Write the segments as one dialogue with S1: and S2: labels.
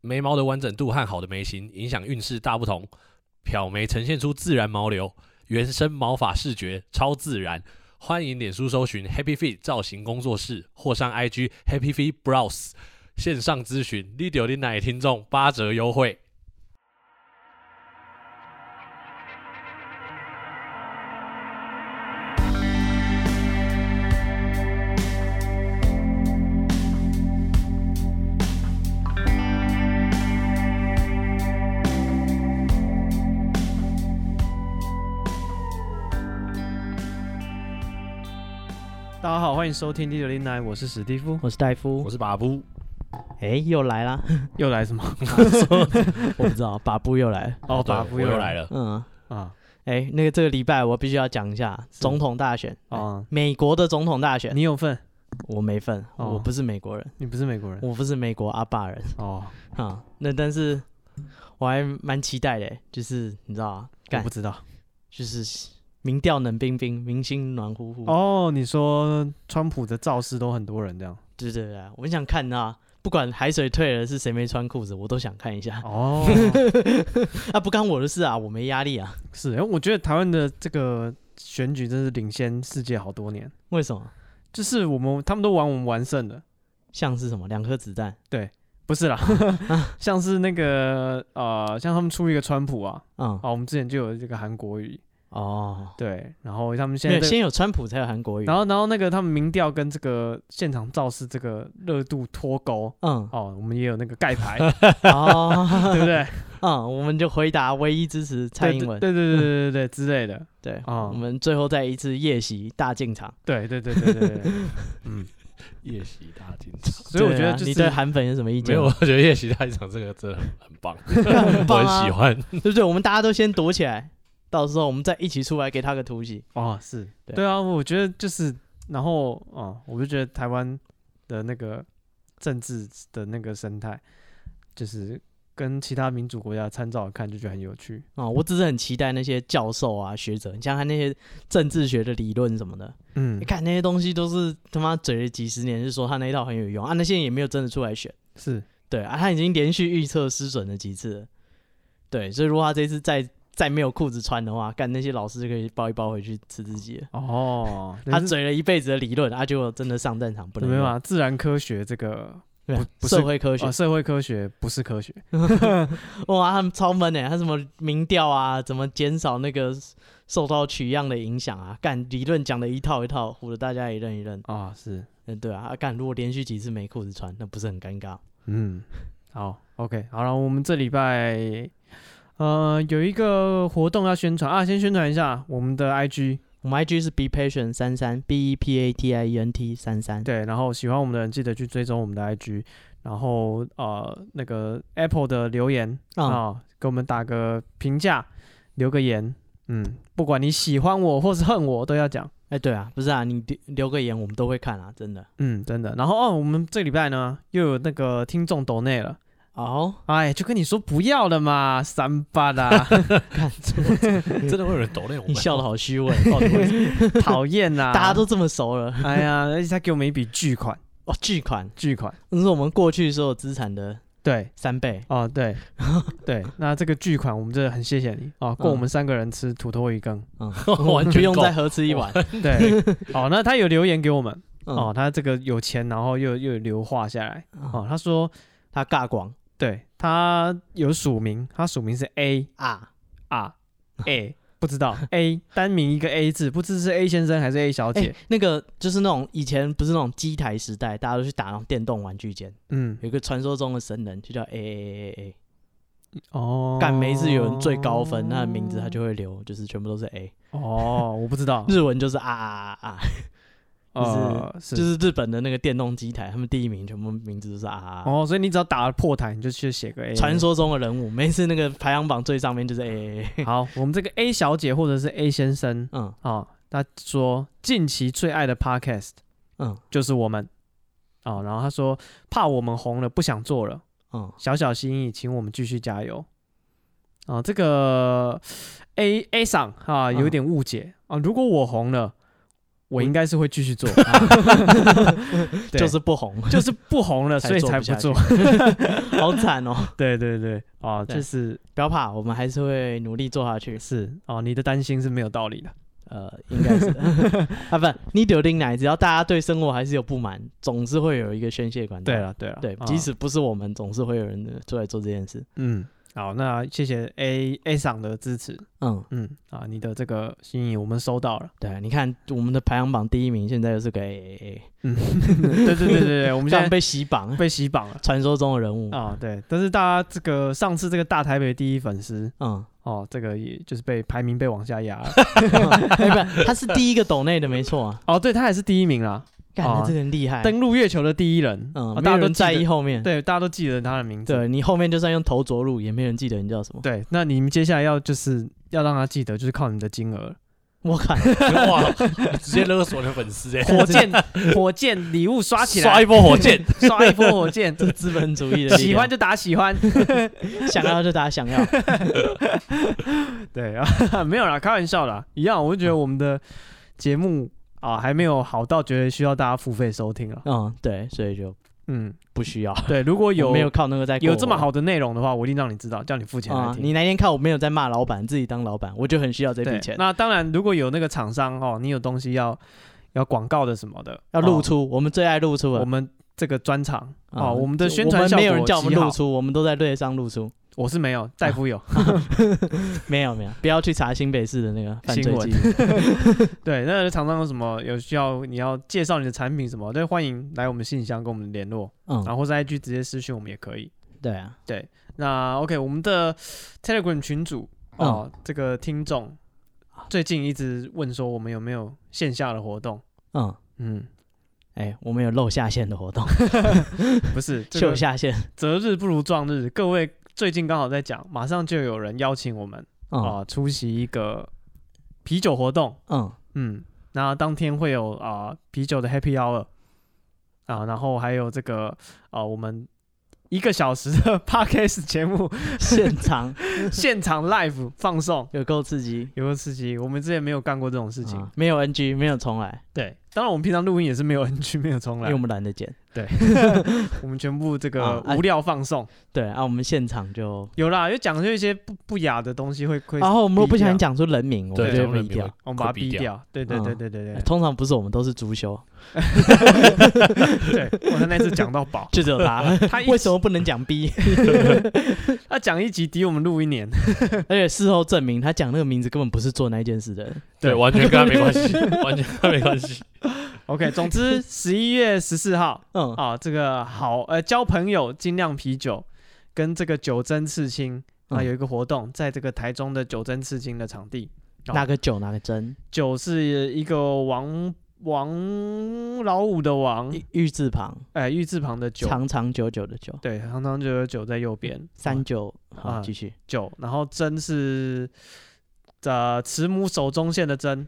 S1: 眉毛的完整度和好的眉形影响运势大不同。漂眉呈现出自然毛流，原生毛发视觉超自然。欢迎脸书搜寻 Happy Feet 造型工作室，或上 IG Happy Feet Brows 线上咨询 l i d o 林奶听众八折优惠。
S2: 大家好，欢迎收听《第九零奶》，我是史蒂夫。
S3: 我是戴夫
S1: 我，是把布，
S3: 哎、 又来啦！
S2: 又来什么？
S3: 我不知道，把布又来了。
S2: 哦，
S1: 对
S2: 把夫
S1: 我又来了。
S3: 嗯，
S2: 啊
S3: 哎、那个这个礼拜我必须要讲一下
S2: 是
S3: 总统大选，哎
S2: 啊！
S3: 美国的总统大选，
S2: 你有份，
S3: 我没份，
S2: 哦
S3: 我不是美国人，
S2: 你不是美国人
S3: 我不是美国阿爸人
S2: 哦？
S3: 啊、那但是我还蛮期待的，欸就是你知道啊，
S2: 我
S3: 干
S2: 不知道。
S3: 就是民调冷冰冰，民心暖乎乎。
S2: 哦，你说川普的造势都很多人这样？
S3: 对对对，我想看啊，不管海水退了是谁没穿裤子，我都想看一下。
S2: 哦，
S3: 啊，不干我的事啊，我没压力啊。
S2: 是，因为我觉得台湾的这个选举真是领先世界好多年，
S3: 为什么？
S2: 就是我们他们都玩我们完胜了。
S3: 像是什么两颗子弹
S2: 不是啦，像是那个呃，像他们出一个川普啊，
S3: 嗯，
S2: 啊，我们之前就有这个韩国语，
S3: 哦，
S2: 对，然后他们现
S3: 没
S2: 在这
S3: 有，
S2: 个
S3: 先有川普才有韩国语。
S2: 然后，然后那个他们民调跟这个现场造势这个热度脱钩，
S3: 嗯
S2: 哦，我们也有那个盖 牌，对
S3: 哦，
S2: 不对？
S3: 嗯，我们就回答唯一支持蔡英文，
S2: 对对对对对对之类的，
S3: 对，
S2: 哦
S3: 我们最后再一次夜袭大进场。
S2: 对对对对对对 对，嗯，
S1: 夜袭大进场，
S2: 所以我觉
S3: 对
S2: 得
S3: 啊
S2: 就是
S3: 你对韩粉有什么意
S1: 没
S3: 见
S1: 有，我
S3: 吗？
S1: 觉得夜袭大进场这个真的很很棒，
S3: 很棒
S1: 我
S3: 啊
S1: 很喜欢。
S3: 对不对？我们大家都先躲起来，到时候我们再一起出来给他个突袭。
S2: 哦是
S3: 对
S2: 对啊，我觉得就是，然后哦，我就觉得台湾的那个政治的那个生态，就是跟其他民主国家参照看，就觉得很有趣。
S3: 啊、我只是很期待那些教授啊、学者，你像他那些政治学的理论什么的，
S2: 嗯
S3: 你，看那些东西都是他妈嘴了几十年，是说他那一套很有用啊，那现在也没有真的出来选。
S2: 是
S3: 对啊，他已经连续预测失准了几次了对，所以如果他这次再再没有裤子穿的话，干那些老师就可以抱一抱回去吃自己了。
S2: 哦，
S3: 他
S2: 这
S3: 嘴了一辈子的理论，啊，结果真的上战场不能
S2: 没
S3: 用
S2: 办法，自然科学这个
S3: 对啊
S2: 不不是
S3: 社会科 学
S2: 哦，，社会科学不是科学。
S3: 哇，他们超闷的、他什么民调啊，怎么减少那个受到取样的影响啊，干理论讲的一套一套，唬得大家一愣一愣。
S2: 啊、是，
S3: 嗯，对啊，啊干如果连续几次没裤子穿，那不是很尴尬？
S2: 嗯，好，OK，好了，我们这礼拜呃有一个活动要宣传啊，先宣传一下我们的 IG，
S3: 我们 IG 是 be patient 三三 b e p a t i e n t 三三，
S2: 对，然后喜欢我们的人记得去追踪我们的 IG，然后呃那个 Apple 的留言啊、
S3: 嗯
S2: 给我们打个评价，留个言，嗯，不管你喜欢我或是恨我都要讲，
S3: 哎，对啊，不是啊，你留留个言，我们都会看啊，真的。
S2: 嗯，真的，然后哦，我们这礼拜呢又有那个听众抖内了。
S3: 哦，
S2: 哎，就跟你说不要了嘛，三八啦，
S1: 真的会有人抖那种，
S3: 你笑的好虚 伪，啊到底为什么
S2: 讨厌 啦！
S3: 大家都这么熟了，
S2: 哎呀，而且他给我们一笔巨款，
S3: 哦，巨款，
S2: 巨款。
S3: 那是我们过去所有资产的
S2: 对，
S3: 三倍。
S2: 哦， 对，对，那这个巨款，我们真的很谢谢你哦，够我们三个人吃土豆鱼羹。
S3: 嗯，
S1: 完全
S3: 不用
S1: 够
S3: 再合吃一碗。
S2: 对，哦，那他有留言给我们
S3: 嗯
S2: 哦，，他这个有钱，然后又又有留话下来哦
S3: 嗯，
S2: 他说，
S3: 他尬广
S2: 对他有署名，他署名是 A
S3: 啊，
S2: 啊 A，不知道 A 单名一个 A 字，不知是 A 先生还是 A 小姐
S3: 哎。，那个就是那种以前不是那种机台时代，大家都去打那种电动玩具间，
S2: 嗯，
S3: 有一个传说中的神人，就叫 A A A A
S2: 哦
S3: A，，干每次有人最高分，那名字他就会留，就是全部都是 A，
S2: 哦，我不知道，
S3: 日文 就是啊啊啊啊。
S2: 呃，是
S3: 就是日本的那个电动机台，他们第一名全部名字都是啊啊啊。
S2: 哦，所以你只要打了破台，你就去写个 A。
S3: 传说中的人物，每次那个排行榜最上面就是 A，
S2: 好，我们这个 A 小姐或者是 A 先生
S3: 嗯
S2: 啊、哦，他说近期最爱的 Podcast
S3: 嗯
S2: 就是我们哦，然后他说怕我们红了不想做了，
S3: 嗯，
S2: 小小心意，请我们继续加油。啊、这哦
S3: 嗯
S2: 个 A A 赏啊，有点误解啊、如果我红了，我应该是会继续 做，对
S3: 就是不 红，
S2: 就是不红了，
S3: 才
S2: 所以
S3: 做
S2: 才
S3: 不下
S2: 不做。
S3: 好惨哦！
S2: 对对对，哦，
S3: 对
S2: 就是
S3: 不要怕，我们还是会努力做下去。
S2: 是哦，你的担心是没有道理的。
S3: 呃，应该是 啊，不，你丢定奶，只要大家对生活还是有不满，总是会有一个宣泄管道。
S2: 对了对了，
S3: 对
S2: 哦，
S3: 即使不是我们，总是会有人呃出来做这件事。
S2: 嗯，好，那谢谢 A A 赏的支持，
S3: 嗯，
S2: 嗯啊，你的这个心意我们收到了。
S3: 对，啊你看我们的排行榜第一名现在又是个 A
S2: 嗯， 对对对对对，我
S3: A，
S2: 们现
S3: 这
S2: 在
S3: 样被嗯洗 榜，
S2: 被洗榜了。
S3: 传说中的人物。
S2: 啊、对，但是大家这个上次这个大台北第一粉丝
S3: 嗯，
S2: 哦，这个也就是被排名被往下 压了。
S3: 哎，不是，他是第一个抖内的，没错啊。
S2: 哦，对他也是第一名啦，
S3: 干，
S2: 哦
S3: 他这个人厉害。
S2: 登陆月球的第一人。
S3: 哎嗯
S2: 哦，
S3: 没
S2: 大
S3: 有
S2: 家都
S3: 人
S2: 记
S3: 在
S2: 得
S3: 意后面。
S2: 对，大家都记得他的名字。
S3: 对你后面就算用头着陆，也没人记得你叫什么。
S2: 对，那你们接下来要就是要让他记得，就是靠你们的金 额。
S3: 我靠，
S1: 哇，你直接勒索你的粉丝哎、
S2: 火箭，火箭礼物刷起来，
S1: 刷一波火箭，
S2: 刷一波火 箭，
S3: 这资本主义的力
S2: 喜欢
S3: 量，
S2: 就打喜欢。
S3: 想要就打想要。
S2: 对 啊，没有啦，开玩笑啦，一样，我就觉
S3: 嗯
S2: 得我们的节目啊还没有好到觉得需要大家付费收听啊。
S3: 嗯，对，所以就
S2: 嗯，
S3: 不需要。
S2: 对，如果
S3: 我
S2: 有
S3: 没有靠那个在过
S2: 有这么
S3: 活
S2: 好的内容的话，我一定让你知道，叫你付钱来
S3: 啊、
S2: 听。
S3: 你哪天看我没有在骂老板，自己当老板，我就很需要这
S2: 对
S3: 笔钱，
S2: 那当然，如果有那个厂商哦，你有东西要要广告的什么的，
S3: 要露
S2: 哦
S3: 出、我们最爱露出了。
S2: 我们这个专场
S3: 啊
S2: 哦，我们的
S3: 这
S2: 宣传
S3: 我
S2: 效果
S3: 们没有人叫我们
S2: 极好
S3: 露，出，我们都在队上露出。
S2: 我是没 有，戴夫有
S3: 没有没有，不要去查新北市的那个犯
S2: 新
S3: 罪
S2: 闻
S3: 记录。
S2: 对，那厂商有什么有需要，你要介绍你的产品什么，对，欢迎来我们信箱跟我们联络，然
S3: 嗯，
S2: 后或者 IG 直接私讯我们也可以。
S3: 对啊，
S2: 那 OK，我们的 Telegram 群组
S3: 嗯
S2: 哦，这个听众最近一直问说我们有没有线下的活动，
S3: 嗯，
S2: 嗯，
S3: 哎、我们有露下线的活动，
S2: 不是， 这
S3: 秀
S2: 个
S3: 下线。
S2: 择日不如撞日，各位最近刚好在讲，马上就有人邀请我们啊、
S3: 嗯
S2: 出席一个啤酒活动，
S3: 嗯，
S2: 嗯，那当天会有啊、啤酒的 Happy Hour 啊，然后还有这个啊、我们一个小时的 Podcast 节目
S3: 嗯 现场
S2: 现场 live 放送，
S3: 有够刺激。
S2: 有个刺激，我们之前没有干过这种事情，
S3: 啊没有 NG，没有重来，
S2: 对，当然我们平常录音也是没有 NG 没有重
S3: 因
S2: 来
S3: 为我，们懒得剪。
S2: 我们全部这个
S3: 啊啊
S2: 无料放送，
S3: 对啊，我们现场就，
S2: 有啦，有讲究一些不不雅的东西会会。
S3: 然后我们如果不小心
S2: 低调
S3: 讲出人名，我
S1: 对
S3: 们就
S1: 讲出
S3: 会
S1: 人
S3: 逼
S1: 名
S3: 掉。
S2: 我们把它
S1: 会逼
S2: 逼
S1: 掉
S2: 掉。对对
S3: 嗯
S2: 对对对
S3: 哎通常不是我们，都是足球， ，
S2: 对，对，我的那次讲到饱
S3: 就只有他。
S2: 他一
S3: 为什么不能讲 B？
S2: 他讲一集抵我们录一年，
S3: 而且事后证明，他讲那个名字根本不是做那件事的人。
S1: 对，
S2: 对
S1: 完全跟他没关系， 完全跟他没关系。
S2: OK，总 之十一月十四号
S3: 嗯，
S2: 啊，这个好呃，交朋友精酿啤酒跟这个九真刺青啊
S3: 嗯
S2: 有一个活动，在这个台中的九真刺青的场地，
S3: 哪个酒哪个真，
S2: 九是一个王王老五的王，
S3: 玉玉字旁，
S2: 哎，玉字旁的九，
S3: 长长久久的久，
S2: 对，常常就有九在右边，
S3: 三九。
S2: 啊
S3: 好，继续。
S2: 九，然后真是呃慈母手中线的真。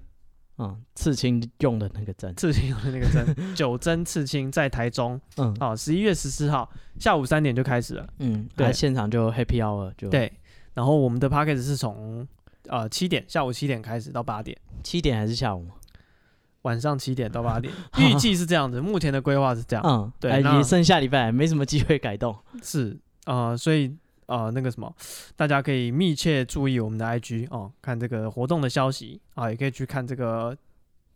S3: 嗯，刺青用的那个针。
S2: 刺青的那个 针，九针刺青在台中，
S3: 嗯
S2: 哦，十一月十四号下午三点就开始了。
S3: 嗯，
S2: 对
S3: 对，现场就 Happy Hour 就
S2: 对，然后我们的 p a c k a g e 是从呃七点，下午七点开始到八点，
S3: 七点还是下午吗？
S2: 晚上七点到八 点，预计是这样子，目前的规划是这样，
S3: 嗯，
S2: 啊对
S3: 哎
S2: 那
S3: 也剩下礼拜没什么机会改动。
S2: 是呃，所以呃那个什么，大家可以密切注意我们的 IG 哦，看这个活动的消息啊，也可以去看这个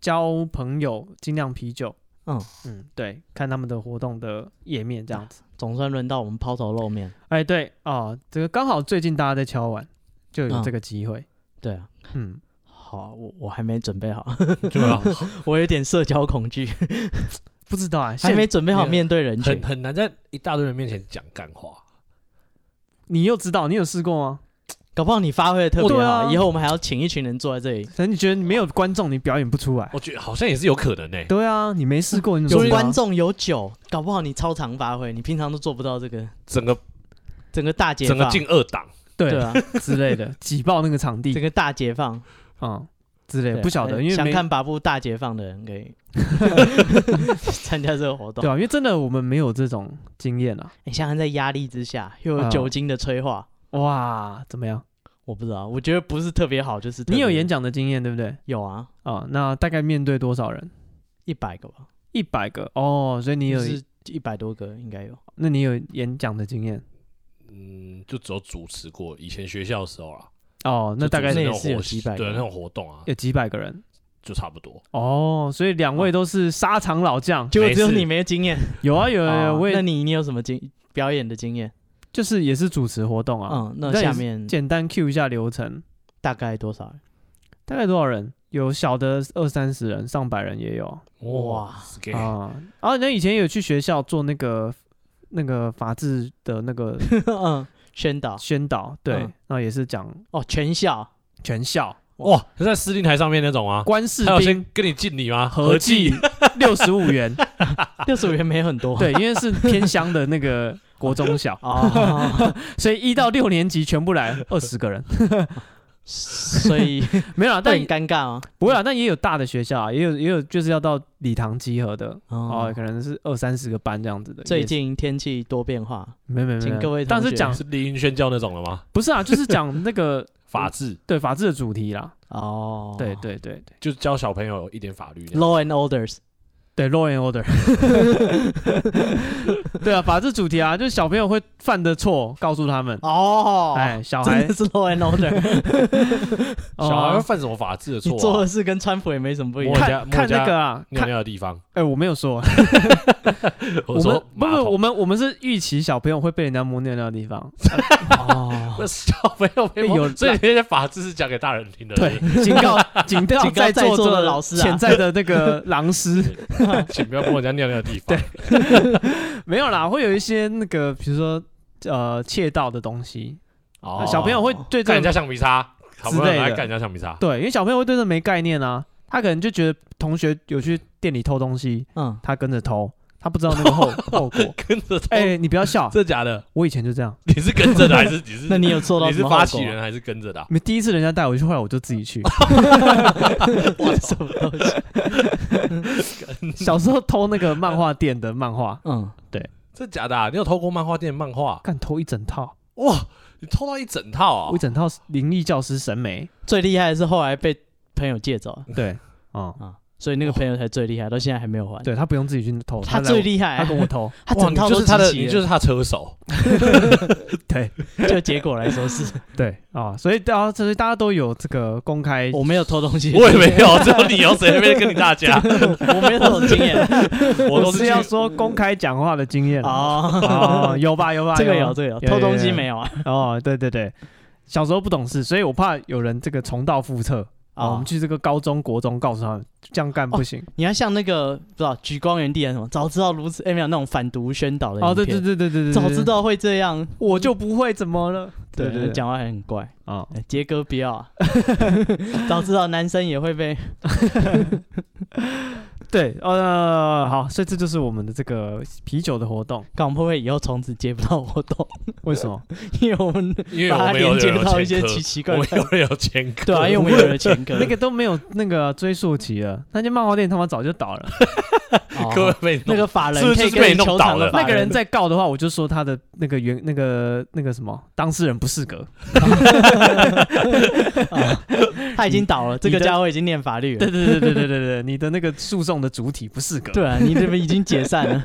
S2: 交朋友精酿啤酒，
S3: 嗯
S2: 嗯，对，看他们的活动的页面这样子。
S3: 总算轮到我们抛头露面。
S2: 哎，对哦，这个刚好最近大家在敲碗，就有
S3: 嗯
S2: 这个机会。
S3: 对啊，
S2: 嗯，
S3: 好，我我还没准备好，
S1: 对啊，
S3: 我有点社交恐惧，
S2: 不知道啊，
S3: 还
S2: 现
S3: 没准备好面对人
S1: 很
S3: 群。
S1: 很难在一大堆人面前讲干话。
S2: 你又知道，你有试过吗？
S3: 搞不好你发挥的特别
S2: 对
S3: 好，
S2: 啊
S3: 以后我们还要请一群人坐在这里。
S2: 可能你觉得你没有观众，你表演不出来。
S1: 我觉得好像也是有可能呢、欸
S2: 对啊，你没试过，你怎么
S3: 有
S2: 知道
S3: 观众有酒，搞不好你超常发挥，你平常都做不到这个，
S1: 整个
S3: 整个大解
S1: 整
S3: 放，
S1: 个进二档，
S2: 对
S3: 对啊，
S2: 之类的，挤爆那个场
S3: 整
S2: 地
S3: 个大解放，
S2: 啊之类的，
S3: 对
S2: 不晓得，
S3: 呃
S2: 因为
S3: 想
S2: 没
S3: 看把布大解放的人可以 参加这个活动
S2: 对。啊，因为真的我们没有这种经验啊。
S3: 你想想，在压力之下，又有
S2: 啊
S3: 酒精的催化，
S2: 哇，怎么样？
S3: 我不知道，我觉得不是特别好，就是特
S2: 你有
S3: 别
S2: 演讲的经验对不对？
S3: 有啊，
S2: 啊，那大概面对多少人？
S3: 一百个吧，
S2: 一百个哦，所以你有，哦
S3: 是一百多个应该有。
S2: 那你有演讲的经验
S1: 嗯，就只有主持过以前学校的时候啦，
S2: 哦，那
S1: 就
S2: 大概
S1: 主持
S3: 那
S1: 那
S3: 也
S1: 种
S3: 是有
S1: 活
S3: 几百
S1: 对
S3: 个
S1: 那种活动啊，
S2: 有几百个人
S1: 就差不多。
S2: 哦，所以两位都是沙场老将，
S3: 结果只有
S1: 没事
S3: 你没有经验，
S2: 有啊有啊有啊，
S3: 哦
S2: 我
S3: 那
S2: 也
S3: 你你有什么经表演的经验？
S2: 就是也是主持活动啊，
S3: 嗯，那
S2: 但
S3: 下
S2: 也是
S3: 面
S2: 简单 Q 一下流程，
S3: 大概多少人？
S2: 大概多少人？有小的二三十人，上百人也有
S3: 哇
S1: 哇，给
S2: 啊。啊，那以前有去学校做那个那个法制的那个
S3: 嗯，宣导
S2: 宣导，对，
S3: 嗯
S2: 然后也是讲
S3: 哦，全校
S2: 全校
S3: 哦
S1: 哇，是在司令台上面那种吗？
S2: 官士
S1: 他有先
S2: 兵
S1: 跟你敬礼吗？
S2: 合计 六十五 元，
S3: 六十五元没很多。，
S2: 对，因为是偏乡的那个国中小
S3: 哦，
S2: 所以一到六年级全部来二十个 人，
S3: 所以
S2: 没有啦，
S3: 会
S2: 但
S3: 很尴尬啊。
S2: 不会啦，但也有大的学校啊，也有也有就是要到礼堂集合的。哦
S3: 哦，，
S2: 可能是二三十个班这样子的。
S3: 最
S2: 也是
S3: 近天气多变化，
S2: 没没没，
S3: 请各位同
S2: 但是
S3: 学
S2: 讲
S1: 是丽英宣教那种了吗？
S2: 不是啊，就是讲那个
S1: 法治
S2: 对法治的主题啦。
S3: 哦，
S2: 对对对对
S1: 就是教小朋友一点法律那样。
S3: ，law and orders，
S2: 对，law and order。对啊，法治主题啊，就是小朋友会犯的错，告诉他们。
S3: 哦，
S2: 哎，小
S3: 真
S2: 孩
S3: 的是 law and order，
S2: 哦
S1: 小孩会犯什么法治的
S3: 你做
S1: 错、啊
S3: 的？事跟川普也没什么不一
S1: 摸人
S3: 样。
S1: 家
S2: 看看那个啊，
S1: 尿
S2: 看
S1: 尿的地方，
S2: 哎，我没有说，我
S1: 说
S2: 们不
S1: 马
S2: 不，
S1: 桶啊
S2: 我们我们是预期小朋友会被人家摸尿尿的地方。
S3: 哦
S1: 不，是小朋友被摸
S2: 有
S1: 所以那些法治是讲给大人听的。
S2: 对，警告警告
S3: 警告在
S2: 座
S3: 座的老师啊
S2: 潜在的那个狼师。
S1: 对，请不要摸人家尿尿的地 方。
S2: 没有啦，会有一些那个，比如说呃窃盗的东西，
S1: 哦
S2: 小朋友会对
S1: 干
S2: 这
S1: 人家
S2: 种
S1: 橡皮擦，小朋
S2: 之
S1: 友
S2: 类的
S1: 来干人家橡皮 擦。
S2: 对，因为小朋友会对这没概念啊，他可能就觉得同学有去店里偷东西，
S3: 嗯，
S2: 他跟着偷，他不知道那个后后果。
S1: 跟着偷，
S2: 哎、你不 要笑，
S1: 真的假的？
S2: 我以前就这样，
S1: 你是跟着的还 是你是？
S3: 那你有做到
S1: 你
S3: 什
S1: 是
S3: 么后果
S1: 发起人还是跟着的啊？
S2: 没第一次人家带我去，后来我就自己去。
S3: 什么东西？
S2: 小时候偷那个漫画店的漫画，
S3: 嗯，
S1: 真的假的啊？你有偷过漫画店漫画？啊
S2: 干偷一整套，
S1: 哇，你偷到一整套啊
S3: 哦
S2: 我一！整套《灵异教师》神眉，
S3: 最厉害的是后来被朋友借走了
S2: 对，哦、
S3: 啊，所以那个朋友才最厉害，到现在还没有还。
S2: 对他不用自己去偷，
S3: 他
S2: 来
S3: 最厉害，
S2: 他跟我偷，
S3: 他
S1: 哇，
S3: 整
S1: 你
S3: 套
S1: 就
S3: 都
S1: 是他的，
S3: 集齐
S1: 你
S3: 了
S1: 就是他车手。
S2: 对
S3: 就结果来说是，
S2: 对啊、所以大家所以大家都有这个公开
S3: 我没有偷东西，
S1: 我也没有，
S3: 啊
S1: 只有你有谁没跟你大家？
S3: 我没有这种经验
S1: 我都
S2: 是
S1: 是
S2: 要
S1: 要
S2: 说公开讲话的经验啊。
S3: 哦
S2: 哦，。有吧有吧，
S3: 这个
S2: 有
S3: 有，
S2: 吧
S3: 这个有，偷东西没
S2: 有
S3: 有啊？
S2: 哦，对对对，小时候不懂事，所以我怕有人这个重蹈覆辙啊。
S3: 哦
S2: 我们去这个高中、国中告诉他们，这样干不行。
S3: 你要像那个不知道举光原地人什么，早知道如此，哎没有那种反毒宣导的
S2: 哦，
S3: 影
S2: 对
S3: 片，
S2: 对对对对对，
S3: 早知道会这样，
S2: 我就不会怎么了。对对对，
S3: 讲话很怪。
S2: 啊，
S3: 哎杰哥不要啊， 早知道男生也会被
S2: 对，呃，好，所以这就是我们的这个啤酒的活动。
S3: 干我们会不会以后从此接不到活动？
S2: 为什么？
S3: 因为我们
S1: 因为
S3: 把
S1: 我
S3: 它
S1: 们有
S3: 连接
S1: 人有
S3: 到一
S1: 前科
S3: 些奇奇怪
S1: 我们
S3: 怪。
S1: 有人有前科。
S3: 对啊，因为我们有了前科，
S2: 那个都没有那个追溯期了，那间漫画店他妈早就倒了。
S3: 哦
S1: 各位被
S3: 那
S1: 弄
S3: 个法
S1: 是
S3: 人
S1: 不
S3: 可
S1: 是
S3: 以
S1: 被
S3: 跟
S1: 弄
S3: 球
S1: 倒
S3: 场的
S1: 了
S3: 法
S2: 那个人
S3: 人
S2: 在告的话，我就说他的那个原那个那个什么当事人不适格。
S3: 啊他已经 倒了，这个家伙已经念法律了
S2: 对。对对对对对对，你的那个诉讼的主体不适格，
S3: 对啊，你这边已经解 散了。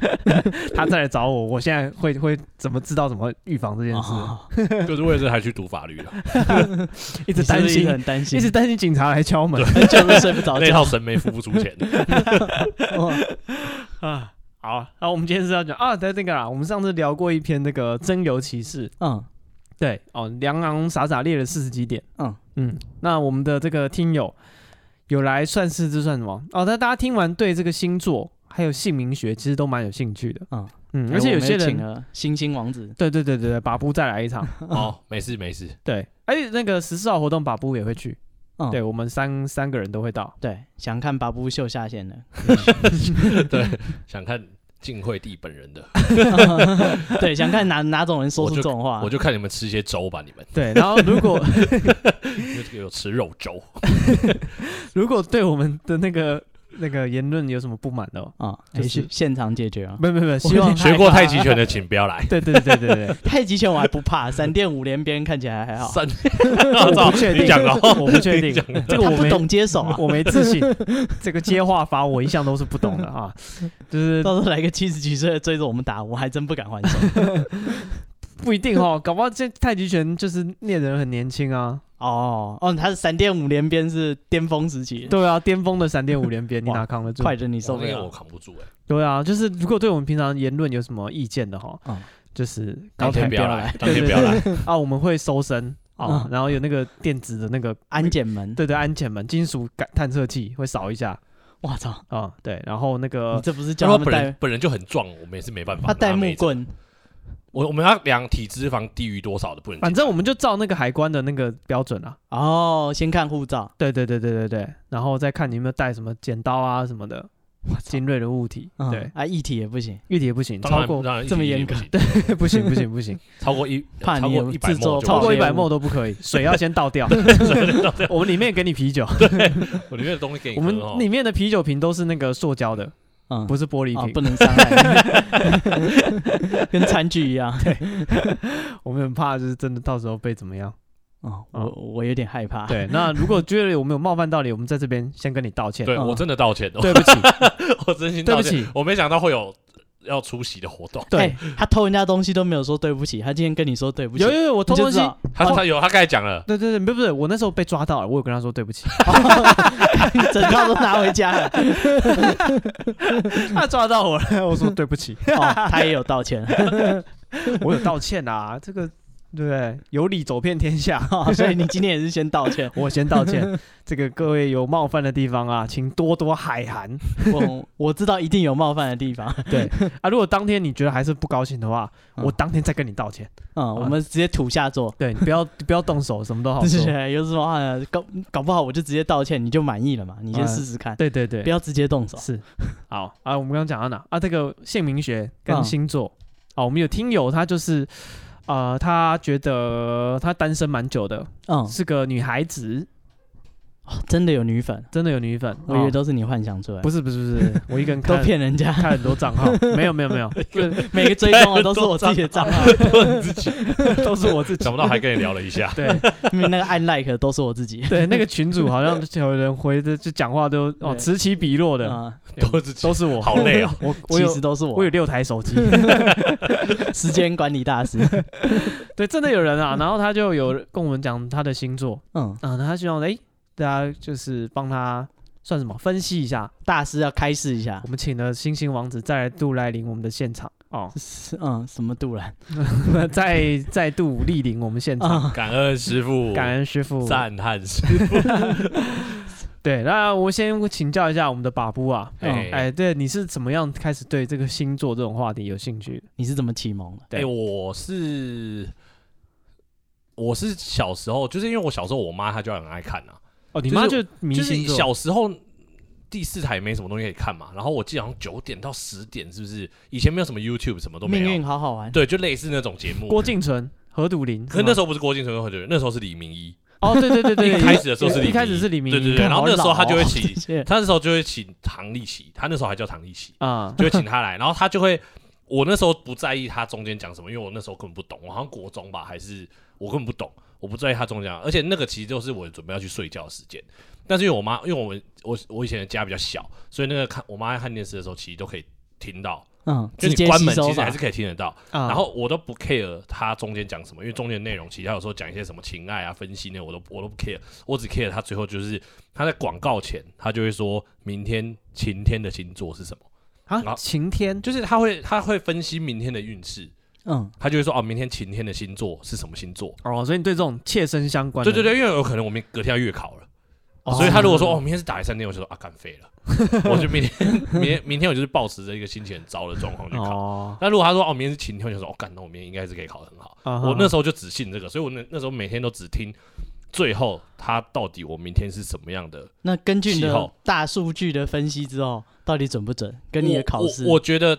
S2: 他再来找我，我现在会会怎么知道怎么预防这件事？
S3: 哦
S1: 就是为了这还去读法律了，
S2: 一
S3: 你
S2: 直
S3: 是不
S2: 担
S3: 是一
S2: 心
S3: 直，很担心，
S2: 一直担心警察来敲门
S3: 很久都睡 不着
S1: 那套
S3: 觉。
S1: 神眉付不出钱。
S3: 哦
S2: 啊。好，那我们今天是要讲啊，在那个啦，我们上次聊过一篇那个真由骑士，
S3: 嗯，
S2: 对哦，梁昂傻傻列了四十几点，
S3: 嗯
S2: 嗯，那我们的这个听友有来算是这算什么？哦，那大家听完对这个星座还有姓名学其实都蛮有兴趣的，
S3: 嗯
S2: 嗯，而且有些
S3: 我们也请
S2: 人，
S3: 了星星王子，
S2: 对对对对对，把布再来一 场，
S1: 哦，没事没事，
S2: 对，而且那个十四号活动把布也会去，
S3: 嗯，
S2: 对我们三三个人都会 到。
S3: 对，想看巴布秀下线的，
S1: 对，想看晋惠帝本人的，
S3: 对，想看哪哪种人说出这种话
S1: 我，就看你们吃些粥吧，你们
S2: 对，然后如果
S1: 因为这个有吃肉粥，
S2: 如果对我们的那个那个言论有什么不满的、哦？
S3: 啊，
S2: 就
S3: 也许
S2: 是
S3: 现场解决啊。
S2: 没有没有没有，希望。
S1: 学过太极拳的请不要来
S2: 对对对对对对，
S3: 太极拳我还不怕， 闪电五连鞭看起来 还好。
S1: 三，
S2: 我不确定
S1: 你讲的哦，
S2: 我不确定
S1: 你讲的
S2: 这个
S3: 他
S2: 我
S3: 不
S2: 没
S3: 懂接手啊，
S2: 我没自信，这个接话法我一向都是不懂的啊，就是
S3: 到时候来个七十几岁的追着我们打，我还真不敢还 手。
S2: 不一定 哦，搞不好这太极拳就是练人很年轻啊，
S3: 哦哦，他是闪电五连鞭是巅峰时期，
S2: 对啊，巅峰的闪电五连鞭你
S3: 哇
S2: 哪扛得住？
S3: 快着 你受不
S1: 那个
S3: 了
S1: 我。扛不住哎，
S2: 对啊，就是如果对我们平常言论有什么意见的哈，
S3: 嗯
S2: 就是
S1: 当天不要
S3: 然后不要
S1: 来
S3: 来，
S1: 当天不要来。
S2: 啊，我们会搜身啊，
S3: 嗯
S2: 然后有那个电子的那个
S3: 安检门，
S2: 对对安检门金属感探测器会扫一下
S3: 我操，
S2: 啊，对，然后那
S3: 你
S2: 个
S3: 这不是叫
S1: 他
S3: 他
S1: 本
S3: 们
S1: 人
S3: 带
S1: 本人就很壮，我们也是没办法。
S3: 他带
S1: 拿
S3: 木
S1: 没辙，
S3: 棍？
S1: 我我们要量体脂肪低于多少的不
S3: 啊
S1: 能进来。
S2: 反正我们就照那个海关的那个标准啊，
S3: 哦，先看护照。
S2: 对对对对对对，然后再看你有没有带什么剪刀啊什么的尖锐的物体，
S3: 嗯
S2: 对，
S3: 啊，一体也不行，
S2: 玉体也不行，
S1: 当然
S2: 超过
S1: 当然
S3: 这么
S1: 一定
S3: 严格
S1: 不行
S2: 不行不行不行，
S1: 超过一
S3: 怕
S1: 超
S3: 你
S1: 过一百
S3: 自作
S1: 墨
S3: 超
S2: 超
S1: 就
S2: 过
S3: 过
S2: 一百
S3: 100
S2: 沫都不可以，水要先 倒掉，我们里面给你啤酒，
S1: 我里面的东西给你
S2: 我
S1: 喝
S2: 们
S1: 哦
S2: 里面的啤酒瓶都是那个塑胶的，
S3: 嗯，
S2: 哦不是玻璃
S3: 啊，
S2: 瓶，
S3: 不能伤害， 跟餐具一样。
S2: 我们很怕就是真的到时候被怎么样。
S3: 哦，
S2: 嗯
S3: 我我有点害怕。，
S2: 对，那如果觉得我们有冒犯到你，我们在这边先跟你道歉，
S1: 对
S3: 嗯
S1: 我真的道歉，
S2: 对 不起，
S1: 我真心
S2: 对
S1: 道
S2: 不
S1: 歉。
S2: 起，
S1: 我没想到会有要出席的活动。
S2: 对，
S3: 哎他偷人家东西都没有说对不起，他今天跟你说对不起，
S2: 有有有，我偷
S3: 你就
S2: 东
S3: 知
S2: 西，
S3: 道
S1: 他他有他刚才讲了，
S2: 对对对，不是不是，我那时候被抓到了，我有跟他说对不起，
S3: 整套都拿回家了。
S2: 他抓到我了，我说对不起，
S3: 哦，他也有道歉，
S2: 我有道歉啊，这个对不对？有理走遍天下，
S3: 哦所以你今天也是先道 歉。
S2: 我先道歉，这个各位有冒犯的地方啊，请多多海涵。
S3: 我我知道一定有冒犯的地方。
S2: 对 啊，如果当天你觉得还是不高兴的话，
S3: 嗯
S2: 我当天再跟你道歉。
S3: 嗯，我们直接土下座。
S2: 对你不要不要动手，什么都好
S3: 就
S2: 说。
S3: 是有什么话呢搞搞不好我就直接道歉，你就满意了嘛？你先
S2: 嗯
S3: 试试看，
S2: 对对对，
S3: 不要直接动手。
S2: 是好啊。我们刚刚讲到哪啊？这个姓名学跟
S3: 嗯
S2: 星座啊，我们有听友他就是。呃，他觉得他单身蛮久的，
S3: 嗯，
S2: 是个女孩子，
S3: 真的有女粉，
S2: 真的有女粉。
S3: 我以为
S2: 哦
S3: 都是你幻想出来的，
S2: 不是不是不是，我一个 人
S3: 都
S2: 看
S3: 骗人家，
S2: 看很多账号，没有没有没有，
S3: 每个追踪的都是我自己的账号，
S1: 问自己，
S2: 都是我自己。
S1: 想。不到还跟你聊了一下
S2: 对
S3: 因为那个按 like 的都是我自己。
S2: 对，那个群主好像有人回的，就讲话都哦
S3: 对
S2: 此起彼落的，
S3: 啊，
S1: 都是
S2: 都是我。
S1: 好累哦，
S2: 我我
S3: 其
S2: 有
S3: 实都是
S2: 我
S3: 我
S2: 有，六台手机，
S3: 时间管理大师。
S2: 对，真的有人啊。然后他就有跟我们讲他的星座
S3: 嗯，
S2: 啊，那他希望哎大家就是帮他算什么分析一下。
S3: 大师要开示一下
S2: 我。们请了星星王子再度来临我们的现场哦，
S3: 是嗯，什么 杜兰
S2: 再再度莅临我们现场。
S3: 啊？
S1: 感恩师傅，
S2: 感恩师傅，
S1: 赞叹师
S2: 对，那我先请教一下我们的把布啊，
S1: 傅。
S3: 哎
S2: 哎，对，你是怎么样开始对这个星座这种话题有兴趣的？
S3: 你是怎么启蒙的？
S1: 哎、我是我是小时候，就是因为我小时候我妈她就很爱看啊，
S2: 哦，你
S1: 就是
S2: 妈就迷
S1: 就是
S2: 星座，
S1: 小时候第四台没什么东西可以看嘛，然后我记得好像九点到十点是不是？以前没有什么 YouTube 什么都没
S3: 命
S1: 有
S3: 运，好好玩。
S1: 对，就类似那种节目。
S2: 郭敬淳、何笃林，
S1: 可是那时
S2: 候
S1: 候不是郭敬淳和对，那时候是李明一，
S2: 哦，对对对 对，
S1: 一开始的时候是李
S2: 一
S1: 明
S2: 开始是李明
S1: 对对
S2: 一
S1: 对，然后那时候他就会请，
S3: 谢谢
S1: 他那时候就会请唐立奇，他那时候还叫唐立奇，
S2: 啊，
S1: 就会请他来，然后他就会，我那时候不在意他中间讲什么，因为我那时候根本不懂，我好像国中吧，还是我根本不懂，我不在意他中间讲，而且那个其实就是我准备要去睡觉的时间，但是因为我妈，因为我们我我以前的家比较小，所以那个看我妈在看电视的时候，其实都可以听到，
S3: 嗯，
S1: 就
S3: 直
S1: 你
S3: 接
S1: 关
S3: 吸
S1: 门
S3: 收
S1: 其实
S3: 吧
S1: 还是。可以听得到，
S2: 然
S1: 然后我都不 care 他中间讲什么，因为中间的内容其实他有时候讲一些什么情爱啊、分析那我都我都不 care，我只 care 他最后就是他在广告前他就会说明天晴天的星座是什么，然
S2: 啊，
S1: 后
S2: 晴天
S1: 就是他会他会分析明天的运势，
S3: 嗯，
S1: 他就会说哦，明天晴天的星座是什么星座？
S2: 哦，所以你对这种切身相关
S1: 对
S2: 的，
S1: 对对，因为有可能我们隔天要月考了，
S2: 哦，
S1: 所以他如果说哦，明天是打一三天，我就说啊，干废 了，我就明天明天明天我就是保持着一个心情很糟的状况去考。
S2: 哦，
S1: 那如果他说哦，明天是晴天，我就说哦，干，那我明天应该是可以考得很好。
S3: 嗯
S1: 我
S2: 我
S1: 那时候就只信这个，所以我那那时候每天都只听最后他到底我明天是什么样的。
S3: 那根据你
S1: 气
S3: 的
S1: 候
S3: 大数据的分析之后，到底准不准？跟你的考试
S1: 我我，我觉得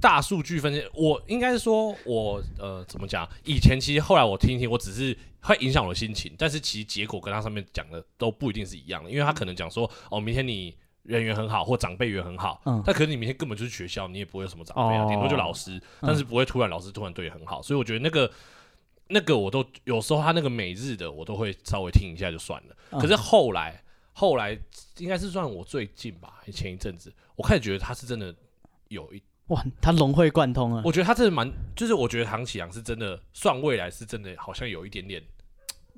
S1: 大数据分析，我应该是说我呃怎么讲？以前其实后来我听一听，我只是会影响我的心情，但是其实结果跟他上面讲的都不一定是一样的，因为他可能讲说哦，明天你。人缘很好或长辈缘很好，
S3: 嗯
S1: 但可是你明天根本就是学校，你也不会有什么长辈啊，
S2: 哦
S1: 顶、多就老师，但是不会突然老师突然对你很好，所以我觉得那个那个我都有时候他那个每日的我都会稍微听一下就算了，
S3: 嗯
S1: 可是后来后来应该是算我最近吧，前一阵子我开始觉得他是真的有一，
S3: 哇，他融会贯通
S2: 嗯
S3: 啊，
S1: 我觉得他真的蛮，就是我觉得唐启阳是真的算未来是真的好像有一点点。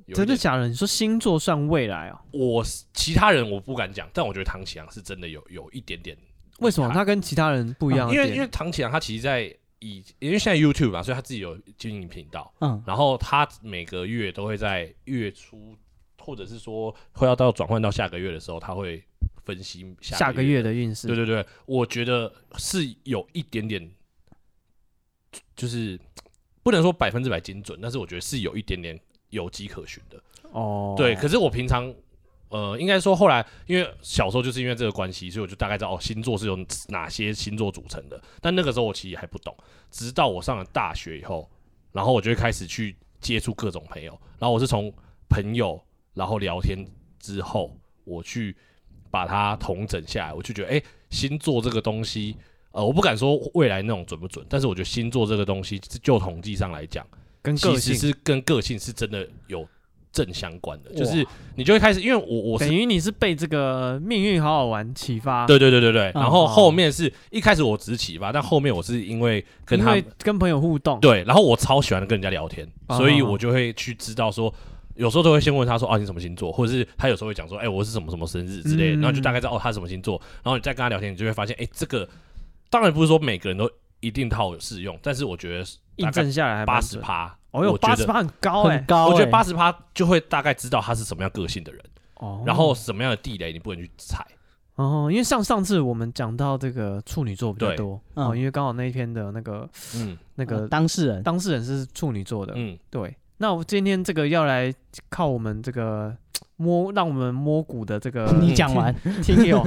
S1: 有一
S2: 真的
S1: 点
S2: 假的？你说星座算未来哦？
S1: 我是其他人我不敢讲，但我觉得唐启阳是真的有有一点点
S2: 为什么
S1: 厉害
S2: 他跟其他人不一样
S1: 嗯啊
S2: 的
S1: 因
S2: 点？
S1: 为因为唐启阳他其实在以因为现在 YouTube 啊嘛，所以他自己有经营频道，
S3: 嗯
S1: 然后他每个月都会在月初或者是说会要到转换到下个月的时候，他会分析
S2: 下个
S1: 个
S2: 月
S1: 的。
S2: 的运势，
S1: 对对对，我觉得是有一点点，就是不能说百分之百精准，但是我觉得是有一点点有迹可循的。
S2: 哦，
S1: 对，可是我平常。呃，应该说后来，因为小时候就是因为这个关系，所以我就大概知道哦，星座是由哪些星座组成的。但那个时候我其实还不懂，直到我上了大学以后，然后我就会开始去接触各种朋友，然后我是从朋友然后聊天之后，我去把它统整下来，我就觉得，哎、星座这个东西，呃，我不敢说未来那种准不准，但是我觉得星座这个东西，就统计上来讲。
S2: 跟
S1: 其
S2: 个
S1: 实
S2: 性
S1: 是跟个性是真的有正相关的，
S2: 哇
S1: 就是你就会开始，因为我我是
S2: 等于你是被这个命运好好玩启发，
S1: 对对对对对，
S3: 嗯
S1: 然后后面是一开始我只是启发，但后面我是因为跟
S2: 因
S1: 他
S2: 为跟朋友互动，
S1: 对，然后我超喜欢跟人家聊天，
S2: 啊
S1: 所以我就会去知道说。有时候都会先问他说：“啊，你什么星座？”或者是他有时候会讲说：“哎、我是什么什么生日之类的。
S2: 嗯
S1: 然后就大概知道哦，他什么星座。然后你再跟他聊天，你就会发现，哎、这个当然不是说每个人都一定套适用，但是我觉得
S2: 印证下来还蛮
S1: 八十
S2: 准，
S1: 趴，
S2: 哦哟，
S1: 我觉
S2: 八
S1: 得
S2: 十八很高哎
S3: 很，高欸，
S1: 我觉得八十趴就会大概知道他是什么样个性的人，
S2: 哦，
S1: 然后什么样的地雷你不能去踩。
S2: 哦，因为上上次我们讲到这个处女座比较
S1: 对
S2: 多，
S3: 嗯
S2: 哦，因为刚好那一篇的那个
S1: 嗯
S2: 那
S3: 呃
S2: 个
S3: 当事人
S2: 当事人是处女座的，
S1: 嗯，
S2: 对，那我今天这个要来靠我们这个摸， 让我们摸骨的这个
S1: 嗯
S3: 你 讲完，
S2: 听友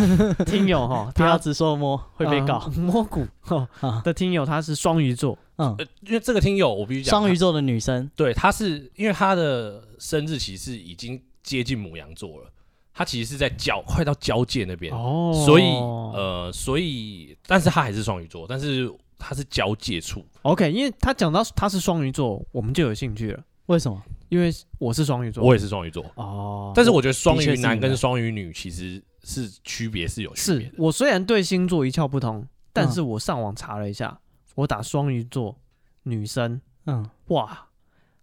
S2: 听友哈，
S3: 不要
S2: 他
S3: 只说摸会被告
S2: 呃。摸骨哈
S3: 啊
S2: 的听友，他是双鱼座，
S3: 嗯，
S1: 呃， 因为这个听友我必须讲，
S3: 双鱼
S1: 他
S3: 座的女生，
S1: 对他是因为他的生日其实已经接近母羊座了，他其实是在交快到交界那边，
S2: 哦
S1: 所以呃，所以但是他还是双鱼座，但是他是交界处，
S2: ，OK，因为他讲到他是双鱼座，我们就有兴趣了，
S3: 为什么？
S2: 因为我是双鱼座，
S1: 我也是双鱼座，
S3: 哦，
S1: 但是我觉得双
S3: 的确
S1: 鱼
S3: 是
S1: 男
S3: 你
S1: 跟
S3: 的
S1: 双鱼女其实是区别是有区别
S2: 是
S1: 的，
S2: 我虽然对星座一窍不通，但
S3: 嗯
S2: 是我上网查了一下，我打双鱼座女生，
S3: 嗯，
S2: 哇，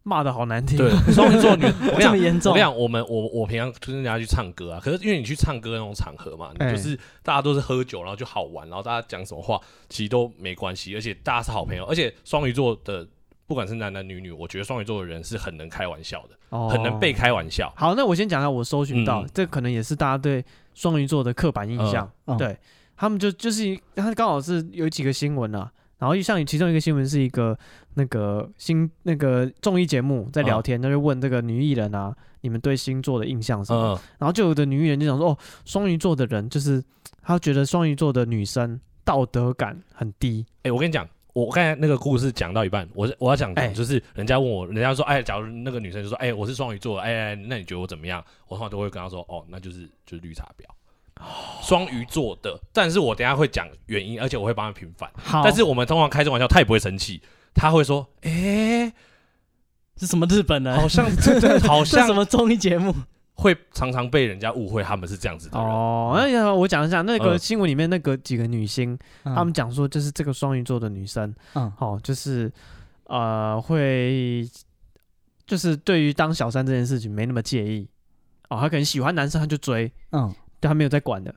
S2: 骂的好难听，
S1: 对，双鱼座女，我跟你
S3: 这
S1: 讲
S3: 么严
S1: 我
S3: 重
S1: 跟你，讲，我们我我平常跟人家去唱歌啊，可是因为你去唱歌那种场合嘛，你
S2: 哎
S1: 就是大家都是喝酒，然后就好玩，然后大家讲什么话其实都没关系，而且大家是好朋友，而且双鱼座的不管是男男女女，我觉得双鱼座的人是很能开玩笑的，
S2: 哦
S1: 很能被开玩笑。
S2: 好，那我先讲一下我搜寻到，
S1: 嗯
S2: 这可能也是大家对双鱼座的刻板印象。
S3: 嗯嗯
S2: 对他们就就是他刚好是有几个新闻啊，然后像其中一个新闻是一个那个新那个综艺节目在聊
S1: 嗯
S2: 天，他、就问这个女艺人啊，你们对星座的印象是什么？
S1: 嗯，
S2: 然后就有的女艺人就想说，哦，双鱼座的人就是她觉得双鱼座的女生道德感很低，
S1: 哎、我跟你讲。我刚才那个故事讲到一半，我是我要讲
S2: 哎
S1: 讲，就是人家问我，人家说，哎，假如那个女生就说，哎，我是双鱼座，哎，哎那你觉得我怎么样？我通常都会跟她说，哦，那就是就是绿茶婊，
S3: 哦
S1: 双鱼座的。但是我等一下会讲原因，而且我会帮她平反。
S3: 好，
S1: 但是我们通常开这种玩笑，他也不会生气，他会说：“哎、
S3: 是什么日本人？
S1: 好像 这这好
S3: 哎 这是什
S1: 像
S3: 么综艺节目？
S1: 会常常被人家误会他们是这样子的人。
S2: 哦，那要我讲一下那个
S1: 嗯
S2: 新闻里面那个几个女星，她
S3: 他
S2: 们讲说就是这个双鱼座的女生，
S3: 嗯
S2: 哦，就是呃会就是对于当小三这件事情没那么介意，哦，她可能喜欢男生她就追，
S3: 嗯，
S2: 但她没有在管的，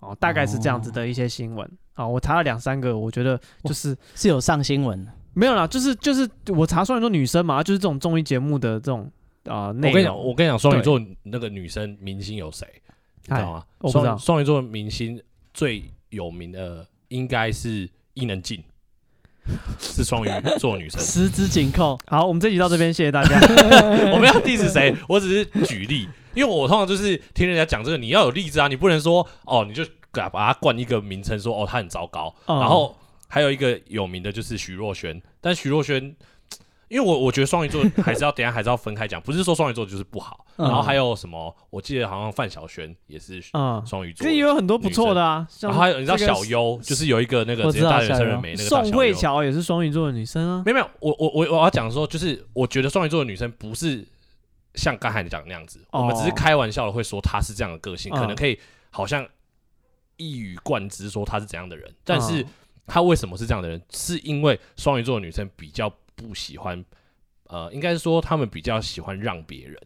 S2: 哦，大概是这样子的一些新闻啊、哦我查了两三个，我觉得就是
S3: 是有上新闻 的，
S2: 没有啦，就是就是我查出来说女生嘛，就是这种综艺节目的这种啊内、
S1: 我跟你
S2: 容
S1: 讲，我跟你讲，双鱼座那个女生明星有谁，你知道吗
S2: 我？不知道
S1: 双双鱼座明星最有名的应该是伊能静， 是双鱼座女 生。
S3: 十指紧扣。
S2: 好，我们这集到这边，谢谢大 家。
S1: 我没有 diss 谁，我只是举例，因为我通常就是听人家讲这个，你要有例子啊，你不能说哦，你就给他把它冠一个名称，说哦，他很糟糕。
S2: 嗯
S1: 然后还有一个有名的就是徐若瑄，但徐若瑄因为我我觉得双鱼座 还是要等一下还是要分开讲，不是说双鱼座就是不好。
S2: 嗯
S1: 然后还有什么？我记得好像范晓萱也是
S2: 嗯，
S1: 双鱼座
S2: 这，也有很多不错的啊，像
S1: 然后还有你知道
S2: 这个
S1: 小优，就是有一个那个
S3: 我
S1: 直接
S3: 知道
S1: 大学
S3: 小
S1: 生
S3: 优
S1: 人没那个大
S2: 宋
S1: 小
S2: 慧
S1: 优。
S2: 乔也是双鱼座的女生啊，
S1: 没有没有，我我我我要讲说，就是我觉得双鱼座的女生不是像刚才你讲的那样子，
S2: 哦
S1: 我们只是开玩笑的会说她是这样的个性，
S2: 嗯
S1: 可能可以好像一语贯之说她是怎样的人，但是
S2: 嗯
S1: 她为什么是这样的人，是因为双鱼座的女生比较不喜欢，呃，应该是说她们比较喜欢让别人，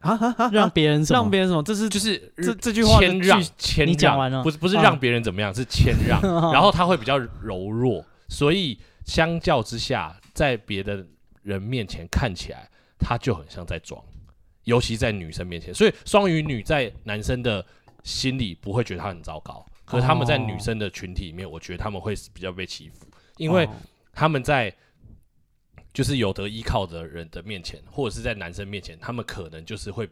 S2: 啊啊啊，
S3: 让
S2: 让
S3: 别人什么
S2: 让别人什么？这是
S1: 就是
S2: 这这句话的
S1: 谦让
S2: 句，
S1: 谦
S3: 你讲
S1: 让
S3: 完了
S1: 不是不是
S3: 嗯
S1: 让别人怎么样，是谦 让，然后他会比较柔弱，所以相较之下，在别的人面前看起来，他就很像在装，尤其在女生面前，所以双鱼女在男生的心里不会觉得她很糟糕，可是他们在
S3: 哦
S1: 女生的群体里面，我觉得他们会比较被欺负，因为
S2: 哦
S1: 他们在就是有得依靠的人的面前，或者是在男生面前，他们可能就是会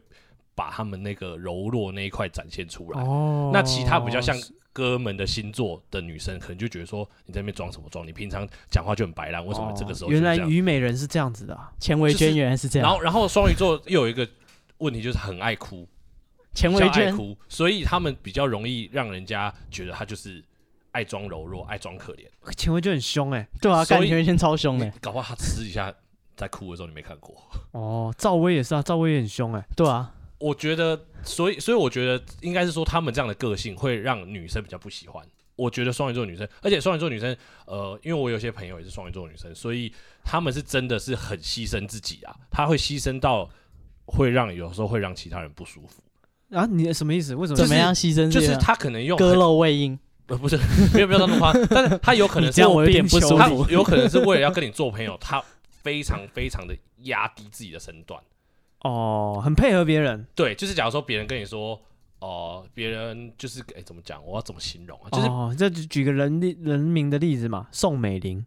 S1: 把他们那个柔弱那一块展现出来。
S2: 哦
S1: 那其他比较像哥们的星座的女生，可能就觉得说你在那边装什么装，你平常讲话就很白烂，为什么这个时候就
S2: 哦原
S1: 是
S2: 来
S1: 这样？
S2: 虞美人是这样子的啊，
S3: 钱维
S1: 就是
S3: 娟原来是这
S1: 然
S3: 样，
S1: 后，然后双鱼座又有一个问题，就是很爱哭，
S3: 钱
S1: 比较
S3: 维
S1: 爱
S3: 娟
S1: 哭，所以他们比较容易让人家觉得他就是爱装柔弱，爱装可怜。
S2: 钱薇就很凶哎，
S3: 对啊，
S1: 所以
S3: 干钱维娟超凶的，
S1: 搞不好他私底下在哭的时候你没看过。
S2: 哦，赵薇也是啊，赵薇也很凶哎，
S3: 对啊，
S1: 我觉得，所以所以我觉得应该是说他们这样的个性会让女生比较不喜欢。我觉得双鱼座女生，而且双鱼座女生，呃，因为我有些朋友也是双鱼座女生，所以他们是真的是很牺牲自己啊，她会牺牲到会让有时候会让其他人不舒服，
S2: 啊，你什么意思？为什么
S3: 怎么样牺牲
S1: 就
S3: 自己
S1: 是
S3: 啊
S1: 她可能用
S3: 割
S1: 很
S3: 肉喂 鹰，
S1: 呃不是没有没有到那么夸张，但是她有可能
S2: 你
S1: 是
S2: 这样我有点
S3: 我变
S2: 不
S3: 不
S2: 舒
S3: 舒
S1: 她
S2: 服
S3: 服。
S1: 有可能是为了要跟你做朋友，她非常非常的压低自己的身段。
S2: 哦，很配合别人，
S1: 对，就是假如说别人跟你说，哦、别人就是哎、怎么讲，我要怎么形容啊？就是
S2: 哦，这就举个人例人名的例子嘛，宋美龄，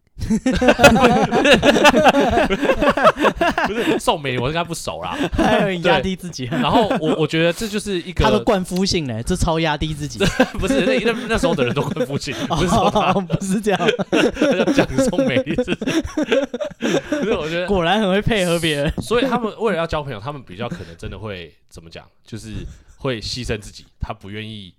S1: 不是宋美龄，我跟她不熟啦。
S3: 还有压低 自己，
S1: 然后我我觉得这就是一
S3: 他的
S1: 个，
S3: 灌夫性呢，这超压低自己，
S1: 不是那那那时候的人都会父亲， 不是说
S2: 哦
S1: 他
S3: 不是 这样，
S1: 要讲宋美龄，就是 不是我觉得，
S3: 果然很会配合别 人，
S1: 所以他们为了要交朋友，他们比较可能真的会怎么讲，就是会牺牲自己，他不愿意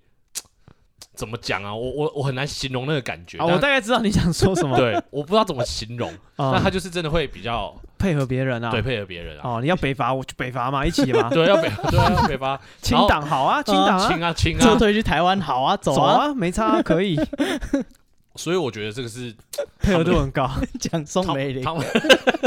S1: 怎么讲啊？我我我很难形容那个感觉，
S2: 啊，我
S1: 但
S2: 大概知道你想说什么，
S1: 对，我不知道怎么形容，但
S2: 啊
S1: 他，就是真的会比较
S2: 配合别人啊，
S1: 对，配合别人啊。
S2: 哦，你要北伐我就北伐嘛，一起嘛，
S1: 对，要北，对啊，要北伐，
S2: 清党好啊，清
S1: 然
S2: 党
S1: 后
S2: 啊
S1: 清，啊，清
S3: 撤
S1: 啊，
S3: 退去台湾，好啊，走
S2: 走
S3: 啊，
S2: 啊，没差啊，可以，
S1: 所以我觉得这个是
S2: 配合度 很高，
S3: 讲宋美龄
S1: 他，们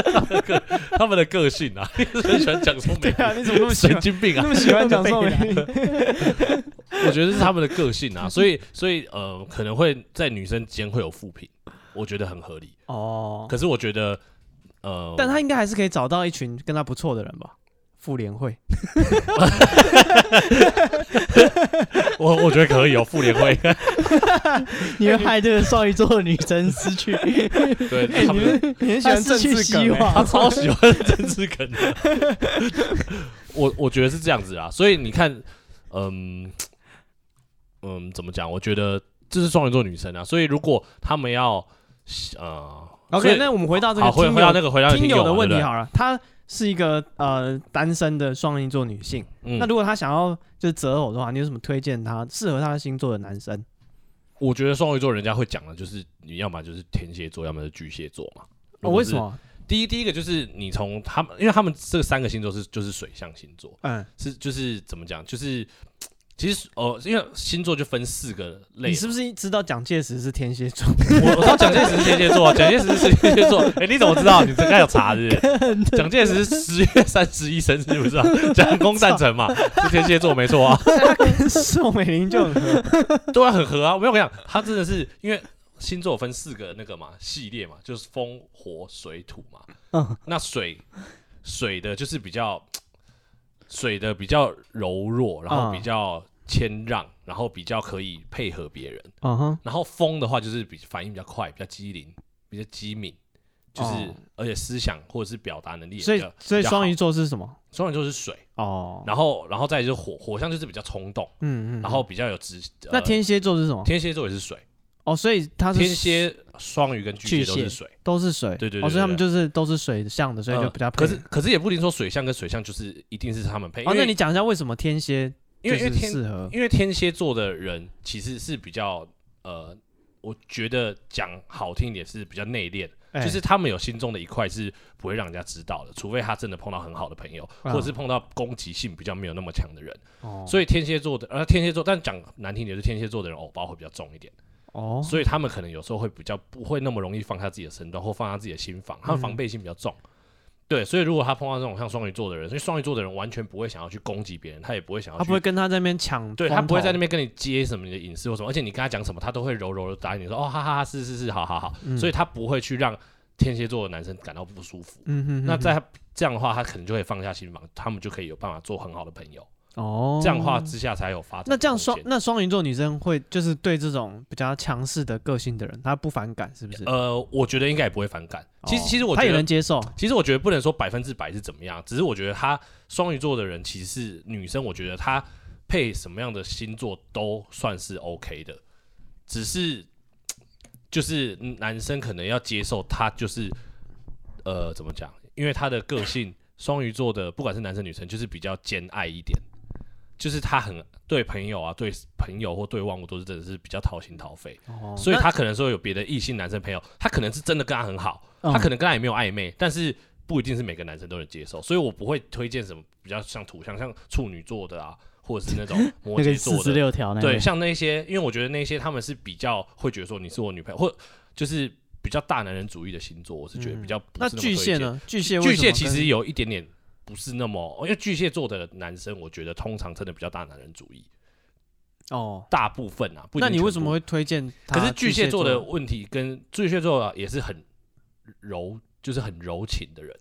S1: 他们的个他们的个性啊， 很喜欢讲说美
S2: 对啊，你怎么那么喜
S1: 神
S2: 欢
S1: 经啊病
S2: 那
S1: 啊，
S2: 么喜欢讲宋美龄？
S1: 我觉得是他们的个性啊，所以所以呃，可能会在女生间会有负评，我觉得很合理。
S2: 哦，
S1: 可是我觉得呃，
S2: 但他应该还是可以找到一群跟他不错的人吧？妇联会，
S1: 我我觉得可以哦，妇联 会
S2: 哎
S3: 你会害这个双鱼座的女生失去，
S1: 对 他们的
S2: 你很喜
S3: 她
S2: 欢
S3: 失
S2: 政
S3: 去
S2: 治
S3: 希
S2: 梗、 欸，
S1: 他
S3: 望，
S1: 超喜欢政治梗的，我我觉得是这样子啊，所以你看，嗯嗯，怎么讲？我觉得这是双鱼座女生啊，所以如果他们要呃
S2: OK，那我们回到这个
S1: 好，回
S2: 听
S1: 回
S2: 友
S1: 到那个回到
S2: 听友的
S1: 嘛
S2: 问
S1: 对
S2: 题
S1: 不
S2: 好了，她是一个呃单身的双鱼座女性，
S1: 对嗯
S2: 那如果她想要就是择偶的话，你有什么推荐她适合她的星座的男生？
S1: 我觉得双鱼座人家会讲的就是，你要么就是天蝎座，要么就是巨蟹座嘛。
S2: 哦，为什？么？
S1: 第一，第一个就是你从他们，因为他们这三个星座是就是水象星座，
S2: 嗯，
S1: 是就是怎么讲，就是其实哦、因为星座就分四个类
S2: 你
S1: 嘛。
S2: 是不是知道蒋介石是天蝎座？
S1: 我我知道蒋介石是天蝎座，啊蒋介石是天蝎座。哎、你怎么知道？你这该有查是不是？蒋介石是十月三十一生日，不是啊？蒋公诞辰嘛，是天蝎座没错啊。
S2: 她跟宋美龄就很合
S1: 对啊，很合啊。我没有我跟你讲，他真的是因为星座有分四个那个嘛系列嘛，就是风、火、水、土嘛。
S3: 嗯
S1: 那水水的就是比较水的比较柔弱，然后
S2: 嗯
S1: 比较谦让，然后比较可以配合别人。
S2: 嗯哼，
S1: 然后风的话就是比反应比较快，比较机灵，比较机敏，就是、
S2: 哦
S1: 而且思想或者是表达能力也
S2: 所
S1: 比
S2: 以
S1: 较。
S2: 所以
S1: 比较
S2: 双鱼
S1: 好
S2: 座是什么？
S1: 双鱼座是水，
S2: 哦，
S1: 然后然后再来就是火，火象就是比较冲动，
S2: 嗯嗯，
S1: 然后比较有直。
S2: 那
S1: 呃
S2: 天蝎座是什么？
S1: 天蝎座也是水，
S2: 哦，所以它是
S1: 天蝎、双鱼跟巨蟹都
S4: 巨蟹
S1: 是水，
S2: 都是水，
S1: 对对对
S2: 哦，所以他们
S1: 对
S2: 就是都是水象的，所以就
S1: 嗯
S2: 比较
S1: 可
S2: 配。
S1: 是可是也不一定说水象跟水象就是一定是他们配，
S2: 哦，
S1: 因
S2: 那
S1: 为
S2: 你讲一下为什么天蝎
S1: 因
S2: 就
S1: 为因为
S2: 是嗯
S1: 天
S2: 适合？
S1: 因为天蝎座的人其实是比较呃，我觉得讲好听一点是比较内敛，
S2: 哎
S1: 就是他们有心中的一块是不会让人家知道的，除非他真的碰到很好的朋友，
S2: 啊
S1: 或者是碰到攻击性比较没有那么强的人。
S2: 哦
S1: 所以天蝎座的，呃，天蝎座，但讲难听点，就是天蝎座的人偶包会比较重一点，
S2: 哦，
S1: 所以他们可能有时候会比较不会那么容易放下自己的身段或放下自己的心防，他们
S2: 嗯
S1: 防备心比较重。对，所以如果他碰到这种像双鱼座的人，所以双鱼座的人完全不会想要去攻击别人，他也不会想要
S2: 他
S1: 去
S2: 不会跟他在那边抢，
S1: 对他不会在那，边跟你接什么你的隐私或什么，而且你跟他讲什么，他都会柔柔的答应你说哦哈哈哈是是是好好好，
S2: 嗯
S1: 所以他不会去让天蝎座的男生感到不舒服。
S2: 嗯哼哼哼，
S1: 那在他这样的话，他可能就会放下心房，他们就可以有办法做很好的朋友。
S2: 哦
S1: 这样的话之下才有发展的空间。
S2: 那这样双那双鱼座女生会就是对这种比较强势的个性的人，她不反感是不是？
S1: 呃，我觉得应该也不会反感。其实
S2: 嗯哦
S1: 其实我
S2: 她
S1: 觉
S2: 也
S1: 得
S2: 能。接受，
S1: 其实我觉得不能说百分之百是怎么样，只是我觉得他双鱼座的人，其实是女生，我觉得她配什么样的星座都算是 OK 的，只是就是男生可能要接受他就是呃怎么讲，因为他的个性，双鱼座的不管是男生女生，就是比较兼爱一点，就是他很对朋友啊，对朋友或对万物都是真的是比较掏心掏肺，
S2: 哦
S1: 所以
S2: 那
S1: 他可能说有别的异性男生朋友，他可能是真的跟他很好，
S3: 嗯
S1: 他可能跟他也没有暧昧，但是不一定是每个男生都能接受，所以我不会推荐什么比较像土象，像处女座的 啊，或者是那种摩
S3: 嗯那个
S1: 羯
S3: 四
S1: 座
S3: 十
S1: 的，
S3: 六条那个
S1: 对，像那些，因为我觉得那些他们是比较会觉得说你是我女朋友，或就是比较大男人主义的星座，我是觉得比较不
S2: 那
S1: 是么
S2: 巨蟹
S1: 推荐？
S2: 呢？巨蟹为
S1: 巨
S2: 什
S1: 蟹
S2: 么
S1: 其
S2: 跟
S1: 实有一点点不是那么，因为巨蟹座的男生，我觉得通常真的比较大男人主义，
S2: 哦，
S1: 大部分啊，不一定
S2: 那你
S1: 全
S2: 为什
S1: 部
S2: 么会推荐她？
S1: 可是巨蟹
S2: 蟹
S1: 座的问题跟巨蟹座啊也是很柔，就是很柔情的人。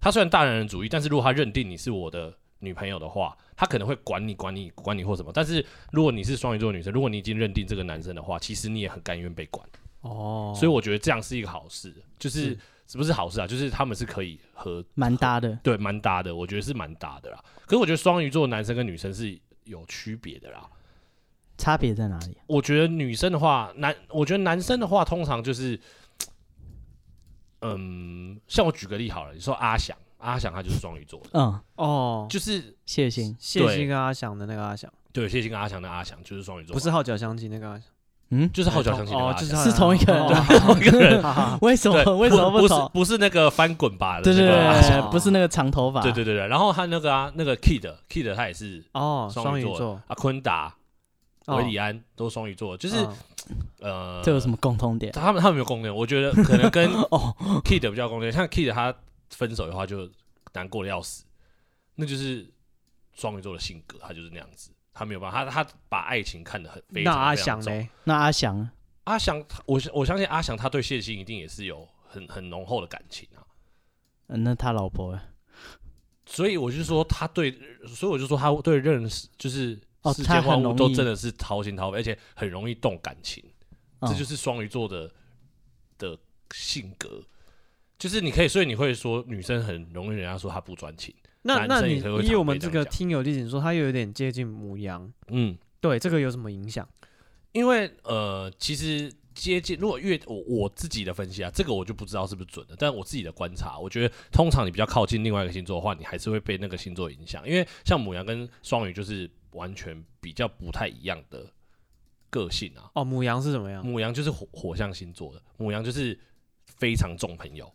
S1: 他虽然大男人主义，但是如果他认定你是我的女朋友的话，他可能会管你、管你、管你或什么。但是如果你是双鱼座的女生，如果你已经认定这个男生的话，其实你也很甘愿被管。
S2: 哦，
S1: 所以我觉得这样是一个好事，就是
S2: 是
S1: 是不是好事啊？就是他们是可以和
S3: 蛮搭的。
S1: 对蛮搭的，我觉得是蛮搭的啦。可是我觉得双鱼座的男生跟女生是有区别的啦。
S3: 差别在哪里？
S1: 我觉得女生的话，男，我觉得男生的话，通常就是，嗯，像我举个例好了，你说阿翔，阿翔他就是双鱼座的，
S3: 嗯，
S2: 哦，
S1: 就是
S3: 谢欣，
S2: 谢
S1: 对
S2: 欣跟阿翔的那个阿翔，
S1: 对谢欣跟阿翔的阿翔就是双鱼座嘛，
S2: 不是号角响起那个阿翔，
S3: 嗯，
S1: 就是号角响起的
S2: 哦，
S1: 阿
S2: 就是
S1: 翔，
S2: 号
S3: 是
S2: 角
S3: 同一个人
S2: 哦
S1: 同一个 人，
S3: 为什
S1: 对，
S3: 么？为什么
S1: 不不是
S3: 同？
S1: 不是那个翻滚吧的
S3: 对
S1: 那
S3: 对
S1: 个阿翔，
S3: 对，不是那个长头发，
S1: 对对对对，然后他那个啊，那个 Kid Kid 他也是
S2: 哦，双
S1: 双鱼
S2: 鱼
S1: 座
S2: 座，
S1: 啊，昆达、
S2: 哦
S1: 维里安都双鱼座，就是
S2: 嗯
S1: 呃，
S3: 哦这有什么共通点？
S1: 他们他们有共鸣，我觉得可能跟
S3: 哦
S1: Kid 比较共鸣。像 Kid 他分手的话就难过的要死，那就是双鱼座的性格，他就是那样子，他没有办法，他他把爱情看得很非
S2: 那
S1: 常
S2: 阿
S1: 非常
S2: 翔
S1: 重
S2: 嘞？
S3: 那阿翔，
S1: 阿翔，我我相信阿翔他对谢欣一定也是有很很浓厚的感情啊，
S3: 嗯那他老婆
S1: 所以我就说他对，所以我就说他对认识就是
S3: 哦
S1: 世
S3: 他
S1: 间
S3: 很
S1: 万物
S3: 容
S1: 都
S3: 易
S1: 真的是掏心掏肺，而且很容易动感情。
S3: 嗯
S1: 这就是双鱼座的的性格，就是你可以，所以你会说女生很容易人家说她不专情，
S2: 那
S1: 男
S2: 那
S1: 生
S2: 你
S1: 也会常
S2: 以
S1: 被
S2: 我们
S1: 这
S2: 这
S1: 样
S2: 个
S1: 讲
S2: 听友例子说，他又有点接近母羊，
S1: 嗯，
S2: 对这个有什么影响？
S1: 因为呃，其实接近如果越我我自己的分析啊，这个我就不知道是不是准的，但我自己的观察，我觉得通常你比较靠近另外一个星座的话，你还是会被那个星座影响，因为像母羊跟双鱼就是完全比较不太一样的个性啊，
S2: 哦，母羊是怎么样？
S1: 母羊就是火火象星座的，母羊就是非常重朋友，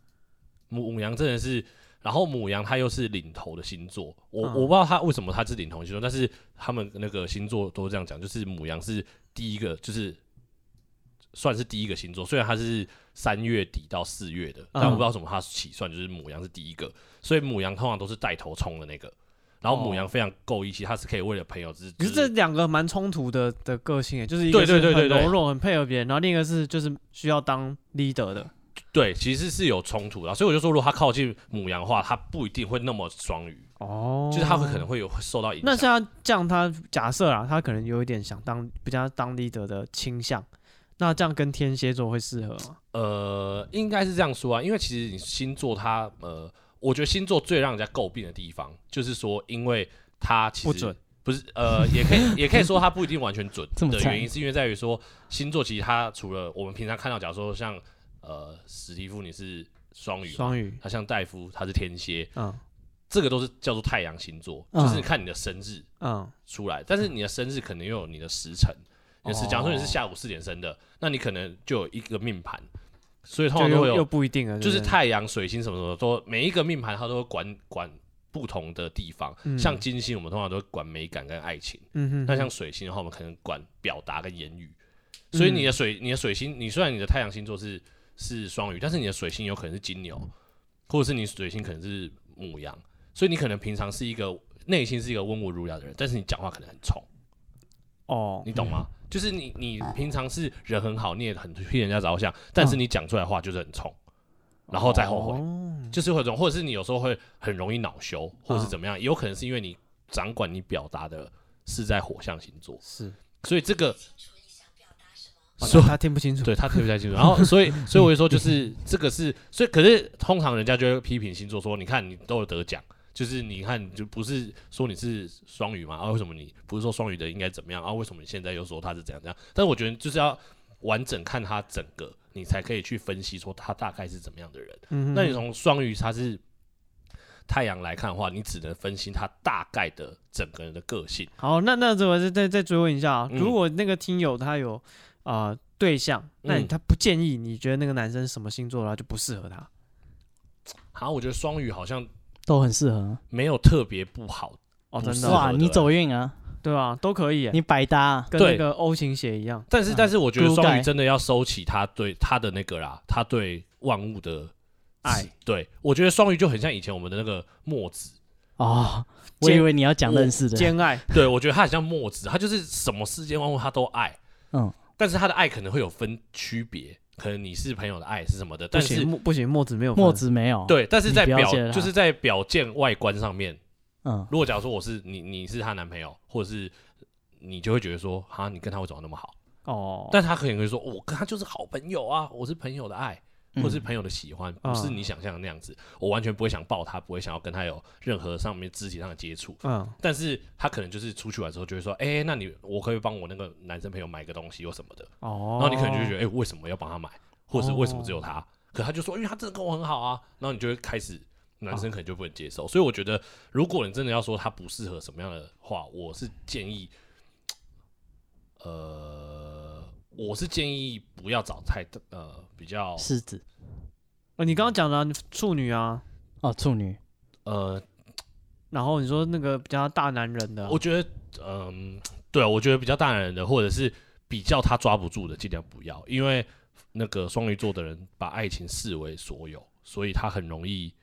S1: 母母羊真的是，然后母羊它又是领头的星座，我、
S2: 嗯
S1: 我不知道它为什么它是领头星座，但是他们那个星座都这样讲，就是母羊是第一个，就是算是第一个星座，虽然它是三月底到四月
S2: 嗯
S1: 的，但我不知道为什么它起算就是母羊是第一个，所以母羊通常都是带头冲的那个。然后母羊非常够义气，它是可以为了朋友，只是
S2: 可是这两个蛮冲突的的个性耶，欸就是一
S1: 对
S2: 个
S1: 对
S2: 是
S1: 对
S2: 很
S1: 对对
S2: 柔弱、很配合别人，然后另一个是就是需要当 leader 的。
S1: 对，其实是有冲突的，啊所以我就说，如果他靠近母羊的话，他不一定会那么双鱼，
S2: 哦
S1: 就是他会可能。会有受到影响。
S2: 那像这样，他假设啦，他可能有一点想当比较当 leader 的倾向，那这样跟天蝎座会适合吗？
S1: 呃，应该是这样说啊，因为其实你星座它呃，我觉得星座最让人家诟病的地方，就是说，因为它其实
S2: 不准，
S1: 不不是呃，也可以也可以说它不一定完全准
S3: 这么
S1: 的
S3: 菜
S1: 原因，是因为在于说星座其实它除了我们平常看到，假如说像呃史蒂夫你是双鱼嘛，
S2: 双鱼，
S1: 它像戴夫他是天蝎，
S2: 嗯
S1: 这个都是叫做太阳星座，
S2: 嗯
S1: 就是看你的生日
S2: 嗯，
S1: 出来，但是你的生日可能又有你的时辰，你的时
S2: 哦
S1: 假如说你是下午四点生的，那你可能就有一个命盘，所以通
S2: 就
S1: 常都
S2: 又
S1: 会
S2: 又
S1: 有，
S2: 不一定了，
S1: 就是
S2: 对不对
S1: 太阳、水星什么什么都每一个命盘它都会管管不同的地方，
S2: 嗯
S1: 像金星我们通常都会管美感跟爱情。
S2: 嗯哼，
S1: 那像水星的话，我们可能管表达跟言语。所以你
S2: 嗯
S1: 的水，你的水星，你虽然你的太阳星座是是双鱼，但是你的水星有可能是金牛，或者是你水星可能是母羊，所以你可能平常是一个内心是一个温文儒雅的人，但是你讲话可能很冲，
S2: 哦，
S1: 你懂吗？就是你你平常是人很好，你也很替人家着想，但是你讲出来的话就是很冲，然后再后悔，
S2: 哦
S1: 就是会有这种，或者是你有时候会很容易恼羞，
S2: 嗯
S1: 或者是怎么样，也有可能是因为你掌管你表达的是在火象星座，
S2: 是，
S1: 所以这个
S2: 说哦他听不 清楚，
S1: 对他听不太清楚。然后，所以，所以我就说，就是这个是，所以可是通常人家就会批评星座说，你看你都有得奖，就是你看你就不是说你是双鱼嘛，啊，为什么你不是说双鱼的应该怎么样啊？为什么你现在又说他是怎样怎样？但我觉得就是要完整看他整个，你才可以去分析说他大概是怎么样的人。
S2: 嗯哼，
S1: 那你从双鱼他是太阳来看的话，你只能分析他大概的整个人的个性。
S2: 好，那那我再再再追问一下啊，
S1: 嗯
S2: 如果那个听友他有啊、呃对象，那你
S1: 嗯
S2: 他不建议，你觉得那个男生什么星座的话就不适合他？
S1: 好、我觉得双鱼好像
S3: 都很适合。啊
S1: 没有特别不好。
S2: 哦，
S1: 不
S2: 真
S1: 适
S2: 的
S1: 合
S2: 啊，
S3: 哇，
S1: 的
S3: 你走运啊，
S2: 对啊，都可以耶，
S3: 你百搭啊，
S2: 跟
S1: 对
S2: 那个 O 型血一样，
S1: 但是，
S3: 嗯
S1: 但是我觉得
S3: Blue
S1: 双鱼
S3: guy
S1: 真的要收起他对他的那个啦，他对万物的
S2: 爱。
S1: 对我觉得双鱼就很像以前我们的那个墨 子，
S3: 哦，我以为你要讲认识的，
S2: 兼爱，
S1: 对我觉得他很像墨子，他就是什么世间万物他都爱，
S3: 嗯，
S1: 但是他的爱可能会有分区别，可能你是朋友的爱是什么的，
S2: 不
S1: 但
S2: 行
S1: 是
S2: 墨不行，墨子没有分
S3: 墨，子没有，，
S1: 对，但是在
S3: 你不要
S1: 表
S3: 介意他
S1: 就是在表见外观上面，
S3: 嗯，
S1: 如果假如说我是你，你是她男朋友，或者是你就会觉得说，哈，你跟他为什么那么好？
S2: 哦，
S1: 但他可能会说，我跟他就是好朋友啊，我是朋友的爱。
S3: 嗯
S1: 或是朋友的喜欢，不
S2: 啊
S1: 是你想象的那样子。我完全不会想抱他，不会想要跟他有任何上面肢体上的接触。
S2: 嗯
S1: 但是他可能就是出去玩之后就会说，哎、那你我可不可以帮我那个男生朋友买个东西或什么的。
S2: 哦，
S1: 然后你可能就会觉得，哎、为什么要帮他买，或是
S2: 哦
S1: 为什么只有他？可他就说，因为他真的跟我很好啊。然后你就会开始，男
S2: 啊
S1: 生可能就不能接受。所以我觉得，如果你真的要说他不适合什么样的话，我是建议，呃，我是建议不要找太呃比较
S3: 狮子
S2: 哦，你刚刚讲了啊、你处女啊，
S3: 哦，处女，
S1: 呃
S2: 然后你说那个比较大男人的啊、
S1: 我觉得，嗯，对，我觉得比较大人的，或者是比较他抓不住的，尽量不要，因为那个双鱼座的人把爱情视为所有，所以他很容易，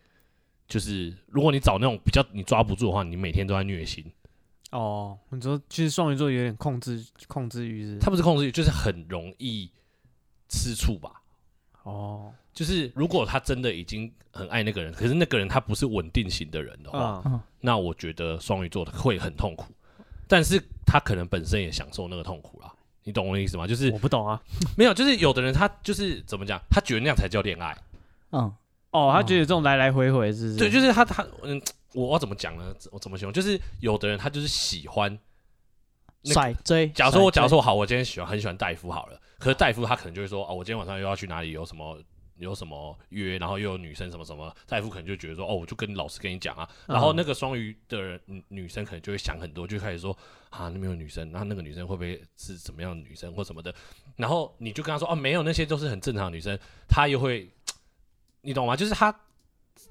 S1: 就是如果你找那种比较你抓不住的话，你每天都在虐心，
S2: 哦，你说其实双鱼座有点控制控制欲是
S1: 他不是控制欲，就是很容易吃醋吧。
S2: 哦，
S1: 就是如果他真的已经很爱那个人，可是那个人他不是稳定型的人的话，
S2: 嗯
S1: 那我觉得双鱼座的会很痛苦，但是他可能本身也享受那个痛苦啦。你懂我的意思吗？就是
S2: 我不懂啊，
S1: 没有，就是有的人他就是怎么讲，他觉得那样才叫恋爱。
S3: 嗯，
S2: 哦，他觉得这种来来回回是不是？
S1: 对，就是他他嗯，我要怎么讲呢？我怎么形容？就是有的人他就是喜欢。那个
S3: 甩追，
S1: 假如说我假
S3: 甩
S1: 如
S3: 追
S1: 说好，我今天喜欢很喜欢戴夫好了，可是戴夫他可能就会说哦，我今天晚上又要去哪里，有什么有什么约，然后又有女生什么什么，戴夫可能就觉得说哦，我就跟老师跟你讲啊，
S2: 嗯
S1: 然后那个双鱼的人女女生可能就会想很多，就开始说啊，那边有女生，那那个女生会不会是怎么样的女生或什么的？然后你就跟他说哦，没有，那些都是很正常的女生，她又会，你懂吗？就是她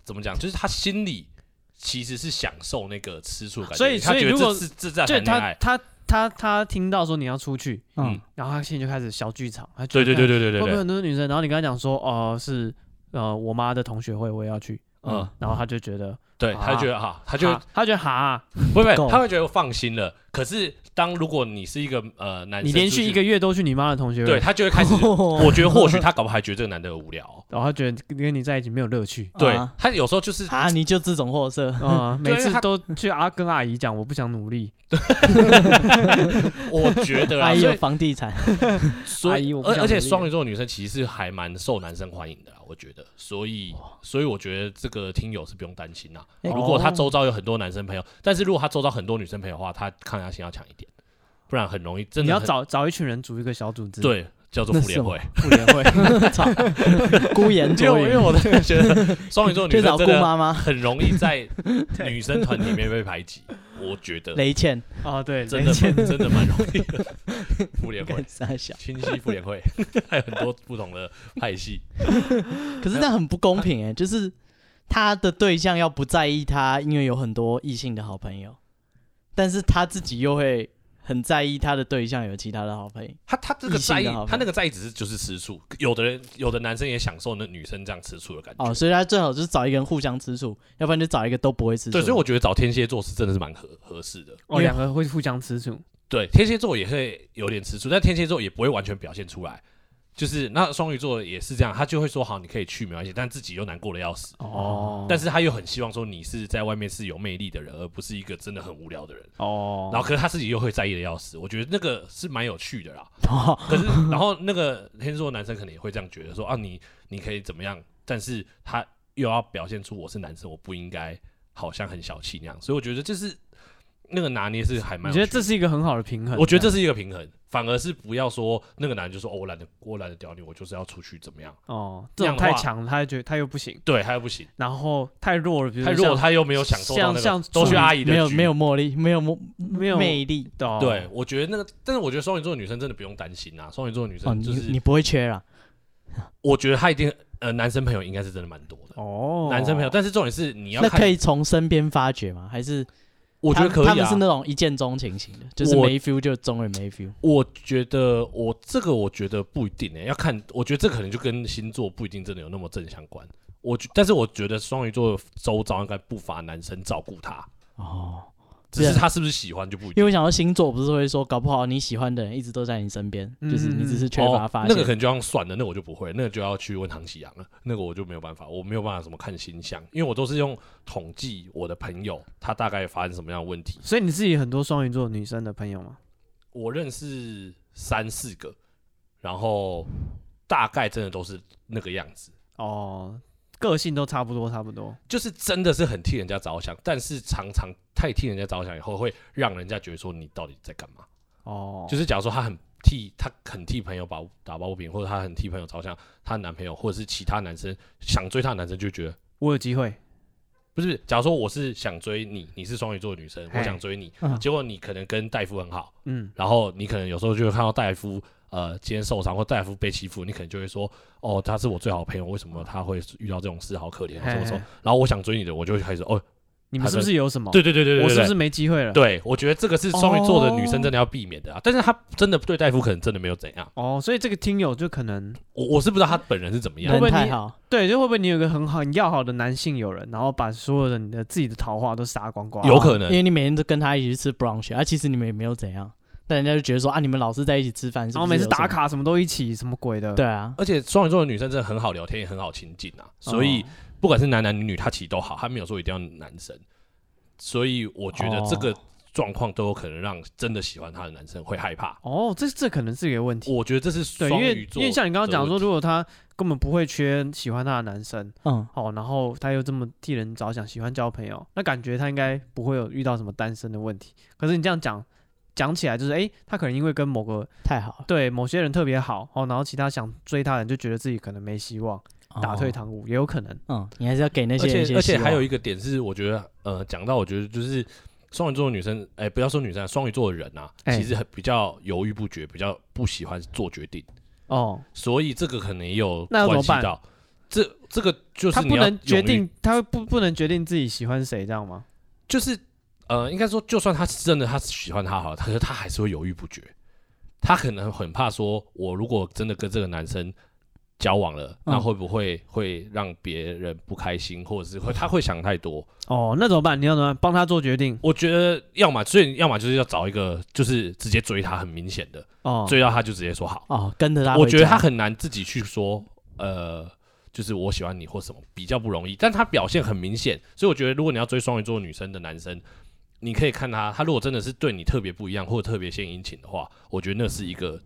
S1: 怎么讲，就是她心里其实是享受那个吃醋的感觉，
S2: 所以
S1: 她
S2: 所以
S1: 觉得
S2: 如果
S1: 这是这 在
S2: 就
S1: 谈恋
S2: 他
S1: 爱，
S2: 他他他听到说你要出去，
S1: 嗯
S3: 嗯，
S2: 然后他心里就开始小剧场，他觉
S1: 对
S2: 得
S1: 对对对对对
S2: 看会不会
S1: 对，
S2: 很多女生？然后你跟他讲说，哦、是呃我妈的同学会，我也要去，
S1: 嗯
S2: 嗯，然后他就觉得，
S1: 对，她就觉得哈，她就
S2: 哈啊他觉得哈，
S1: 不会，
S3: 够
S1: 他会觉得放心了。可是当如果你是一个呃男生，
S2: 你连续一个，月都去你妈的同学会，
S1: 对，他就会开 始，
S3: 哦
S1: 我
S3: 啊
S1: 觉得或许他搞不好还觉得这个男的有无聊哦。
S2: 然后他觉得跟你在一起没有 乐趣。
S1: 对
S3: 啊
S1: 他有时候 就是
S3: 啊，你就这种货色，
S2: 啊、每
S1: 对
S2: 次
S1: 他
S2: 都去阿跟阿姨讲，我不想努力。
S1: 我觉得啊，
S3: 阿姨
S1: 所
S3: 有
S1: 以
S3: 房地 产，
S1: 所
S2: 阿姨
S1: 以
S2: 我不
S1: 而
S2: 想
S1: 而且
S2: 努力
S1: 双鱼座的女生其实是还蛮受男生欢迎的啦，我觉得，所以所以我觉得这个听友是不用担心啦。嘛。如果他周遭有很多男生朋友，但是如果他周遭很多女生朋友的话，他抗压性要强一点，不然很容易真
S2: 你
S1: 的
S2: 要
S1: 很
S2: 找找一群人组一个小组织，，
S1: 对叫做
S3: 那
S1: 妇
S3: 是什
S1: 联
S3: 么
S1: 会。
S3: 妇联会，
S4: 操，孤 言
S1: 因为
S4: 卓
S1: 我因为
S4: 语，
S1: 我真的觉得双鱼座
S3: 去
S1: 女
S3: 找
S1: 生
S3: 姑
S1: 真的
S3: 妈妈
S1: 很容易 在女生团里面被排挤，我觉得
S3: 雷倩，
S2: 哦对，
S1: 真的真的蛮容易的。妇联 会
S3: 干啥小？
S1: 清晰妇联会 还有很多不同的派系，
S3: 可是那很不公平哎、就是他的对象要不在意他，因为有很多异性的好朋友，但是他自己又会很在意他的对象有其他的好朋友。
S1: 他他这个
S3: 异性
S1: 在
S3: 的
S1: 意
S3: 好朋，友
S1: 他那个在意只是就是吃醋，有的人有的男生也享受那女生这样吃醋的感觉。
S3: 哦，所以他最好就是找一个人互相吃醋，要不然就找一个都不会吃醋。
S1: 对，所以我觉得找天蝎座是真的是蛮合合适的。
S2: 哦，两个会互相吃醋，
S1: 对，天蝎座也会有点吃醋，但天蝎座也不会完全表现出来。就是那双鱼座也是这样，他就会说好，你可以去没关系，但自己又难过的要死。
S2: 哦，
S1: 但是他又很希望说你是在外面是有魅力的人，而不是一个真的很无聊的人。
S2: 哦，
S1: 然后可是他自己又会在意的要死，我觉得那个是蛮有趣的 啦。
S3: 哦
S1: 可是然后那个天蝎座男生可能也会这样觉得说啊，你你可以怎么样，但是他又要表现出我是男生，我不应该好像很小气那样。所以我觉得就是那个拿捏是还蛮
S2: 你
S1: 有
S2: 觉
S1: 趣的，
S2: 得这是一个很好的平衡？
S1: 我觉得这是一个平衡，反而是不要说那个男人就说哦，我懒得我懒得屌你，我就是要出去怎么样？
S2: 这样哦，这
S1: 这样
S2: 种
S1: 的
S2: 太
S1: 话
S2: 强，他觉得他又不行，
S1: 对，他又不行，
S2: 然后太弱了，比如
S1: 他
S2: 说
S1: 如果
S2: 像
S1: 他又没有享受到那
S2: 像
S1: 个
S2: 像
S1: 都去阿姨的
S3: 没有
S1: 局
S3: 没有魅力，没有魅
S2: 没有
S3: 魅力。
S2: 哦
S1: 对，我觉得那个，但是我觉得双鱼座的女生真的不用担心啊。双鱼座的女
S3: 哦，
S1: 生
S3: 你
S1: 就是，
S3: 你不会缺啦，
S1: 我觉得她一定呃，男生朋友应该是真的蛮多的，
S2: 哦，
S1: 男生朋友。但是重点是你要
S3: 那
S1: 看
S3: 可，以从身边发掘吗？还是
S1: 我觉得
S3: 他
S1: 可以
S3: 他们
S1: 啊
S3: 是。那种一见钟情型的，就是
S1: 我
S3: 没 feel 就中了没 feel。
S1: 我觉得我这个我觉得不一定欸诶、要看。我觉得这可能就跟星座不一定真的有那么正相关。我觉，但是我觉得双鱼座周遭应该不乏男生照顾她，
S3: 哦，
S1: 只是
S3: 对啊
S1: 她是不是喜欢就不一
S3: 因
S1: 定。
S3: 为我想到星座不是会说，搞不好你喜欢的人一直都在你身边，
S2: 嗯
S3: 就是你只是缺乏
S1: 哦
S3: 发，现。
S1: 那个可能就要算了，那个我就不会，那个就要去问唐喜阳了，那个我就没有办法，我没有办法什么看星象，因为我都是用统计我的朋友他大概发生什么样的问题。
S2: 所以你自己很多双鱼座女生的朋友吗？
S1: 我认识三四个，然后大概真的都是那个样子，
S2: 哦，个性都差不多，差不多。
S1: 就是真的是很替人家着想，但是常常太替人家着想以后，会让人家觉得说你到底在干嘛。
S2: 哦，
S1: 就是假如说她很替她很替朋友保打抱不平，或者她很替朋友着想，她男朋友或者是其他男生想追她的男生就觉得
S2: 我有机会，
S1: 不是。假如说我是想追你，你是双鱼座的女生，
S2: 嘿
S1: 我想追你，
S3: 嗯
S1: 结果你可能跟戴夫很好，
S2: 嗯，
S1: 然后你可能有时候就会看到戴夫呃今天受伤或戴夫被欺负，你可能就会说哦他是我最好的朋友，为什么他会遇到这种事，好可怜啊什么什
S2: 嘿
S1: 么。然后我想追你的，我就会开始哦，
S2: 你们是不是有什么？
S1: 对对对对对，
S2: 我是不
S1: 对
S2: 是没机会了？，
S1: 对，我觉得这个是双鱼座的女生真的要避免的啊。但是她真的对戴夫可能真的没有怎样。
S2: 哦，所以这个听友就可能
S1: 我我是不知道他本人是怎么样
S2: 会不
S3: 人
S2: 会
S3: 太
S2: 你
S3: 好，
S2: 对，就会不会你有一个很好、很要好的男性友人，然后把所有的你的自己的桃花都杀光光？
S1: 有可
S3: 哦因
S1: 能。
S3: 为你每天都跟他一起去吃 brunch，啊，其实你们也没有怎样，但人家就觉得说啊，你们老是在一起吃饭，是
S2: 然
S3: 不
S2: 后
S3: 是
S2: 哦每次
S3: 有什么
S2: 打，卡什么都一起，什么鬼的？
S3: 对啊，
S1: 而且双鱼座的女生真的很好聊天，也很好亲近啊，所以
S2: 哦
S1: 不管是男男女女，她其实都好，她没有说一定要男生。所以我觉得这
S2: 哦
S1: 个状况都有可能让真的喜欢她的男生会害怕。
S2: 哦，这这可能是一个问题。
S1: 我觉得这是
S2: 对，
S1: 双
S2: 因
S1: 鱼
S2: 为
S1: 座
S2: 因为像你刚刚讲
S1: 的
S2: 说，
S1: 问题
S2: 如果他根本不会缺喜欢他的男生，
S3: 嗯，
S2: 哦，然后他又这么替人着想，喜欢交朋友，那感觉他应该不会有遇到什么单身的问题。可是你这样讲讲起来，就是诶，他可能因为跟某个
S3: 太好了，
S2: 对某些人特别好哦，然后其他想追他的人就觉得自己可能没希望，
S1: 哦
S2: 打退堂鼓也有可能。
S3: 哦，嗯，你还是要给那些
S1: 而
S3: 人一
S1: 且
S3: 些
S1: 而且
S3: 希望
S1: 还
S2: 啊
S1: 有一个点是，我觉得呃，讲到我觉得就是双鱼座的女生，哎、不要说女生啊，双鱼座的人啊，
S2: 哎
S1: 其实很比较犹豫不决，比较不喜欢做决定，
S2: 哦，
S1: 所以这个可能也有
S2: 那要怎
S1: 关
S2: 么
S1: 系
S2: 办
S1: 到。这这个就是
S2: 他
S1: 你
S2: 不
S1: 要
S2: 能决
S1: 勇于
S2: 定，他不不能决定自己喜欢谁，这样吗？
S1: 就是呃，应该说，就算他是真的他喜欢他好了，可 是他还是会犹豫不决。他可能很怕说，我如果真的跟这个男生交往了，那
S3: 嗯
S1: 会不会会让别人不开心，或者是会他会想太多？
S2: 哦，那怎么办？你要怎么办帮他做决定？
S1: 我觉得要么，所以要么就是要找一个就是直接追他，很明显的
S2: 哦，
S1: 追到他就直接说好。
S3: 哦，跟着他回家，
S1: 我觉得他很难自己去说，呃，就是我喜欢你或什么，比较不容易。但他表现很明显，所以我觉得如果你要追双鱼座女生的男生，你可以看他，他如果真的是对你特别不一样或者特别献殷勤的话，我觉得那是一个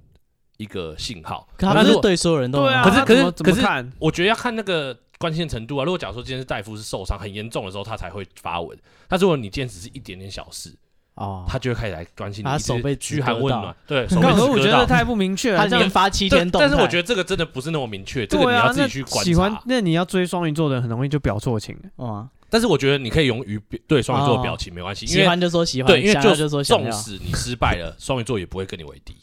S1: 一个信号。
S3: 可他
S1: 那
S3: 不
S1: 如
S3: 是
S1: 果
S3: 对所有人都
S2: 对啊，
S3: 很好
S1: 可是
S2: 那怎
S1: 可
S2: 么
S1: 是可
S2: 怎么
S1: 是
S2: 看？
S1: 我觉得要看那个关键程度啊。如果假如说今天是戴夫是受伤很严重的时候，他才会发文。但如果你今天只是一点点小事，
S3: 哦，
S1: 他就会开始来关心你，
S3: 他
S1: 一直
S3: 手被
S1: 嘘寒
S3: 指
S1: 问
S3: 得到
S1: 暖，对，手
S2: 可
S1: 被
S2: 是
S1: 指
S2: 我觉
S1: 割
S2: 得
S1: 到。
S2: 太不明确了，
S3: 他
S2: 这样
S3: 连发七天
S1: 对，
S3: 动
S1: 但是我觉得
S3: 得
S1: 这个真的不是那么明确，这个你
S2: 对啊
S1: 要，自
S2: 那
S1: 己去观
S2: 喜欢
S1: 察。
S2: 那你要追双鱼座的，很容易就表错情。
S3: 哇，
S1: 但是我觉得你可以勇于表对双鱼座的表情没关系，因
S3: 哦喜
S1: 为
S3: 欢就说哦喜欢，
S1: 对，因为
S3: 想要
S1: 就
S3: 就说想
S1: 纵
S3: 要。
S1: 使你失败 了，双鱼座也不会跟你为敌，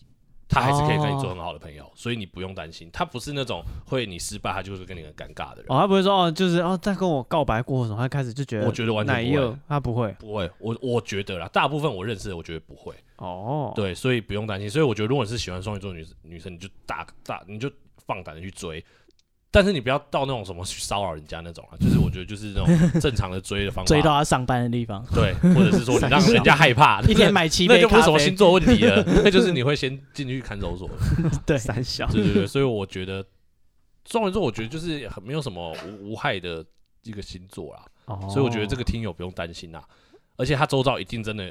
S1: 他还是可以跟你做很好的朋友，所以你不用担心。他不是那种会你失败他就是跟你很尴尬的人，
S2: 哦，他不会说哦，就是哦，他跟我告白过后，他开始就觉得
S1: 我觉得完全
S2: 奶
S1: 不会
S2: 油，，他不会
S1: 不会。我我觉得啦，大部分我认识的，我觉得不会。
S2: 哦。，
S1: 对，所以不用担心。所以我觉得，如果你是喜欢双鱼座女女生，你就大大你就放胆的去追，但是你不要到那种什么去骚扰人家那种啊，就是我觉得就是那种正常的追的方法，
S3: 追到他上班的地方，
S1: 对，或者是说 你让人家害怕，
S3: 一天买 七
S1: 那
S3: 杯
S1: 就不
S3: 咖
S1: 是什么
S3: 啡
S1: 星，座问题 了，那就是你会先进去看守所。
S3: 对，
S2: 三小
S1: 对对对，所以我觉得双鱼座，我觉得就是很没有什么无无害的一个星座啦，
S2: 哦，
S1: 所以我觉得这个听友不用担心啦。而且他周遭一定真的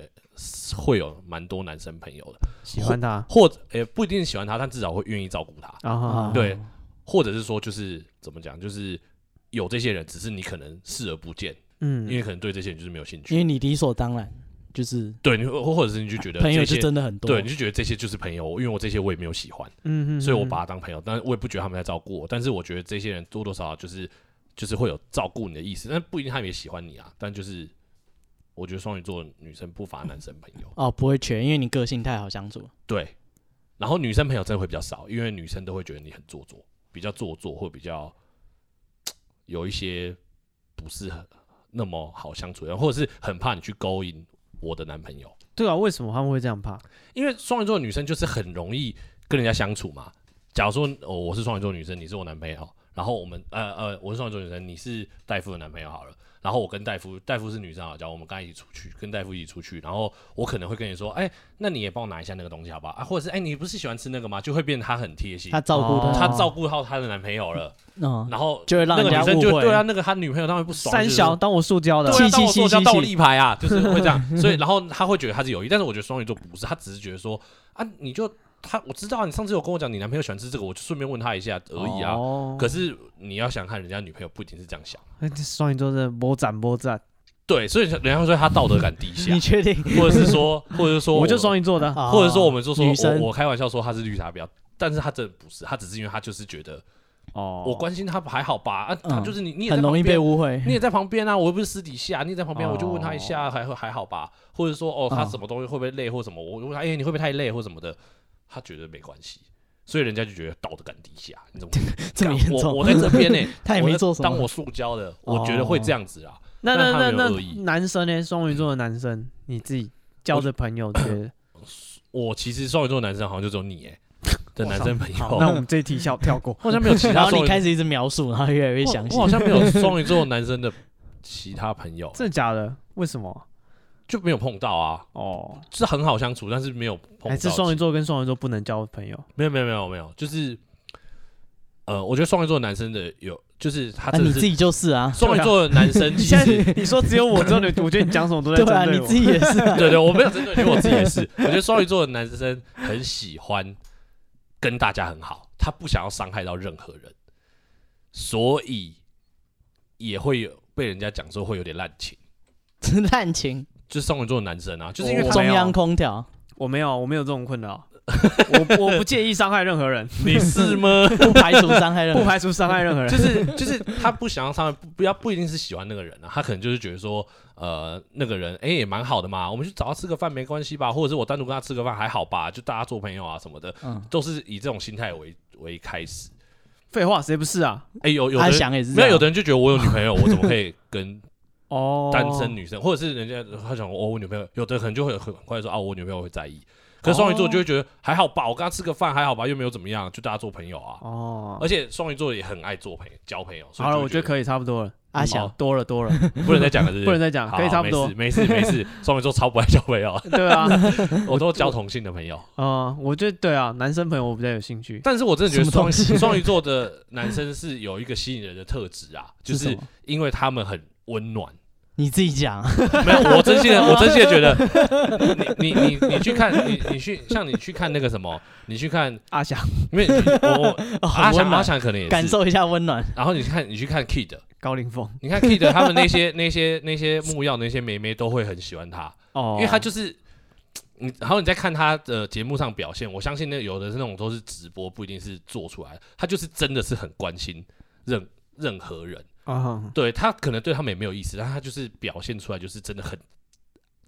S1: 会有蛮多男生朋友的，
S2: 喜欢他
S1: 或者也、不一定喜欢他，但至少会愿意照顾他，
S3: 哦
S2: 啊，
S1: 对或者是说就是怎么讲，就是有这些人，只是你可能视而不见，
S2: 嗯，
S1: 因为可能对这些人就是没有兴
S3: 因
S1: 趣。
S3: 为你理所当然就是
S1: 对，你或或者是你就觉得
S3: 朋友
S1: 这
S3: 就
S1: 些
S3: 真的很多，
S1: 对，你就觉得这些就是朋友，因为我这些我也没有喜欢。
S2: 嗯嗯，
S1: 所以我
S2: 嗯
S1: 把他当朋友，但我也不觉得他们在照顾我，但是我觉得这些人多多少少就是就是会有照顾你的意思，但不一定他们也喜欢你啊，但就是我觉得双鱼座女生不乏男生朋友，
S3: 哦不会缺，因为你个性太好相处了，
S1: 对，然后女生朋友真的会比较少，因为女生都会觉得你很做作，比较做作或比较有一些不是很那么好相处的人，或者是很怕你去勾引我的男朋友。
S2: 对啊，为什么他们会这样怕？
S1: 因为双鱼座的女生就是很容易跟人家相处嘛。假如说哦，我是双鱼座女生，你是我男朋友，然后我们呃呃，我是双鱼座女生，你是戴夫的男朋友好了，然后我跟戴夫，戴夫是女生啊，假如我们刚一起出去，跟戴夫一起出去，然后我可能会跟你说，哎、那你也帮我拿一下那个东西好不好？啊，或者是哎、你不是喜欢吃那个吗？就会变得他很贴心
S3: 他，照顾
S2: 哦
S1: 他
S3: 他，
S1: 照顾到他的男朋友了，
S3: 嗯，
S1: 然后
S3: 就会让
S1: 那
S3: 人
S1: 个女
S3: 家
S1: 生
S3: 误
S1: 就
S3: 会，
S1: 对啊，那个他女朋友当然不爽，
S2: 三
S1: 就是
S2: 小当我塑胶的，
S1: 对啊，当我
S3: 气
S1: 说叫
S3: 气
S1: 倒
S3: 气
S1: 立牌 啊，就是会这样。所以，然后他会觉得他是有意，但是我觉得双鱼座不是，他只是觉得说啊，你就他我知道啊你上次有跟我讲你男朋友喜欢吃这个，我就顺便问他一下而已啊。
S2: 哦
S1: 可是你要想看人家女朋友不一定是这样想，
S2: 哎这双鱼座真的波展波展，
S1: 对，所以人家会说他道德感低下
S3: 你，确定？
S1: 或者是说，或者是说
S2: 我就双鱼座的，
S3: 啊
S1: 或者说我们就说
S3: 女生
S1: 我我开玩笑说他是绿茶婊，但是他真的不是，他只是因为他就是觉得
S2: 哦，
S1: 我关心他还好吧啊，他
S3: 嗯
S1: 就是你你也在
S3: 很容易
S1: 旁边啊
S3: 被误会，
S1: 你也在旁边啊，我又不是私底下，你也在旁边，
S2: 哦
S1: 我就问他一下，还还好吧？或者说，哦，他
S3: 嗯
S1: 什么东西会不会累或什么？我问他，哎、你会不会太累或什么的？他觉得没关系，所以人家就觉得道德感低下，你怎么会
S3: 这么严
S1: 我
S3: 重
S1: 我在这边呢、
S3: 他也没
S1: 我在
S3: 做什么哦
S1: 当我塑胶的，我觉得会这样子啊。
S2: 那那
S1: 但他
S2: 那
S1: 没有恶意
S2: 那男生呢？双鱼座的男生，你自己交的朋友觉得？
S1: 我其实双鱼座男生好像就只有你 哎、的男生朋
S3: 好
S1: 友，。
S2: 那我们这一题跳跳过
S1: 好像没有其
S3: 然
S1: 他
S3: 后
S1: 双
S3: 你
S1: 鱼，
S3: 开始一直描述，然后越来越
S1: 我
S3: 详细
S1: 我，好像没有双鱼座男生的其他朋友，
S2: 真的假的？为什么？
S1: 就没有碰到啊，
S2: 哦，
S1: 是很好相处，但是没有碰到。
S2: 还是双鱼座跟双鱼座不能交朋友？
S1: 没有没有没有没有，就是呃，我觉得双鱼座男生的有，就是他
S3: 啊，
S1: 真
S3: 你
S1: 的
S3: 自
S1: 是
S3: 己就是啊，
S1: 双鱼座的男生，
S2: 你
S1: 其
S2: 现在
S1: 实
S2: 你说只有我之后，你我觉得你讲什么都在
S3: 对啊，
S2: 针
S3: 你
S2: 对我
S3: 自。己也是啊，
S1: 对对，我没有针对你，我自己也是，我觉得双鱼座的男生很喜欢跟大家很好，他不想要伤害到任何人，所以也会有被人家讲说会有点滥情，
S3: 滥情，
S1: 就是双鱼座的男生啊，就是因为
S2: 我
S1: 他
S3: 中
S2: 没有
S3: 央 空调，
S2: 我没有，我没有这种困扰。我我不介意伤害任何人，
S1: 你是吗？
S3: 不排除伤害人
S2: 不，排除伤害任何 人
S1: 就。是就是他不想要他们不不要不一定是喜欢那个人啊，他可能就是觉得说，呃，那个人哎、也蛮好的嘛，我们去找他吃个饭没关系吧，或者是我单独跟他吃个饭还好吧，就大家做朋友啊什么的，
S3: 嗯
S1: 都是以这种心态为为开始。
S2: 废话，谁不是啊？
S1: 哎、有有的
S3: 阿
S1: 人
S3: 翔也是这
S1: 没有，
S3: 样，
S1: 有的人就觉得我有女朋友，我怎么 可以跟
S2: 哦，
S1: 单身女生，或者是人家他想哦我女朋友，有的可能就会很很快说啊我女朋友会在意，可是双鱼座就会觉得还好吧，我跟他吃个饭还好吧，又没有怎么样，就大家做朋友啊。
S2: 哦。
S1: 而且双鱼座也很爱做朋友，交朋友。所以
S2: 好了，
S1: 就
S2: 我
S1: 会
S2: 觉得可以差不多了。
S3: 阿
S2: 好
S3: 翔
S2: 多了多了，
S1: 不能再讲了，是不是
S2: 不能再讲，
S1: 好
S2: 可以差不多。
S1: 没事没事 没事，双鱼座超不爱交朋友，
S2: 对 啊，
S1: 我都交同性的朋 友。
S2: 嗯，我觉得对啊，男生朋友我比较有兴趣。
S1: 但是我真的觉得
S3: 什么
S1: 双
S3: 东西
S1: 双鱼座 的男生是有一个吸引人的特质啊，就是是
S3: 什么
S1: 因为他们很温暖，
S3: 你自己讲，
S1: 没有，我真 心的，我真心的觉得， 你你你你去看，你你去像你去看那个什么，你去看，
S2: 阿翔
S1: 因为你我我
S3: 哦
S1: 阿
S3: 很温
S1: 翔阿
S3: 暖，
S1: 翔可能也是哦
S3: 感，受一下温暖。
S1: 然后你看你去看 Kid，
S2: 高凌风
S1: 你看 Kid 他们那些那些那些木曜那些妹妹都会很喜欢他，
S2: 哦
S1: 因为他就是。你然后你再看他的节目上表现，我相信那有的是那种都是直播，不一定是做出来的，他就是真的是很关心任任何人，
S2: 啊哈
S1: 对他可能对他们也没有意思，但他就是表现出来就是真的很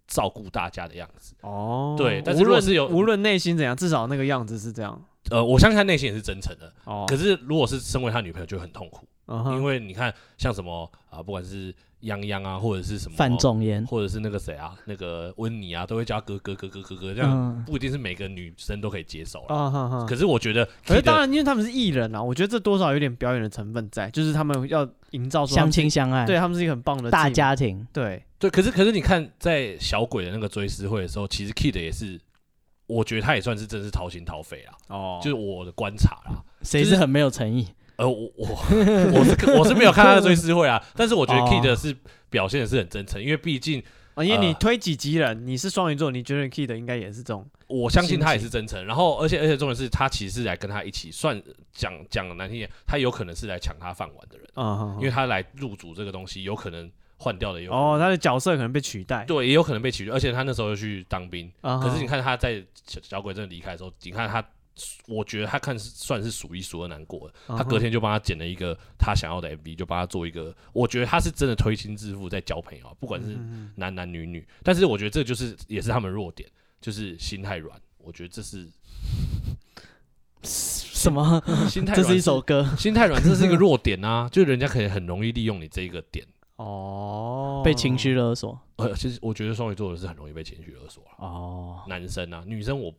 S1: 照顾大家的样子。
S2: 哦，
S1: 对但是
S2: 无
S1: 如果
S2: 论
S1: 是有
S2: 无论内心怎样，至少那个样子是这样
S1: 呃，我相信他内心也是真诚的，
S2: 哦。
S1: 可是如果是身为他女朋友就很痛苦，
S2: 嗯哼
S1: 因为你看像什么啊，不管是泱泱啊，或者是什么
S3: 范，仲淹，
S1: 或者是那个谁啊，那个温妮啊，都会叫他哥哥哥哥哥哥，这样
S3: 嗯，
S1: 不一定是每个女生都可以接受了。
S2: 啊哈哈，
S1: 可是我觉得 Kid，
S2: 可是当然，因为他们是艺人啊，我觉得这多少有点表演的成分在，就是他们要营造出他
S3: 相
S2: 们是
S3: 亲相爱，
S1: 啊
S2: 对他们是一个很棒的
S3: 大
S2: 继母
S3: 家庭，
S2: 对
S1: 对，可是可是你看在小鬼的那个追思会的时候，其实 Kid 也是，我觉得他也算是真是掏心掏肺啦，
S2: 哦
S1: 就是我的观察啦。
S3: 谁
S1: 就是是
S3: 很没有诚意？
S1: 呃，我我 我是我是没有看他的追思会 啊，但是我觉得
S3: 哦
S1: Kid 是表现的是很真诚，因为毕竟
S2: 啊，因为你
S1: 呃
S2: 推己及人，你是双鱼座，你觉得 Kid 应该也是这种
S1: 我相信他也是真诚。然后，
S2: 嗯
S1: 而且而且重点是他其实是来跟他一起算讲讲难听一点，他有可能是来抢他饭碗的人，
S3: 嗯
S2: 啊，
S1: 因为他来入主这个东西，有可能换掉的有可能
S2: 哦，他的角色可能被取代。
S1: 对，也有可能被取代。而且他那时候又去当兵，
S3: 哦
S2: 啊哈，
S1: 可是你看他在小小鬼真的离开的时候，你看他，我觉得他看是算是数一数二难过的。
S3: 嗯
S2: 啊哈
S1: 他隔天就帮他剪了一个他想要的 MV，就帮他做一个，我觉得他是真的推心置腹在交朋友啊，不管是
S2: 嗯
S1: 男男女女。但是我觉得这就是也是他们弱点，就是心太软。我觉得这 是
S3: 什么？
S1: 心态
S3: 这
S1: 软
S3: 是一首歌，
S1: 心态软，这是一个弱点啊，就人家可以很容易利用你这一个点。
S2: 哦，
S3: 被情绪勒索。
S1: 呃，其实我觉得双鱼座的是很容易被情绪勒索啊，
S3: 哦，
S1: 男生啊，女生我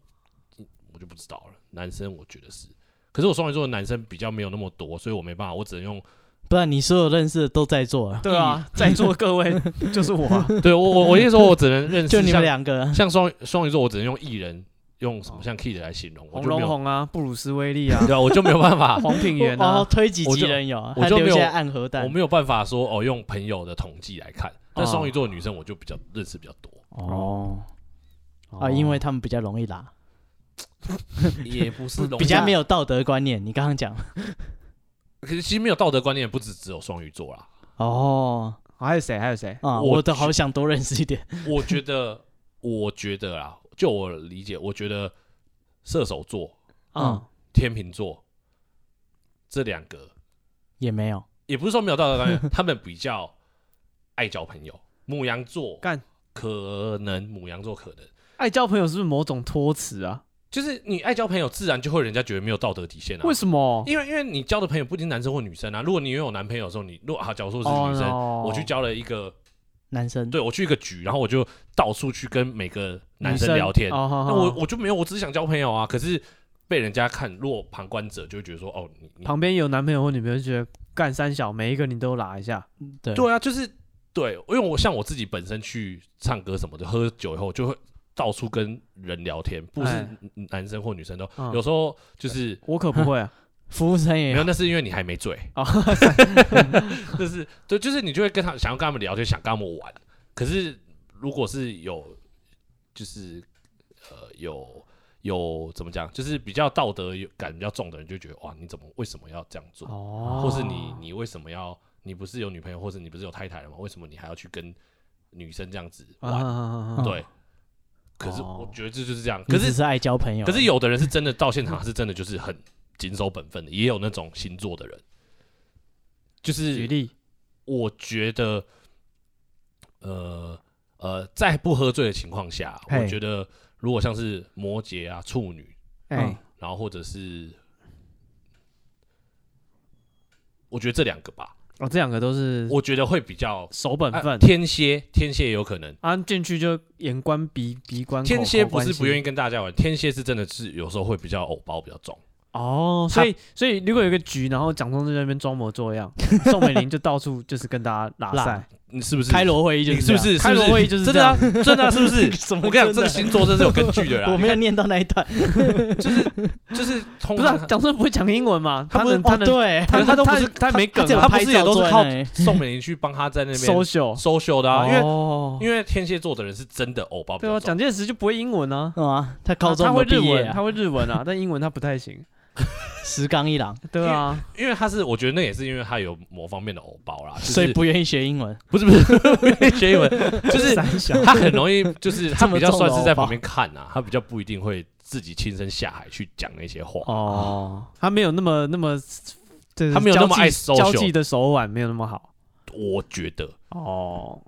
S1: 嗯我就不知道了，男生我觉得是，可是我双鱼座的男生比较没有那么多，所以我没办法，我只能 用
S3: 不然你所有认识的都在做啊，
S2: 对 啊，在座各位 就是我啊，
S1: 对我我我意思说，我只能认识
S3: 就你们
S1: 像
S3: 两个。
S1: 像双双鱼座，我只能用艺人用
S3: 哦
S1: 什么像 Kid 来形 容，我
S2: 红
S1: 就没
S2: 龙
S1: 有，
S2: 红啊，布鲁斯威利啊
S1: 对啊，我就没有办法，
S2: 黄品源
S3: 哦
S2: 啊，，
S3: 推己
S1: 我
S3: 及
S1: 就
S3: 人有啊，
S1: 我
S3: 还
S1: 就
S3: 留
S1: 没有
S3: 下暗核弹
S1: 我。没有办法说哦，用朋友的统计来看，但双鱼座的女生我就比较认识比较多，
S3: 哦
S2: 哦
S3: 啊，因为他们比较容易拉，
S1: 也不是
S3: 比较没有道德观念。你刚刚讲
S1: 可是其实没有道德观念，不止只有双鱼座啦。
S3: 哦
S2: 还有谁还有谁？
S3: 啊，
S1: 我
S3: 我都好想多认识一点。
S1: 我觉得，我觉得啦，就我理解，我觉得射手座、
S2: 嗯
S3: 嗯，
S1: 天秤座这两个，
S3: 也没有
S1: 也不是说没有道德观 念，他们比较爱交朋友。母羊座
S2: 干
S1: 可能，母羊座可能
S2: 爱交朋友是不是某种托词啊？
S1: 就是你爱交朋友，自然就会人家觉得没有道德底线啊。
S2: 为什么？
S1: 因为因为你交的朋友不一定男生或女生啊。如果你拥有男朋友的时候，你如果啊，假如说是
S2: 哦
S1: 女生，
S2: no
S1: 我去交了一个，
S3: 男生，
S1: 对我去一个局，然后我就到处去跟每个男生聊天，
S2: 哦好
S1: 那
S2: 好
S1: 我
S2: 好
S1: 我就没有，我只是想交朋友啊。可是被人家看，如果旁观者就会觉得说，哦，你你
S2: 旁边有男朋友或女朋友，就觉得干三小，每一个你都拉一下。
S3: 对
S1: 对啊，就是对，因为我像我自己本身去唱歌什么的，喝酒以后就会到处跟人聊天，不是
S2: 哎
S1: 男生或女生都，
S2: 嗯
S1: 有时候就是。
S2: 我可不会 啊，
S3: 服务生也
S1: 没
S3: 有
S1: 有，那是因为你还没醉
S2: 哦
S1: 就是对，就是你就会跟他想要跟他们聊天，想跟他们玩。可是如果是有，就是呃有有怎么讲，就是比较道德感比较重的人，就觉得哇，你怎么为什么要这样做？
S2: 哦
S1: 或是你你为什么要你不是有女朋友，或是你不是有太太了吗？为什么你还要去跟女生这样子
S2: 啊
S1: 玩？
S2: 啊啊啊
S1: 对。可是
S2: 哦
S1: 我觉得这就是这样，
S3: 你
S1: 可
S3: 只
S1: 是
S3: 是爱交朋友而已。
S1: 可是有的人是 真的到现场，是真的就是很谨守本分的，也有那种星座的人，就
S2: 举
S1: 是
S2: 例
S1: 我觉得，呃呃，在不喝醉的情况下，
S2: 嘿
S1: 我觉得如果像是摩羯啊、处女，
S2: 哎
S1: 然后或者是，我觉得这两个吧，
S2: 哦，这两个都是
S1: 我觉得会比较
S2: 守本
S1: 啊
S2: 分
S1: 天蝎，天蝎也有可能。
S2: 啊，进去就眼观鼻，鼻观
S1: 天蝎不是不愿
S2: 意
S1: 意跟大家玩，天蝎是真的是有时候会比较偶包比较重，
S2: 哦，所以所以如果有一个局，然后蒋中正在那边装模作样，宋美龄就到处就是跟大家拉
S3: 拉
S2: 塞，
S1: 你是不是
S3: 开罗会议就
S1: 你
S3: 是？
S1: 是不是？
S2: 开
S1: 是不
S2: 罗
S1: 是
S2: 会议就是
S1: 真
S2: 这
S1: 的
S2: 样
S1: 啊，真的啊是不是
S3: 什么
S1: 我跟你讲，这
S3: 真
S1: 个
S3: 的
S1: 星座这是有根据的
S3: 这
S1: 啦
S3: 样？。我没有念到那一段，
S1: 就是通
S2: 不是啊
S1: 常
S2: 讲说不会讲英文嘛？
S1: 他不是哦
S2: 能他能
S3: 对，
S1: 可是他都不是
S2: 他没梗
S1: 他
S2: 啊
S1: 不是他不
S3: 他
S1: 是也都是
S3: 拍照
S1: 靠
S3: 作为
S1: 宋美龄去帮他在那边
S2: social，
S1: social 的啊，因为
S3: 哦，
S1: 因为天蝎座的人是真的偶包比
S2: 对啊，
S1: 较重，
S2: 蒋介石就不会英文啊，
S1: 哦
S3: 为啊，他高中
S2: 他
S3: 有
S2: 会
S3: 毕
S2: 日
S3: 业
S2: 文，
S3: 啊，
S2: 他会 日文啊，但英文他不太行。
S3: 石冈一郎，
S2: 对啊，
S1: 因为他是我觉得那也是因为他有某方面的偶包啦，就是
S3: 所以不愿意学英文。
S1: 不是不是学英文，就是
S2: 三小
S1: 他很容易就是他比较算是在
S3: 这么重的偶哦包
S1: 旁边看啊，他比较不一定会自己亲身下海去讲那些话。
S2: 哦，他没有那么那么，就是
S1: 他没有那么
S2: 交际
S1: 爱 social
S2: 交际的手腕没有那么好。
S1: 我觉得，
S2: 哦，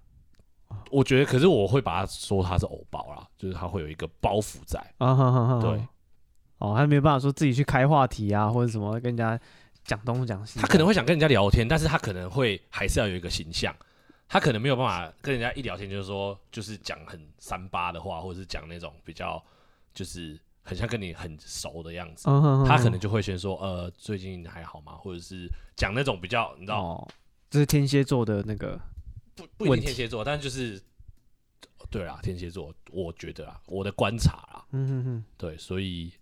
S1: 我觉得，可是我会把他说他是偶包啦，就是他会有一个包袱在。
S2: 啊 哈哈哈，
S3: 嗯
S1: 对，
S2: 哦，他没有办法说自己去开话题啊，或者什么跟人家讲东讲西。
S1: 他可能会想跟人家聊天，但是他可能会还是要有一个形象，他可能没有办法跟人家一聊天就是说就是讲很三八的话，或者是讲那种比较就是很像跟你很熟的样子。
S2: 嗯哼哼哼，
S1: 他可能就会先说，呃，最近还好吗？或者是讲那种比较，你知道，
S2: 哦，这是天蝎座的那个
S1: 不不一
S2: 问
S1: 定
S2: 题
S1: 天蝎座，但就是，对啦，天蝎座，我觉得啦，我的观察啦，
S2: 嗯哼哼，
S1: 对，所以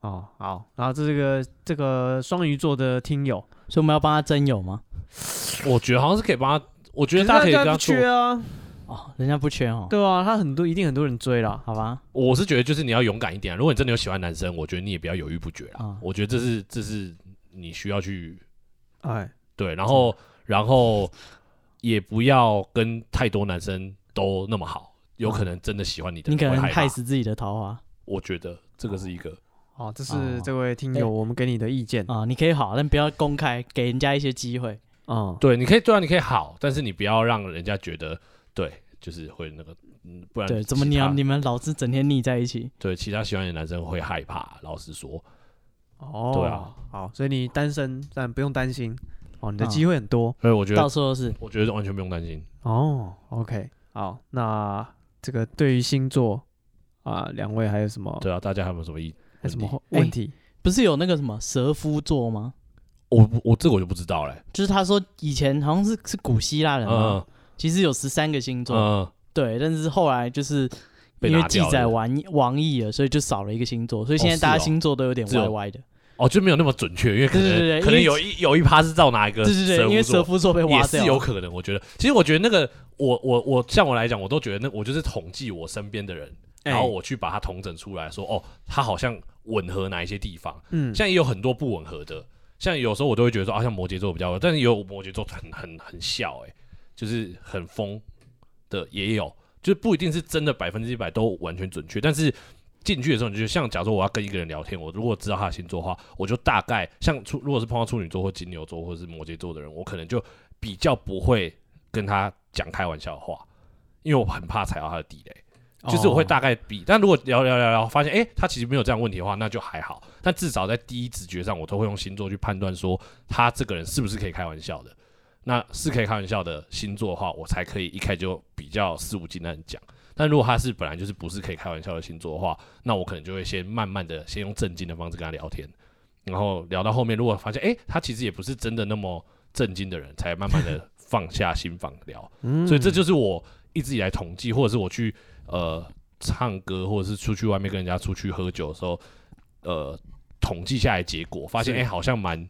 S2: 哦，好，然后这是个这个双鱼座的听友，
S3: 所以我们要帮他征友吗？
S1: 我觉得好像是可以帮他，我觉得大家可以跟
S2: 可是
S1: 他
S2: 不
S1: 做
S2: 缺啊，
S3: 哦，人家不缺哦。
S2: 对啊，他很多一定很多人追啦，
S3: 好吧，
S1: 我是觉得就是你要勇敢一点、啊，如果你真的有喜欢男生，我觉得你也不要犹豫不决啦。
S3: 啊
S1: 我觉得这是这是你需要去
S2: 哎，
S1: 对，然后然后也不要跟太多男生都那么好，有可能真的喜欢你的
S3: 你
S1: 人会
S3: 可能
S1: 害怕
S3: 害。死自己的桃花
S1: 我觉得这个是一个，
S2: 哦，这
S3: 哦
S2: 是这位听友
S3: 哎
S2: 我们给你的意见，
S3: 啊！你可以好，但不要公开，给人家一些机会。
S2: 嗯，
S1: 对，你可以对啊，你可以好，但是你不要让人家觉得对，就是会那个，嗯，不然
S3: 对，
S1: 其
S3: 怎么你要
S1: 他
S3: 你们老是整天腻在一起？
S1: 对其他喜欢你的男生会害怕。老实说，
S2: 哦，
S1: 对啊，
S2: 好，所以你单身，但不用担心，哦，你的
S3: 嗯
S2: 机会很多，
S1: 所以我觉
S3: 到
S1: 得
S3: 时候是
S1: 我觉得完全不用担心。
S2: 哦，OK，好，那这个对于星座啊，两位还有什
S3: 哦
S2: 么
S1: 对啊，大家还有没有什么意？
S2: 还有什么
S1: 问
S2: 后
S3: 哎
S2: 问题？
S3: 不是有那个什么蛇夫座吗？
S1: 我不我这个我就不知道嘞、
S3: 就是他说以前好像是是古希腊人嘛，
S1: 嗯
S3: 其实有十三个星座，
S1: 嗯，
S3: 对，但是后来就是
S1: 被
S3: 因为
S1: 拿
S3: 记
S1: 掉
S3: 载
S1: 了
S3: 完王毅了，所以就少了一个星座，所以现在
S1: 是
S3: 大家
S1: 哦
S3: 星座都有点
S1: 只有
S3: 歪歪的。
S1: 哦，就没有那么准确，因为可能
S3: 对对对
S1: 可能
S3: 因为
S1: 有一有一趴是照哪一个
S3: 对对对，因为蛇
S1: 呃蛇
S3: 夫座被
S1: 座
S3: 挖
S1: 也
S3: 掉啊
S1: 是
S3: 了，
S1: 有可能。我觉得，其实我觉得那个，我我我像我来讲，我都觉得那我就是统计我身边的人，然后
S2: 哎
S1: 我去把它统整出来说，哦，它好像吻合哪一些地方，
S2: 嗯，
S1: 像也有很多不吻合的，像有时候我都会觉得说，啊，像摩羯座比较，但是也有摩羯座很很很笑哎、就是很疯的也有，就是不一定是真的百分之一百都完全准确，但是进去的时候，你就像假如说我要跟一个人聊天，我如果知道他的星座的话，我就大概像处如果是碰到处女座或金牛座或是摩羯座的人，我可能就比较不会跟他讲开玩笑的话，因为我很怕踩到他的地雷。就是
S2: 哦
S1: 我会大概比，但如果聊聊聊聊，发现诶，他其实没有这样问题的话，那就还好。但至少在第一直觉上，我都会用星座去判断说他这个人是不是可以开玩笑的。那是可以开玩笑的星座的话，我才可以一开始就比较肆无忌惮地讲。但如果他是本来就是不是可以开玩笑的星座的话，那我可能就会先慢慢的先用正经的方式跟他聊天，然后聊到后面，如果发现诶，他其实也不是真的那么正经的人，才慢慢的放下心房聊。
S2: 嗯
S1: 所以这就是我一直以来统计，或者是我去呃唱歌，或者是出去外面跟人家出去喝酒的时候，呃，统计下来结果，发现哎、
S2: 是
S1: 诶好像蛮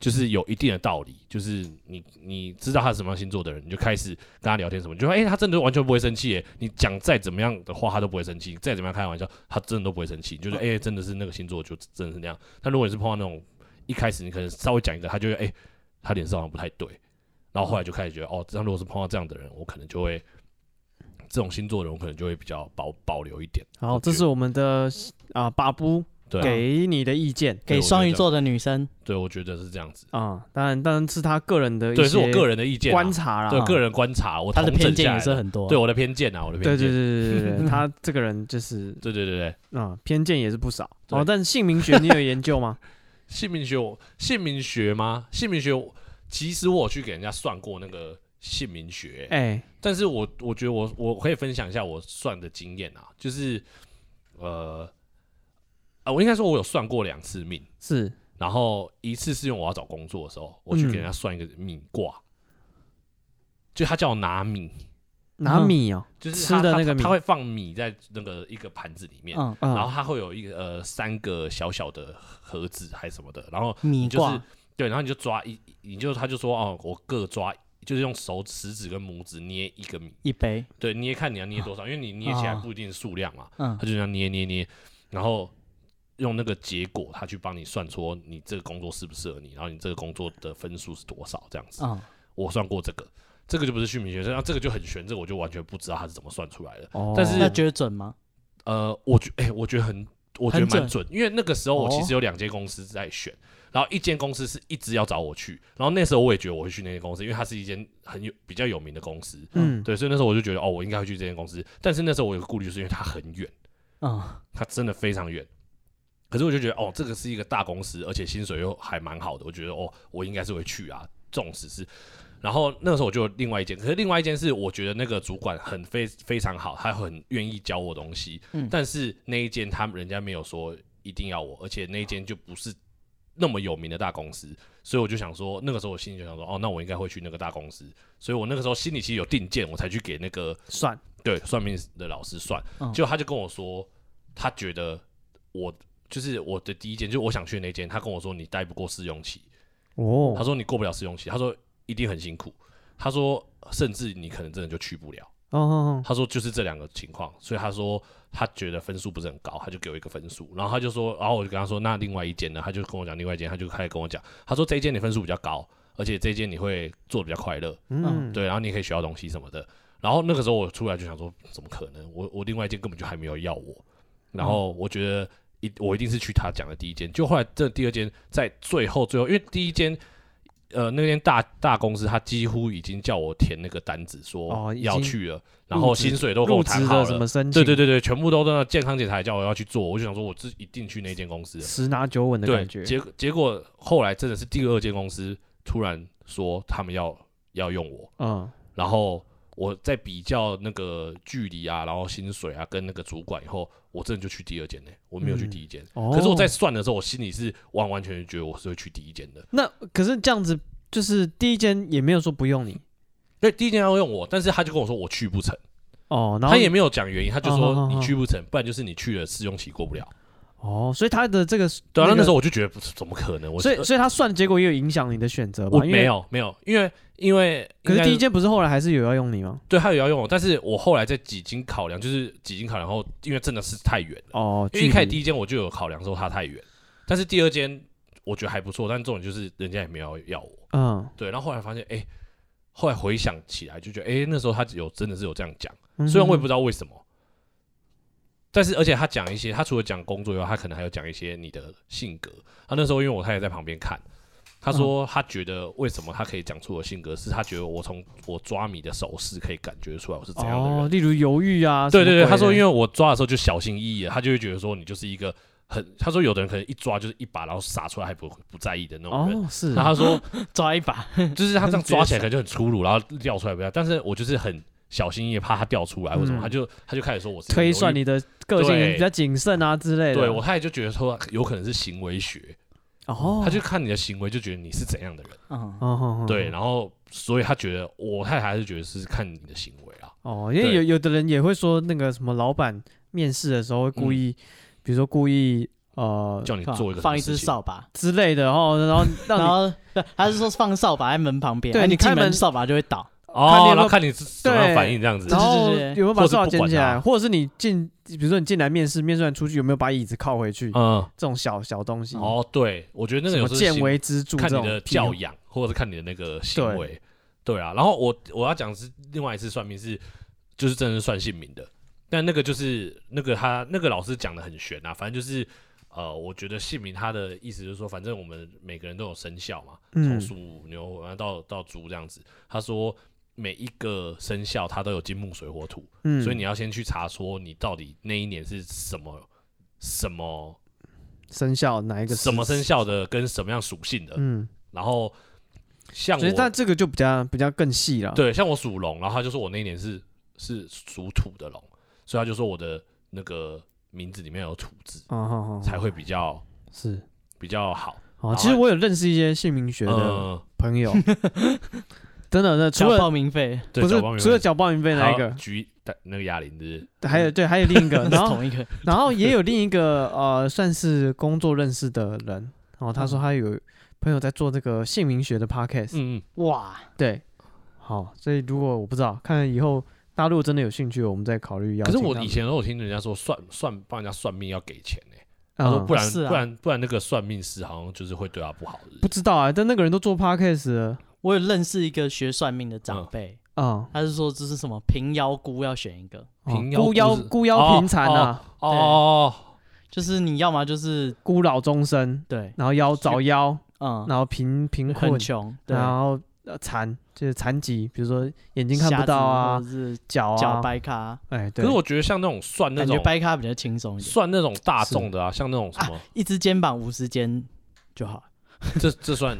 S1: 就是有一定的道理，就是你你知道他是什么样星座的人，你就开始跟他聊天什么，你就说哎、诶他真的完全不会生气耶，你讲再怎么样的话他都不会生气，再怎么样开玩笑他真的都不会生气，你就是哎、
S2: 哦
S1: 诶真的是那个星座就真的是那样。但如果你是碰到那种一开始你可能稍微讲一个，他就会哎、诶他脸色好像不太对，然后后来就开始觉得哦，这样如果是碰到这样的人，我可能就会。这种星座的人，我可能就会比较保保留一点。
S2: 哦好，
S1: 我
S2: 这
S1: 觉
S2: 是我们的啊，巴布
S1: 对啊
S2: 给你的意见
S1: 对
S3: 给
S1: 我觉
S3: 双鱼
S1: 得
S3: 座的女生
S1: 对，我觉得是这样子。
S2: 啊，当然，当然是他个人的一
S1: 对，是我
S2: 些
S1: 个人的意见啊、
S2: 观察啦，
S1: 对
S2: 啊
S1: 个人观察，我
S3: 他的
S1: 统整
S3: 偏见
S1: 下
S3: 也
S1: 来
S3: 是
S1: 的
S3: 很多啊。
S1: 对我的偏见啊，我的偏
S2: 对
S1: 见，
S2: 对对对对 对，他这个人就是
S1: 对对对对
S2: 啊，偏见也是不少
S1: 对
S2: 哦。但姓名学你有研 究吗？
S1: 姓名学我，姓名学吗？姓名学我，其实我有去给人家算过那个姓名学、
S2: 哎，
S1: 但是我我觉得我我可以分享一下我算的经验啊，就是呃啊，我应该说我有算过两次命，
S2: 是
S1: 然后一次是用我要找工作的时候，我去给
S2: 嗯
S1: 人家算一个命卦，就他叫我拿米，
S2: 拿米哦，
S1: 就是
S2: 吃
S1: 他
S2: 的
S1: 他
S2: 那个
S1: 他
S2: 米
S1: 他会放米在那个一个盘子里面，
S3: 嗯，
S2: 嗯
S1: 然后它会有一个呃三个小小的盒子还是什么的，然后
S3: 米
S1: 你就
S3: 挂、
S1: 是对，然后你就抓一，你就他就说哦，我各抓，就是用手食指跟拇指捏一个米，
S3: 一杯，
S1: 对，捏看你要捏多
S2: 啊
S1: 少，因为你捏起来
S3: 哦
S1: 不一定数量嘛，
S3: 嗯
S1: 他就这样捏捏捏，然后用那个结果他去帮你算出你这个工作适不适合你，然后你这个工作的分数是多少这样子。
S3: 嗯，
S1: 我算过这个，这个就不是虚名学生，那啊这个就很悬，这个我就完全不知道他是怎么算出来的。
S2: 哦
S1: 但是
S3: 那觉得准吗？
S1: 呃，我觉哎、我觉得很，我觉得
S3: 很准
S1: 蛮准，因为那个时候我
S3: 哦
S1: 其实有两间公司在选，然后一间公司是一直要找我去，然后那时候我也觉得我会去那间公司，因为它是一间很有比较有名的公司，
S2: 嗯，
S1: 对，所以那时候我就觉得哦，我应该会去这间公司，但是那时候我有个顾虑，是因为它很远，
S3: 嗯
S1: 它真的非常远。可是我就觉得哦，这个是一个大公司，而且薪水又还蛮好的，我觉得哦，我应该是会去啊，纵使是。然后那个时候我就有另外一间，可是另外一间是我觉得那个主管很非非常好，他很愿意教我东西，
S3: 嗯
S1: 但是那一间他们人家没有说一定要我，而且那一间就不是那么有名的大公司，所以我就想说，那个时候我心里就想说，哦，那我应该会去那个大公司，所以我那个时候心里其实有定见，我才去给那个
S2: 算
S1: 对算命的老师算，
S3: 嗯
S1: 就他就跟我说，他觉得我就是我的第一间，就我想去的那间，他跟我说你待不过试用期，他
S2: 哦，
S1: 说你过不了试用期，他说一定很辛苦，他说甚至你可能真的就去不了，
S2: 哦哦，哦
S1: 他说就是这两个情况，所以他说他觉得分数不是很高，他就给我一个分数，然后他就说，然后我就跟他说那另外一间呢，他就跟我讲另外一间，他就开始跟我讲，他说这一间你分数比较高，而且这一间你会做的比较快乐，
S2: 嗯，
S1: 对，然后你也可以学到东西什么的。然后那个时候我出来就想说，怎么可能？我我另外一间根本就还没有要我。然后我觉得一我一定是去他讲的第一间，就后来这第二间在最后最后，因为第一间呃那间大大公司，他几乎已经叫我填那个单子
S2: 哦
S1: 说
S2: 已
S1: 要
S2: 经
S1: 去了，然后
S2: 入职
S1: 薪水都跟我
S2: 入
S1: 谈
S2: 职
S1: 好
S2: 的什么
S1: 了。
S2: 申请，
S1: 对对对对，全部都那健康检查也叫我要去做，我就想说，我这一定去那间公司了。
S2: 十拿九稳的
S1: 对，
S2: 感觉，
S1: 结结果后来真的是第二间公司突然说他们要要用我，
S2: 嗯，
S1: 然后我在比较那个距离啊，然后薪水啊，跟那个主管以后，我真的就去第二间呢、我没有去
S2: 嗯
S1: 第一间。
S2: 哦，
S1: 可是我在算的时候，我心里是完完全全觉得我是会去第一间的，
S2: 那可是这样子，就是第一间也没有说不用你
S1: 因为第一间要用我，但是他就跟我说我去不成，
S2: 哦，然
S1: 他
S2: 后
S1: 也没有讲原因，他就
S2: 哦好
S1: 说
S2: 好好
S1: 你去不成，不然就是你去了试用期过不了。
S2: 哦，所以他的这个
S1: 对啊，那
S2: 个
S1: 那时候我就觉得不是怎么可能，我
S2: 所以所以他算结果也有影响你的选择吧？
S1: 我
S2: 因为
S1: 没，有没有，因为因为
S2: 可
S1: 应
S2: 是
S1: 该
S2: 第一间不是后来还是有要用你吗？
S1: 对他有要用我，但是我后来在几经考量，就是几经考量后，因为真的是太远了。
S2: 哦，
S1: 因为一开始第
S2: 一
S1: 一间我就有考量说它太远，但是第二间我觉得还不错，但重点就是人家也没有要我。
S2: 嗯，
S1: 对，然后后来发现，哎、后来回想起来就觉得，哎、那时候他有真的是有这样讲，
S2: 嗯
S1: 虽然我也不知道为什么，但是而且他讲一些，他除了讲工作以外，他可能还有讲一些你的性格。他那时候因为我太太在旁边看。他说：“他觉得为什么他可以讲出我性格，是他觉得我从我抓米的手势可以感觉出来我是怎样的人。
S2: 哦，例如犹豫啊，
S1: 对对对，他说因为
S2: 为
S1: 我抓的时候就小心翼翼的，他就会觉得说你就是一个很，他说有的人可能一抓就是一把，然后撒出来还不不在意的那种人。
S2: 哦是
S1: 然后他说
S3: 抓一把，
S1: 就是他这样抓起来可能就很粗鲁，然后掉出来不要，但是我就是很小心翼翼，怕他掉出来或什么，
S2: 嗯
S1: 他就他就开始说我是一个
S2: 推
S1: 犹豫
S2: 算你的个性
S1: 对
S2: 比较谨慎啊之类的，
S1: 对我太太就觉得说有可能是行为学，
S2: 哦，
S1: 他就看你的行为就觉得你是怎样的人，
S3: 嗯，
S2: 哦哦哦
S1: 对，然后所以他觉得我太太还是觉得是看你的行为啊，
S2: 哦，因为
S1: 对
S2: 有有的人也会说那个什么老板面试的时候会
S1: 嗯
S2: 故意，比如说故意呃
S1: 叫你做一个什
S3: 放
S1: 么
S3: 一
S1: 事
S3: 只
S1: 情，
S3: 扫把，
S2: 之类的哦， 然后让
S3: 然
S2: 你
S3: 后不他是说放扫把在门旁边，
S2: 对
S3: 啊
S2: 你
S3: 你
S2: 开
S3: 进门
S2: 门
S3: 扫把就会倒，
S2: 看你有没
S1: 哦，
S2: 有
S1: 然后看你是怎么样
S2: 对
S1: 反应这样子，
S2: 然后
S3: 对对对
S2: 有没有把
S1: 或者
S2: 扫把
S1: 不
S2: 捡
S1: 管
S2: 起来，
S1: 他
S2: 或者是你进，比如说你进来面试，面试完出去有没有把椅子靠回去，
S1: 嗯，
S2: 这种小小东西，
S1: 哦，对，我觉得那
S2: 什
S1: 个有
S2: 么
S1: 时候
S2: 见
S1: 行
S2: 微知著这
S1: 看你
S2: 种
S1: 的
S2: 屁
S1: 教
S2: 话
S1: 养，或者是看你的那个行
S2: 对
S1: 为，对啊。然后我我要讲的是另外一次算命是，就是真的是算姓名的，但那个就是那个他那个老师讲的很玄啊，反正就是呃，我觉得姓名他的意思就是说，反正我们每个人都有生肖嘛，从
S2: 嗯
S1: 鼠牛然后到到猪这样子。他说每一个生肖它都有金木水火土，
S2: 嗯，
S1: 所以你要先去查说你到底那一年是什么什么
S2: 生肖哪一个
S1: 什么
S2: 是
S1: 生？肖的跟什么样属性的，
S2: 嗯，
S1: 然后像
S2: 所以但
S1: 我
S2: 这个就比较比较更细了，，
S1: 对像我属龙，然后他就说我那一年是是属土的龙，所以他就说我的那个名字里面有土字，
S2: 哦哦哦，
S1: 才会比较
S2: 是
S1: 比较好。啊嗯
S2: 哦
S1: 然，后
S2: 其实我有认识一些姓名学的
S1: 嗯，
S2: 朋友，真的，真的，除
S3: 交报
S2: 了
S3: 名费，
S2: 不是除了缴报名费那
S1: 那
S2: 一个，
S1: 举那个哑铃的，
S2: 还有对，还有另 一个，然
S3: 那嗯是
S2: 后
S3: 同一个。
S2: 然后也有另一个呃，算是工作认识的人，然、后他
S3: 嗯
S2: 说他有朋友在做这个姓名学的 podcast，、
S1: 嗯嗯，
S3: 哇，
S2: 对，好，所以如果我不知道，看以后大家如果真的有兴趣，我们再考虑要。
S1: 可是我以前都有听人家说算算帮人家算命要给钱呢、他
S2: 啊、
S1: 说不然、
S3: 是啊
S1: 不然不然那个算命师好像就是会对他不好的
S2: 不，知道啊，但那个人都做 podcast 了
S3: 我有认识一个学算命的
S1: 嗯
S3: 长辈，
S2: 啊，
S3: 他是说这是什么平妖姑要选一个，
S1: 平
S2: 哦孤
S1: 妖故
S2: 妖
S1: 事
S2: 孤妖平残
S3: 哦
S2: 啊，
S1: 哦，
S3: 就是你要么就是
S2: 孤老终生，
S3: 对，
S2: 然后妖找妖，
S3: 嗯，
S2: 然后贫贫困
S3: 很，穷，对，
S2: 然
S1: 啊
S2: 后呃残就是残疾，比如说眼睛
S3: 瞎
S2: 看
S3: 子
S2: 不到啊
S3: 或，者是
S2: 脚
S3: 脚
S2: 啊，
S3: 掰咖，
S2: 哎，
S1: 可
S2: 对
S1: 是，我觉得像那种算那
S3: 感觉
S1: 种
S3: 掰咖比较轻松一点，
S1: 算那种大众的啊，像那种什么，
S3: 一只肩膀五十肩就好。
S1: 这这算，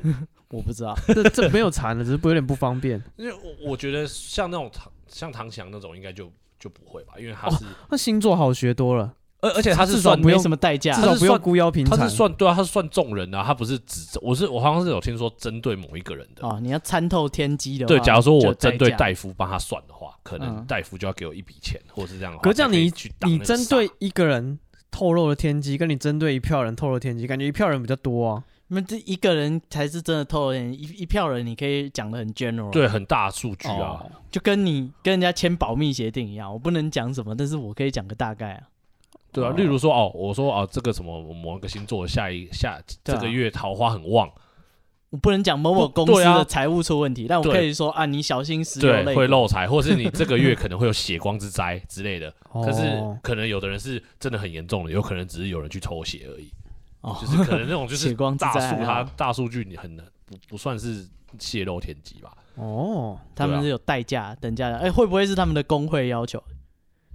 S3: 我不知 道，
S2: 这这没有残了，只是不有点不方便。
S1: 因为我我觉得像那种唐像唐翔那种应该就就不会吧，因为他是
S2: 那星座好学多了，
S1: 而而且他是
S3: 至少
S1: 算
S3: 没什么代价
S2: 至
S1: 他。
S2: 少
S1: 是
S2: 不用
S1: 算
S2: 孤妖平
S1: 他
S2: 残。
S1: 是算对啊，他是算众人啊，他不是只我是我好像是有听说针对某一个人的。
S3: 哦，你要参透天机的话，
S2: 啊
S1: 对，假如说
S3: 就
S1: 我
S3: 有代
S1: 针对
S3: 价
S1: 戴夫帮他算的话，可能
S3: 嗯
S1: 戴夫就要给我一笔钱，或者是这样的话。
S2: 可是这样
S1: 才以
S2: 你
S1: 去挡
S2: 你
S1: 那个
S2: 针
S1: 煞
S2: 对一个人透露了天机，跟你针对一票人透露天机，感觉一票人比较多啊。
S3: 你们这一个人才是真的透人，一一票人你可以讲的很 general，，啊
S1: 对很大数据啊，
S2: 哦
S3: 就跟你跟人家签保密协定一样，我不能讲什么，但是我可以讲个大概啊。
S1: 对啊，
S2: 哦
S1: 例如说哦，我说哦，这个什么某一个星座下一下
S3: 对
S1: 这
S3: 啊
S1: 个月桃花很旺，
S3: 我不能讲某某公
S1: 对
S3: 司
S1: 啊
S3: 的财务出问题，但我
S1: 对
S3: 可以说啊，你小心石油
S1: 对，
S3: 类
S1: 会
S3: 股
S1: 漏财，或是你这个月可能会有血光之灾之类的。
S2: 哦
S1: 可是可能有的人是真的很严重的，有可能只是有人去抽血 而已，
S3: 哦
S1: 就，是可能那种就
S3: 血
S1: 是
S3: 光之
S1: 大
S3: 灾
S1: 数它
S3: 啊，
S1: 大数据你很不不算是泄露天机吧？
S2: 哦，
S1: 啊
S3: 他们是有代价等价的。哎，会不会是他们的工会要求？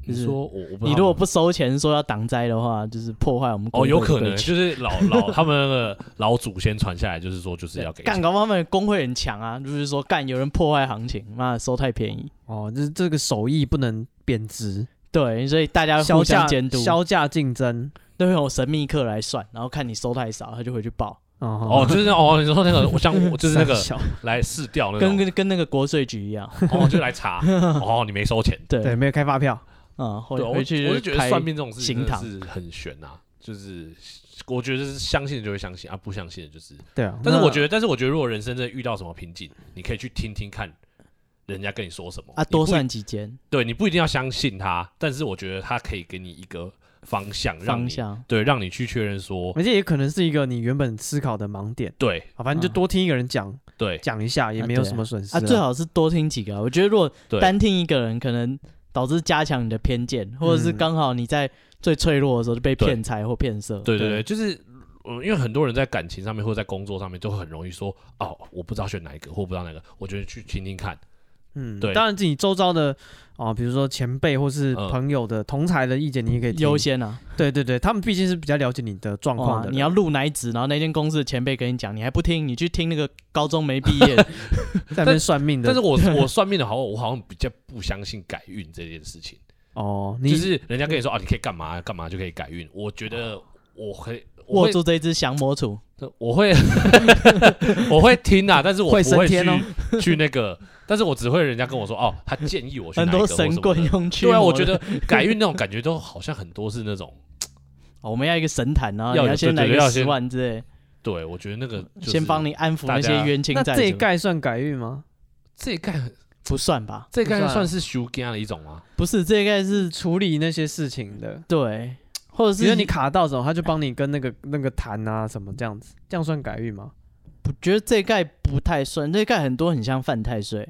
S3: 就
S1: 你
S3: 是
S1: 说我我不知道
S3: 你如果不收钱说要挡灾的话，就是破坏我们
S1: 哦，
S3: 工会
S1: 有
S3: 的
S1: 可
S3: 规
S1: 能
S3: 矩
S1: 就是老老他们的老祖先传下来，就是说就是要给
S3: 干，搞不好他们工会很强啊，就是说干有人破坏行情，妈的收太便宜。
S2: 哦，就是这个手艺不能贬值，
S3: 对，所以大家互
S2: 销
S3: 相
S2: 价
S3: 监督，
S2: 销价竞争。
S3: 都会有神秘客来算，然后看你收太少，他就回去报，
S1: 哦，
S2: 哦，
S1: 就是哦，你说那个，我像 我就是那个
S2: 三小
S1: 来试调那
S3: 跟
S1: 种，
S3: 跟跟那个国税局 一样。
S1: 哦，就来 查，哦，你没收钱，
S3: 对，
S2: 对，没有开发票。
S3: 嗯，回
S1: 对，啊我
S3: 回去
S1: 我就觉得
S3: 开
S1: 算命这种事情真
S3: 行
S1: 的
S3: 堂
S1: 是很悬呐、就是我觉得是相信的就会相信啊，不相信的就是。
S2: 对啊，
S1: 但是
S3: 那
S1: 我觉得，但是我觉得，如果人生真的遇到什么瓶颈，你可以去听听看人家跟你说什么
S3: 啊，多
S1: 你不一
S3: 算几间
S1: 对，你不一定要相信他，但是我觉得他可以给你一个方向，让
S3: 方
S1: 你
S3: 向。哎
S1: 对，让你去确认说，
S2: 而且也可能是一个你原本思考的盲点。
S1: 对
S2: 啊，反正就
S3: 嗯
S2: 多听一个人讲
S1: 对
S2: 讲一下，也没有什么损失
S3: 啊，最好是多听几个啊。我觉得如果
S1: 对
S3: 单听一个人，可能导致加强你的偏见，或者是
S2: 嗯
S3: 刚好你在最脆弱的时候就被
S1: 对
S3: 骗财或骗色。
S1: 对对对，就是。嗯，因为很多人在感情上面或者在工作上面都很容易说，哦，我不知道选哪一个，或不知道哪个，我觉得去听听看，
S2: 嗯，
S1: 对
S2: 当然自己周遭的啊、比如说前辈或是
S1: 嗯
S2: 朋友的、同才的意见，你也可以听
S3: 优。先啊，
S2: 对对对，他们毕竟是比较了解你的状况
S3: 哦
S2: 的、
S3: 你要录哪一集，然后那间公司的前辈跟你讲，你还不听，你去听那个高中没毕 业的，
S2: 在那边算命的。
S1: 但是我 我算命的好，我好像比较不相信改运这件事情，
S2: 哦，你、
S1: 就是人家跟你说啊，你可以干嘛干嘛就可以改运，我觉得我会我
S3: 握
S1: 会
S3: 住这一只降魔杵，
S1: 我会 我会听啊，但是我
S2: 会
S1: 不会
S2: 升
S1: 去
S2: 天哦
S1: 去那个，但是我只会人家跟我说哦，他建议我去
S3: 很
S1: 哪一个
S3: 多
S1: 或什
S3: 神
S1: 么
S3: 棍
S1: 的
S3: 用去。
S1: 对啊，我觉得改运那种感觉都好像很多是那种，
S3: 哦我们要一个神坛，然后
S1: 要
S3: 你
S1: 有
S3: 要先来
S1: 对对
S3: 个
S1: 要
S3: 十
S1: 先
S3: 万之类，
S1: 对我觉得那个就是
S3: 先帮你安抚那
S1: 大
S3: 些
S1: 家
S3: 冤亲
S2: 那
S3: 债
S2: 这一
S3: 主。
S2: 概算改运吗？
S1: 这一概
S3: 不算吧？
S1: 这一概
S2: 不算啊
S1: 算是修家的一种吗？
S3: 不是，这一概是
S2: 处理那些事情的，
S3: 对，或者
S2: 只要
S3: 是
S2: 你卡到什么，他就帮你跟那个那个谈啊什么这样子，这样算改运吗？
S3: 不觉得这一概不太算，这一概很多很像犯太岁，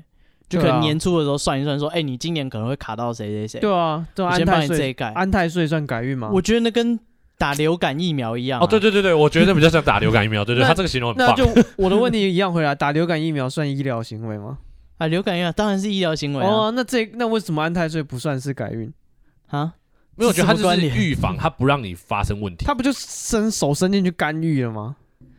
S3: 就可
S2: 对啊
S3: 能年初的时候算一算，说，哎，你今年可能会卡到谁谁谁，
S2: 对啊，对啊，
S3: 我
S2: 安
S3: 先帮
S2: 泰
S3: 你这一
S2: 税，
S3: 概。
S2: 安泰税算改运吗？
S3: 我觉得那跟打流感疫苗一样啊。
S1: 哦，对对对对，我觉得比较像打流感疫苗，对对，
S2: 那
S1: 他这个形容很
S2: 那
S1: 棒
S2: 就。我的问题一样回来，打流感疫苗算医疗行为吗？
S3: 啊，流感疫苗当然是医疗行为啊。
S2: 哦，那这那为什么安泰税不算是改运？
S3: 啊，
S1: 没有，我觉得他
S3: 是什么
S1: 就
S3: 关
S1: 是
S3: 联
S1: 预防，他不让你发生问题。
S2: 他不就伸手伸进去干预了吗？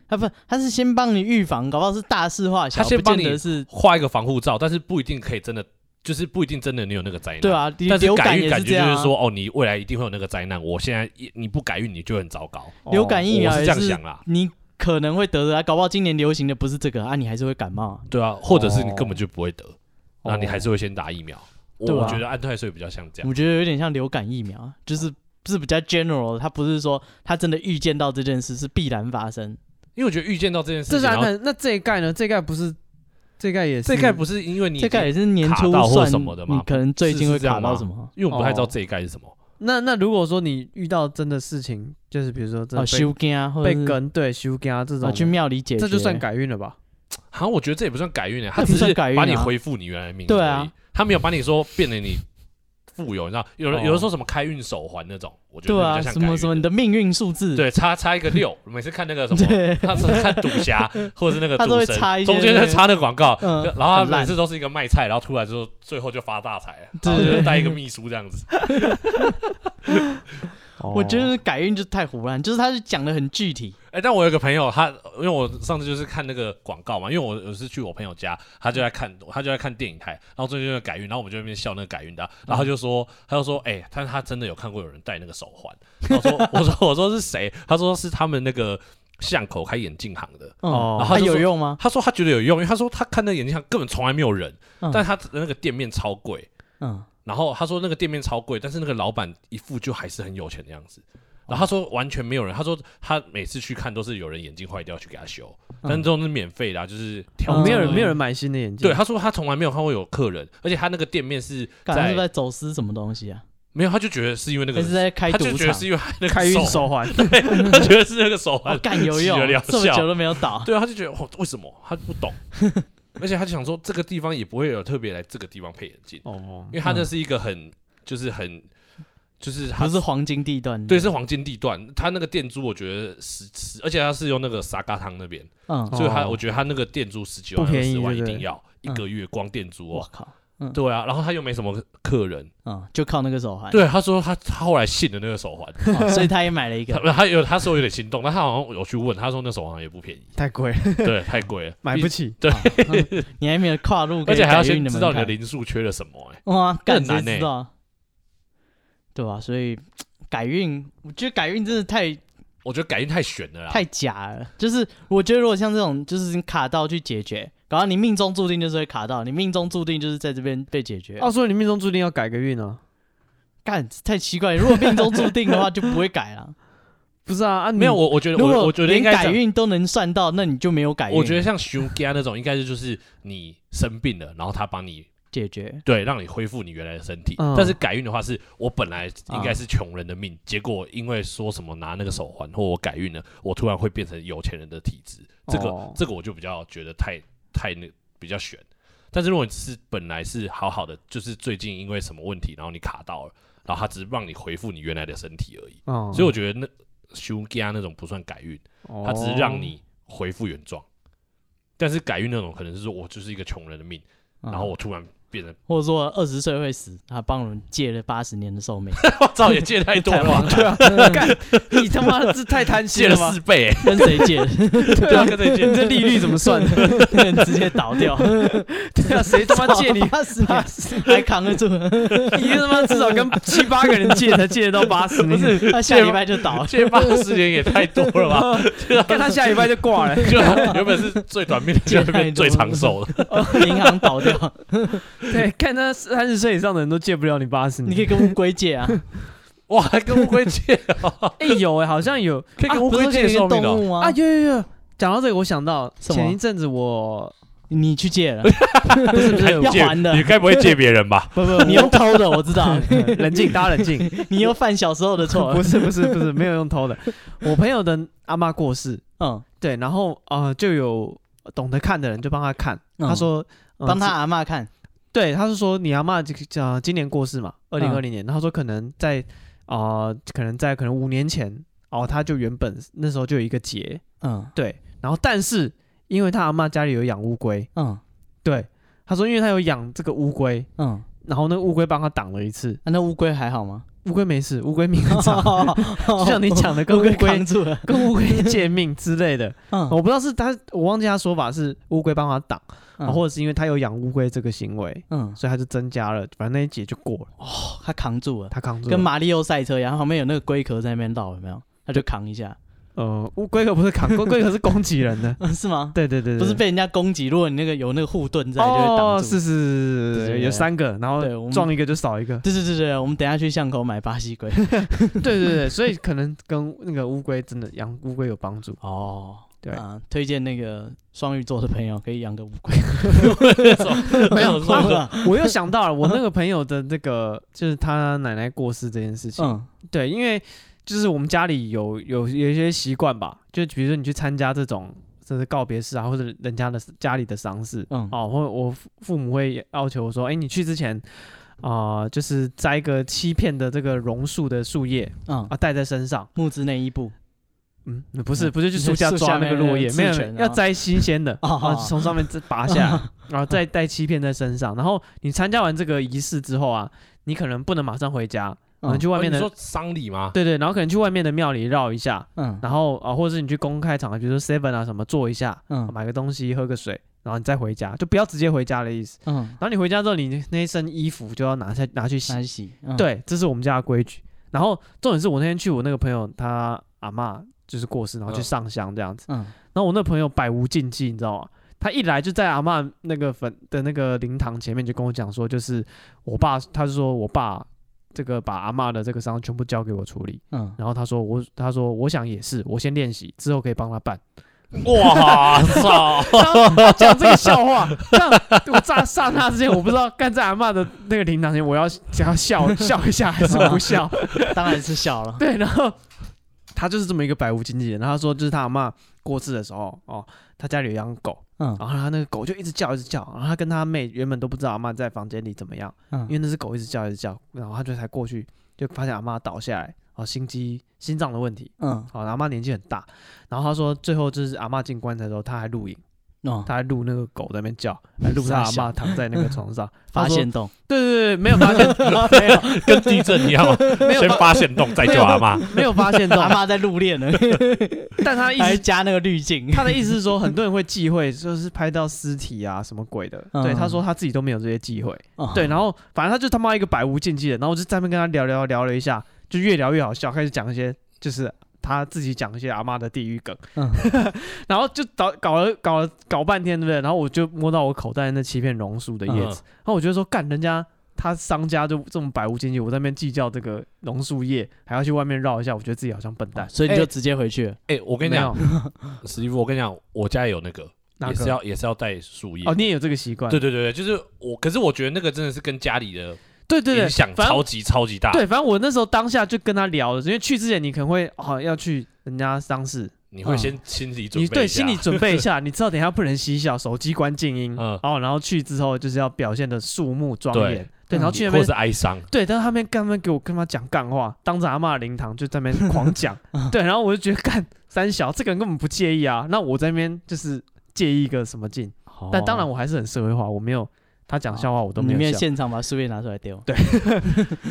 S3: 他啊不，他是先帮你预防，搞不好是大事化小，
S1: 他先
S3: 不
S1: 帮
S3: 见
S1: 你
S3: 得是，
S1: 画一个防护罩，但是不一定可以真的，就是不一定真的你有那个灾难。
S3: 对，啊，
S1: 但是
S3: 流
S1: 改
S3: 感
S1: 运
S3: 也
S1: 感
S3: 这
S1: 觉
S3: 样、
S1: 就
S3: 啊。
S1: 是说，哦，你
S2: 哦
S1: 未来一定会有那个灾难，我现在一你不改运你就很糟糕。
S3: 流感疫苗
S1: 我
S3: 哎也
S1: 是这样想啦，
S3: 你可能会得的啊，搞不好今年流行的不是这个啊，你还是会感冒啊。
S1: 对啊，或者是你根本就不会得，
S2: 哦
S1: 那你还是会先打疫苗。我
S3: 对啊
S1: 我觉得安泰税比较像这样，
S3: 我觉得有点像流感疫苗啊，就是是比较 general，的它不是说它真的预见到这件事是必然发生。
S1: 因为我觉得预见到这件事情，
S2: 这是
S1: 然
S2: 安
S1: 后
S2: 排，那这一盖呢？这一盖不是，这一盖也是，
S1: 这一盖不是因为你
S3: 嗯这个也是年初
S1: 卡到或
S3: 算
S1: 什么的吗
S3: 你可能最近
S1: 是
S3: 会
S1: 是这样
S3: 卡
S1: 吗
S3: 到什么？啊
S1: 因为我不太
S3: 哦
S1: 知道这一盖是什么，
S2: 那那如果说你遇到真的事情，就是比如说真
S3: 哦，
S2: 的被
S3: 修根啊，或者
S2: 被
S3: 是
S2: 跟对修家这
S3: 啊
S1: 哦
S2: 种，
S3: 去庙里解决，
S2: 这就算改运了吧？
S1: 好像我觉得这也不算改运诶，欸他只
S3: 这不
S1: 是
S3: 算改运啊
S1: 把你恢复你原来的命。
S3: 对啊，
S1: 他没有把你说变得你富有，你知道，有人
S3: 哦
S1: 有人说什么开运手环那种，我觉得
S3: 对
S1: 那
S3: 啊，
S1: 比较像
S3: 什
S1: 改
S3: 么
S1: 运
S3: 什么你的命运数字，
S1: 对，插插一个六，每次看那个什么，
S3: 对，
S1: 他是看赌 侠或者是那个
S3: 他都
S1: 赌
S3: 会
S1: 神
S3: 插一，些
S1: 中间在插那个广告，
S3: 嗯
S1: 然后他
S3: 很烂
S1: 每次都是一个卖菜，然后突然就最后就发大财了，
S3: 对
S1: 然后就带一个秘书这样子。哦
S3: 我觉得改运就太胡乱，就是他是讲的很具体，
S1: 哎，但我有一个朋友，他因为我上次就是看那个广告嘛，因为我我是去我朋友家，他就在看他就在看电影台，然后最近就在改运，然后我们就在那边笑那个改运的
S3: 嗯
S1: 啊，然后他就说他就说哎，但是他真的有看过有人戴那个手环，然后我说我说我说是谁？他说是他们那个巷口开眼镜行的，
S2: 哦
S3: 嗯，
S1: 然后他
S3: 它
S1: 就
S3: 有
S1: 说
S3: 用吗？
S1: 他说他觉得有用，因为他说他看那个眼镜上根本从来没有人，
S3: 嗯
S1: 但他的那个店面超贵。
S3: 嗯，
S1: 然后他说那个店面超贵，但是那个老板一副就还是很有钱的样子。然后他说完全没有人，他说他每次去看都是有人眼镜坏掉去给他修，
S3: 嗯
S1: 但都是免费的、啊，就是调整
S2: 哦没有人
S1: 而已
S2: 没有人买新的眼镜，
S1: 对，他说他从来没有看过有客人，而且他那个店面是
S3: 感觉
S1: 在
S3: 是不是在走私什么东西啊？
S1: 没有，他就觉得是因为那个
S3: 还是在开
S1: 他
S3: 赌
S1: 就觉得
S3: 场？
S1: 是因为他那个
S2: 开运
S1: 手，
S2: 手环，
S1: 他觉得是那个手环
S3: 哦，干 有
S1: 起
S3: 用
S1: 了疗，
S3: 这么
S1: 效
S3: 久都没有倒，
S1: 对啊，他就觉得哦，为什么他不 懂？而且他就想说，这个地方也不会有特别来这个地方配眼镜，
S2: 哦
S1: 因，为他那是一个很、就是很就是他
S3: 不是黄金地段。
S1: 对是黄金地段，他那个店租我觉得十十，而且他是用那个沙嘎汤那边，
S3: 嗯，
S2: 哦
S1: 所以他我觉得他那个店租十几
S2: 不
S1: 万二
S2: 便宜
S1: 十万一
S2: 对不对
S1: 定要一个月光店租
S3: 我
S1: 哦。
S3: 靠，
S1: 对啊，然后他又没什么客人。
S3: 嗯，就靠那个手环。
S1: 对，他说他他后来信了那个手环，
S3: 哦，所以他也买了一
S1: 他
S3: 个。
S1: 他有他说有点心动，但他好像有去问，他说那手环也不便宜，
S2: 太贵了，
S1: 对，太贵了，
S2: 买不起。
S3: 你还没有跨入，
S1: 而且还要先
S3: 你
S1: 知道你的零数缺了什么、哎，
S3: 哇，干
S1: 很难
S3: 谁
S1: 欸
S3: 知道啊？对吧？所以改运，我觉得改运真的太
S1: 我觉得改运太悬了啦，
S3: 太假了。就是我觉得如果像这种，就是你卡到去解决，搞到你命中注定就是会卡到，你命中注定就是在这边被解决。
S2: 哦，所以你命中注定要改个运啊？
S3: 干太奇怪，如果命中注定的话就不会 改了。
S2: 不是啊，啊你
S1: 没有，我我觉得
S3: 如
S1: 我
S3: 果
S1: 我觉得
S3: 连
S1: 应该
S3: 改
S1: 讲，
S3: 运都能算到，那你就没有改运。
S1: 我觉得像熊家那种，应该是就是你生病了，然后他帮你
S3: 解决
S1: 对让你恢复你原来的身体。
S2: 嗯
S1: 但是改运的话是，我本来应该是穷人的命，结果因为说什么拿那个手环或我改运了，我突然会变成有钱人的体质。这个、
S2: 哦
S1: 这个我就比较觉得太太那比较悬。但是如果你是本来是好好的，就是最近因为什么问题，然后你卡到了，然后他只是让你恢复你原来的身体而已。
S2: 哦，
S1: 所以我觉得那熊家那种不算改运。他只是让你恢复原状。但是改运那种可能是说我就是一个穷人的命，
S3: 嗯
S1: 然后我突然变 成
S3: 或者说二十岁会死，他帮我们借了八十年的寿命，
S1: 我操也借太多了吧，
S2: 对啊， 干你他妈的是太贪
S1: 借
S2: 心
S1: 了
S2: 了吧？
S1: 四倍、欸，
S3: 跟谁借？
S1: 对啊，跟这
S2: 你
S1: 借。
S2: 这利率怎么 算的？
S3: 直接倒掉，
S2: 对啊，谁他妈借你？
S3: 八十年还扛得住？
S2: 你他妈至少跟七八个人借才借得到八十，不是？
S3: 他下礼拜就倒，
S1: 借八十年也太多了吧？
S2: 看他下礼拜就挂了，
S1: 就原本是最短命，就
S3: 借太多
S1: 变最长寿了。
S3: 银行倒掉，
S2: 对，看他三十岁以上的人都借不了你八十
S3: 你可以
S2: 年。
S3: 跟乌龟借啊，
S1: 哇，还跟乌龟借，
S2: 哎，有哎，好像有
S1: 可以跟乌
S3: 不
S1: 龟
S3: 是
S1: 借寿
S3: 说
S1: 命的
S3: 动
S1: 哦。
S3: 物
S2: 啊，
S3: 吗？
S2: 有有有。讲到这个，我想到
S3: 什么
S2: 前一阵子我
S3: 你去借了，
S2: 不是不
S1: 还
S2: 是
S1: 有
S3: 要
S1: 借
S3: 还的
S1: 你该不会借别人吧？
S2: 不不，
S3: 你用偷的，我 知道，
S2: 冷静，大家冷静。
S3: 你又犯小时候的错
S2: 不。是不是不是，没有用偷的。 我朋友的阿妈过世，
S3: 嗯，
S2: 对，然后呃就有懂得看的人就帮他看，
S3: 嗯
S2: 他说、呃
S3: 帮他
S2: 这
S3: 阿嬷看，
S2: 对，他是说你阿妈呃今年过世嘛，二零二零年，然后说可能在呃可能在可能五年前哦，他就原本那时候就有一个结，
S3: 嗯
S2: 对，然后但是因为他阿妈家里有养乌龟，
S3: 嗯
S2: 对，他说因为他有养这个乌龟，
S3: 嗯，
S2: 然后那个乌龟帮他挡了一次，
S3: 啊那乌龟还好吗？
S2: 乌龟没事，乌龟命很长，就像你讲的跟
S3: 乌
S2: 乌
S3: 龟
S2: 龟
S3: 扛住了，
S2: 跟乌龟借命之类的。
S3: 嗯，
S2: 我不知道是他，我忘记他说法是乌龟帮他挡，啊或者是因为他有养乌龟这个行为，
S3: 嗯，
S2: 所以他就增加了，反正那一节就过了，
S3: 他扛住了。
S2: 他扛住了。
S3: 跟马里奥赛车一样，旁边有那个龟壳在那边绕，有没有？他就扛一下，
S2: 呃， 乌龟壳不是砍，龟龟壳是攻击人的。
S3: 是吗？
S2: 对对对对，
S3: 不是被人家攻击，如果你那个有那个护盾在，就会
S2: 哦，
S3: 挡
S2: 是
S3: 住。
S2: 是是
S3: 对
S2: 是
S3: 对
S2: 是，
S3: 对
S2: 有三个，然
S3: 对我
S2: 后
S3: 们。
S2: 撞一个就少一个
S3: 对对对对，我们等一下去巷口买巴西 龟。
S2: 对对对，所以可能跟那个乌龟真的养乌龟有帮助。
S3: 哦，
S2: 对
S3: 啊，推荐那个双鱼座的朋友可以养个乌 龟。
S1: 没 有
S3: 是吧？
S2: 我又想到了我那个朋友的那个，就是他奶奶过世这件事情。
S3: 嗯，
S2: 对，因为就是我们家里有有有一些习惯吧，就比如说你去参加这种就是告别式啊，或者人家的家里的丧事，
S3: 嗯
S2: 哦，或我父父母会要求说，哎、你去之前啊、就是摘个七片的这个榕树的树叶
S3: 嗯，
S2: 啊，带在身上。
S3: 木之内衣部。
S2: 嗯，不是，
S3: 嗯
S2: 不是去树下
S3: 树下
S2: 抓那个
S3: 面
S2: 落叶，
S3: 刺
S2: 没有，没
S3: 拳
S2: 有
S3: 啊
S2: 要摘新鲜的，
S3: 哦
S2: 啊，从上面再拔下 来，然后再带七片在身上。然后你参加完这个仪式之后啊，你可能不能马上回家，可能
S3: 嗯
S2: 去外面
S1: 你
S2: 的
S1: 说丧礼 吗？
S2: 对对，然后可能去外面的庙里绕一下，
S3: 嗯
S2: 然后啊、呃或者是你去公开场合，比如说 Seven 啊什么坐一下，
S3: 嗯
S2: 买个东西，喝个水，然后你再回家，就不要直接回家的意思。
S3: 嗯，
S2: 然后你回家之后，你那一身衣服就要拿下拿去洗
S3: 拿。去洗。嗯，
S2: 对，这是我们家的规矩。然后重点是我那天去我那个朋友他阿嬷就是过世，然后去
S1: 嗯
S2: 上香这样子。
S3: 嗯
S2: 然后我那朋友百无禁忌，你知道吗？他一来就在阿嬷那个坟的那个灵堂前面就跟我讲说，就是我爸，他就说我爸这个把阿嬷的这个伤全部交给我处理。
S3: 嗯，
S2: 然后他说我，他说我想也是，我先练习，之后可以帮他办。
S1: 哇操！
S2: 他讲这个笑话，这样我刹刹那之间，我不知道干在阿嬷的那个灵堂前，我要想要笑笑一下还是不笑？
S3: 嗯当然是笑了。
S2: 对，然后 他就是这么一个百无禁忌的人。然后他说，就是他阿嬷过世的时候，哦，他家里有养狗，
S3: 嗯
S2: 然后他那个狗就一直叫，一直叫。然后他跟他妹原本都不知道阿嬷在房间里怎么样，因
S3: 嗯
S2: 为那只狗一直叫，一直叫，然后他就才过去，就发现阿嬷倒下来，哦，心肌心脏的问题。
S3: 嗯
S2: 好，阿妈年纪很大，然后他说最后就是阿妈进棺材的时候，他还录影，
S3: 哦，
S2: 嗯他还录那个狗在那边叫，还录他阿
S3: 傻
S2: 妈躺在那个床 上，
S3: 发
S2: 他说
S3: 现洞。
S2: 对对对，没有发 现，没有
S1: 跟地震一样吗？
S2: 没有
S1: 先发现洞，再救阿 妈。
S2: 没有发现
S3: 阿
S2: 到，
S3: 妈在 入殓呢，
S2: 但他意
S3: 还
S2: 思
S3: 加那个滤镜。
S2: 他的意思是说，很多人会忌讳，就是拍到尸体啊什么鬼的，
S3: 嗯
S2: 对，他说他自己都没有这些忌讳，
S3: 哦
S2: 对，，然后反正他就他妈一个百无禁忌的，然后我就在那边跟他聊聊聊了一下，就越聊越好笑，开始讲一些就是他自己讲一些阿妈的地狱梗，
S3: 嗯
S2: 然后就搞搞了搞了搞半天，对不对？然后我就摸到我口袋那七片榕树的叶子，
S1: 嗯
S2: 然后我觉得说干人家。他商家就这么百无禁忌，我在那边计较这个榕树叶，还要去外面绕一下，我觉得自己好像笨蛋。
S3: 所以你就
S1: 哎
S3: 直接回去了。
S1: 哎，我跟你
S2: 没
S1: 讲
S2: 有，
S1: 史蒂夫，我跟你讲，我家也有那个，
S2: 哪
S1: 也
S2: 个
S1: 是要也是要带树叶。
S2: 哦，你也有这个习惯？
S1: 对对对对，就是我，可是我觉得那个真的是跟家里的
S2: 对对对，
S1: 影响
S2: 反正
S1: 超级超级大。
S2: 对，反正我那时候当下就跟他聊了，因为去之前你可能会哦要去人家丧事，
S1: 你会
S3: 嗯
S1: 先心理准备
S2: 你
S1: 一下，
S2: 对心理 准备一下， 你知道等一下不能嬉笑，手机关静音，
S1: 嗯
S2: 哦，然后去之后就是要表现的肃穆庄
S1: 对
S2: 严，对，然后去那
S1: 或
S2: 边
S1: 是哀伤。
S2: 对，但是他们干嘛给我跟他讲干话，当着阿嬷的灵堂就在那边狂讲，对，然后我就觉得干三小这个人根本不介意啊，那我在那边就是介意个什么劲？但当然
S3: 我
S2: 我还是很社会化，我没有他讲笑话我都没
S3: 里
S2: 有
S3: 哦面
S2: 笑，
S3: 现场把树叶拿出来丢。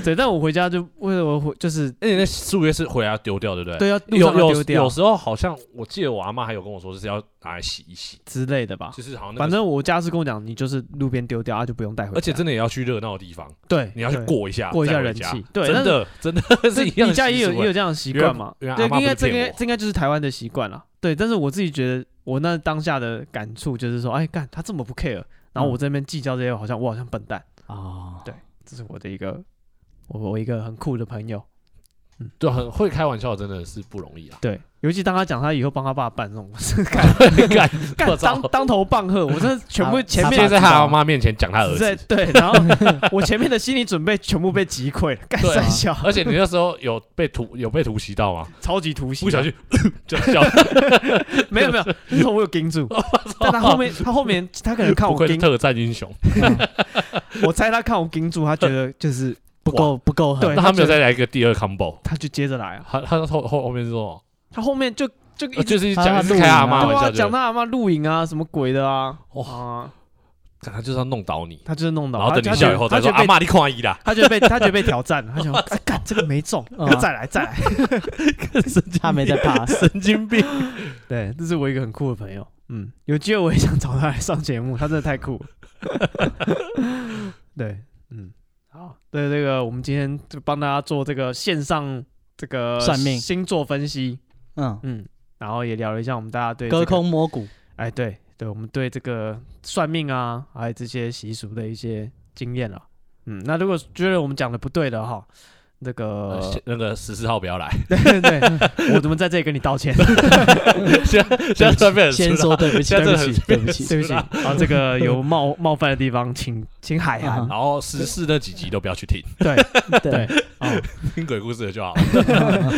S2: 对，但我回家就为了我回就是
S1: 而且那树叶是回来要丢掉，对不对？
S2: 对要路
S1: 有
S2: 上要
S1: 有
S2: 丢掉
S1: 有时候好像我记得我阿妈还有跟我说，就是要拿来洗一洗，
S2: 之类的吧，
S1: 就是好像那个
S2: 啊反正我家是跟我讲，你就是路边丢掉，啊、就不用带回家。
S1: 而且真的也要去热闹的地方，
S2: 对，
S1: 你要去
S2: 对。
S1: 过一下，
S2: 过一下
S1: 再回
S2: 人
S1: 家
S2: 气 对
S1: 真的真的 是一样的习
S2: 这
S1: 俗欸。
S2: 你家也有也有这样的习惯嘛？
S1: 原来
S2: 对，
S1: 原来阿嬷
S2: 应该
S1: 不是
S2: 这
S1: 骗
S2: 应该
S1: 我
S2: 这应该就是台湾的习惯了。对，但是我自己觉得，我那当下的感触就是说，哎，干他这么不 care，
S1: 嗯
S2: 然后我这边计较这些，好像我好像笨蛋。
S3: 哦，
S2: 这是我的一个，我我一个很酷的朋友。！
S1: 对很会开玩笑，真的是不容易啊
S2: 对，尤其当他讲他以后帮他爸办这种 事，
S1: 干
S2: 干
S1: 我操
S2: 当当头棒喝，我真的全部
S3: 他
S2: 前
S1: 现在
S2: 面
S1: 在他阿妈面前讲他 儿
S2: 在
S1: 子，
S2: 对，然后我前面的心理准备全部被击溃了，干
S1: 对啊
S2: 三笑，
S1: 而且你那时候有被突有被突袭到 吗？
S2: 超级突袭，啊
S1: 不小心 就笑，
S2: 没有 没有，那时候我有盯住，但他后面他后面他可能看
S1: 不
S2: 我
S1: 愧是
S2: 盯，
S1: 特战英雄。
S2: 我猜他看我盯住，他觉得就是
S3: 不够不够狠。
S2: 对
S1: 那他没有
S2: 觉得
S1: 再来一个第二 combo，
S2: 他就接着来啊，
S1: 他他后后后面是什么？
S2: 他后面就就一
S1: 呃
S2: 直
S1: 就是
S3: 他
S1: 讲
S3: 他
S1: 一直
S3: 录
S1: 开
S3: 影
S1: 阿
S3: 啊
S1: 妈
S2: 对
S1: 玩
S2: 啊，
S1: 笑，
S2: 讲
S1: 他
S2: 他阿妈露营啊什么鬼的啊，
S1: 哇
S2: 哇，
S1: 他就是要弄倒你，
S2: 他就是弄到，
S1: 然后等
S2: 他
S1: 你
S2: 他觉
S1: 笑
S2: 得
S1: 以后
S2: 他
S1: 再
S2: 觉
S1: 说
S2: 得
S1: 阿
S2: 被
S1: 妈你看伊啦，
S2: 他觉得被他觉得被挑战，他想 哎干这个没中，
S3: 嗯
S2: 那再来再来，
S3: 他没在怕，
S1: 神经病。
S2: 对，这是我一个很酷的朋友，嗯，有机会我也想找他来上节目，他真的太酷了。 对，嗯，好，对这个我们今天就帮大家做这个线上这个
S3: 算命
S2: 星座分析，
S3: 嗯，
S2: 嗯，然后也聊了一下我们大家对这
S3: 隔
S2: 个
S3: 空摸骨，
S2: 哎，对对，我们对这个算命啊，还有这些习俗的一些经验啊。嗯，那如果觉得我们讲的不对的哈，那个
S3: 啊
S1: 呃， 先那个十四号不要来，
S2: 对对对，我怎么在这里跟你道 歉？
S1: 现在 现在突然变成
S3: 先
S1: 粗
S3: 说对不起，
S1: 现在真的
S3: 对不起，对不起，
S2: 对不起啊，这个有冒 冒犯的地方，请请海
S3: 啊
S2: 涵。哦
S1: 然后十四那几集都不要去听，
S2: 对
S3: 对，
S2: 哦，
S1: 听鬼故事的就好了。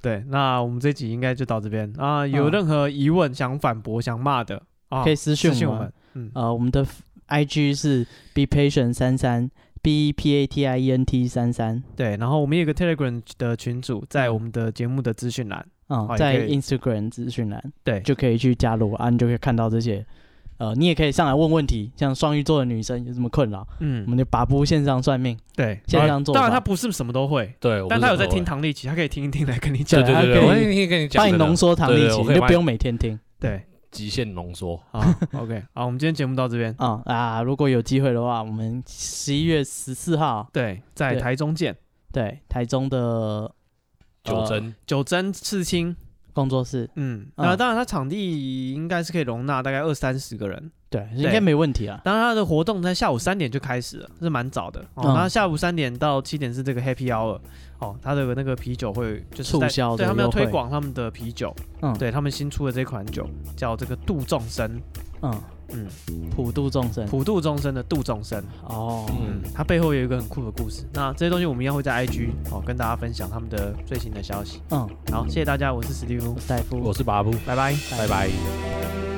S2: 对，那我们这集应该就到这边啊。有
S3: 嗯
S2: 任何疑问、想反驳、想骂的啊，
S3: 可以私讯
S2: 私信
S3: 我
S2: 我
S3: 们
S2: 们。。嗯，
S3: 呃，我们的 IG 是 be patient 三三 b e p a t i e n t 三三，
S2: 对，然后我们有一个 Telegram 的群组，在我们的节目的资讯栏。
S1: 哦
S3: 嗯
S2: 好，也
S3: 在
S2: 可以
S3: Instagram 资讯栏
S2: 对，
S3: 就可以去加入啊，你就可以看到这些。呃，你也可以上来问问题，像双鱼座的女生有什么困扰，
S2: 嗯
S3: 我，们就把不线上算命，
S2: 对，
S3: 线
S2: 啊
S3: 上做
S2: 当然
S3: 法
S2: 他不是什么都会，
S1: 对，我
S2: 但
S1: 不
S2: 他
S1: 是
S2: 有在
S1: 很会
S2: 听唐立奇，他可以听一听来跟你讲
S1: 对。对对
S3: 对
S1: 对，
S3: 他
S1: 我
S3: 可以
S1: 已经跟你
S3: 帮
S1: 讲
S3: 你
S1: 真的
S3: 浓缩唐
S1: 对
S3: 立
S1: 对
S3: 奇，
S1: 我
S3: 你
S1: 可以
S3: 就
S1: 帮
S3: 不
S1: 你
S3: 用每天听
S2: 对，
S1: 极限浓缩，
S2: 好，OK，好，我们今天节目到这边，
S3: 啊、啊！如果有机会的话，我们十一月十四号
S2: 对，在
S3: 对
S2: 台中见，
S3: 对台中的
S1: 九
S3: 呃
S1: 针
S2: 九真刺青，
S3: 工作室，
S2: 嗯，
S3: 嗯
S2: 那当然它场地应该是可以容纳大概二三十个人，
S3: 对应该没问题啊。
S2: 当然它的活动在下午三点就开始了，是蛮早的哦。
S3: 嗯
S2: 那下午三点到七点是这个 Happy Hour，哦，它的那个啤酒会就是
S3: 促
S2: 在
S3: 销的
S2: 对他们要
S3: 优惠
S2: 推广他们的啤酒，
S3: 嗯
S2: 对他们新出的这款酒叫这个度众生，
S3: 嗯
S2: 嗯，
S3: 普度众生
S2: 普度众生的度众生。
S3: 哦，
S2: 嗯
S1: 嗯，
S2: 它背后有一个很酷的故事。那这些东西我们一样会在 IG 哦跟大家分享他们的最新的消息。
S3: 嗯，
S2: 好，谢谢大家，我是史蒂夫
S3: 我，是戴夫，
S1: 我是八布，
S2: 拜拜。
S1: 拜拜。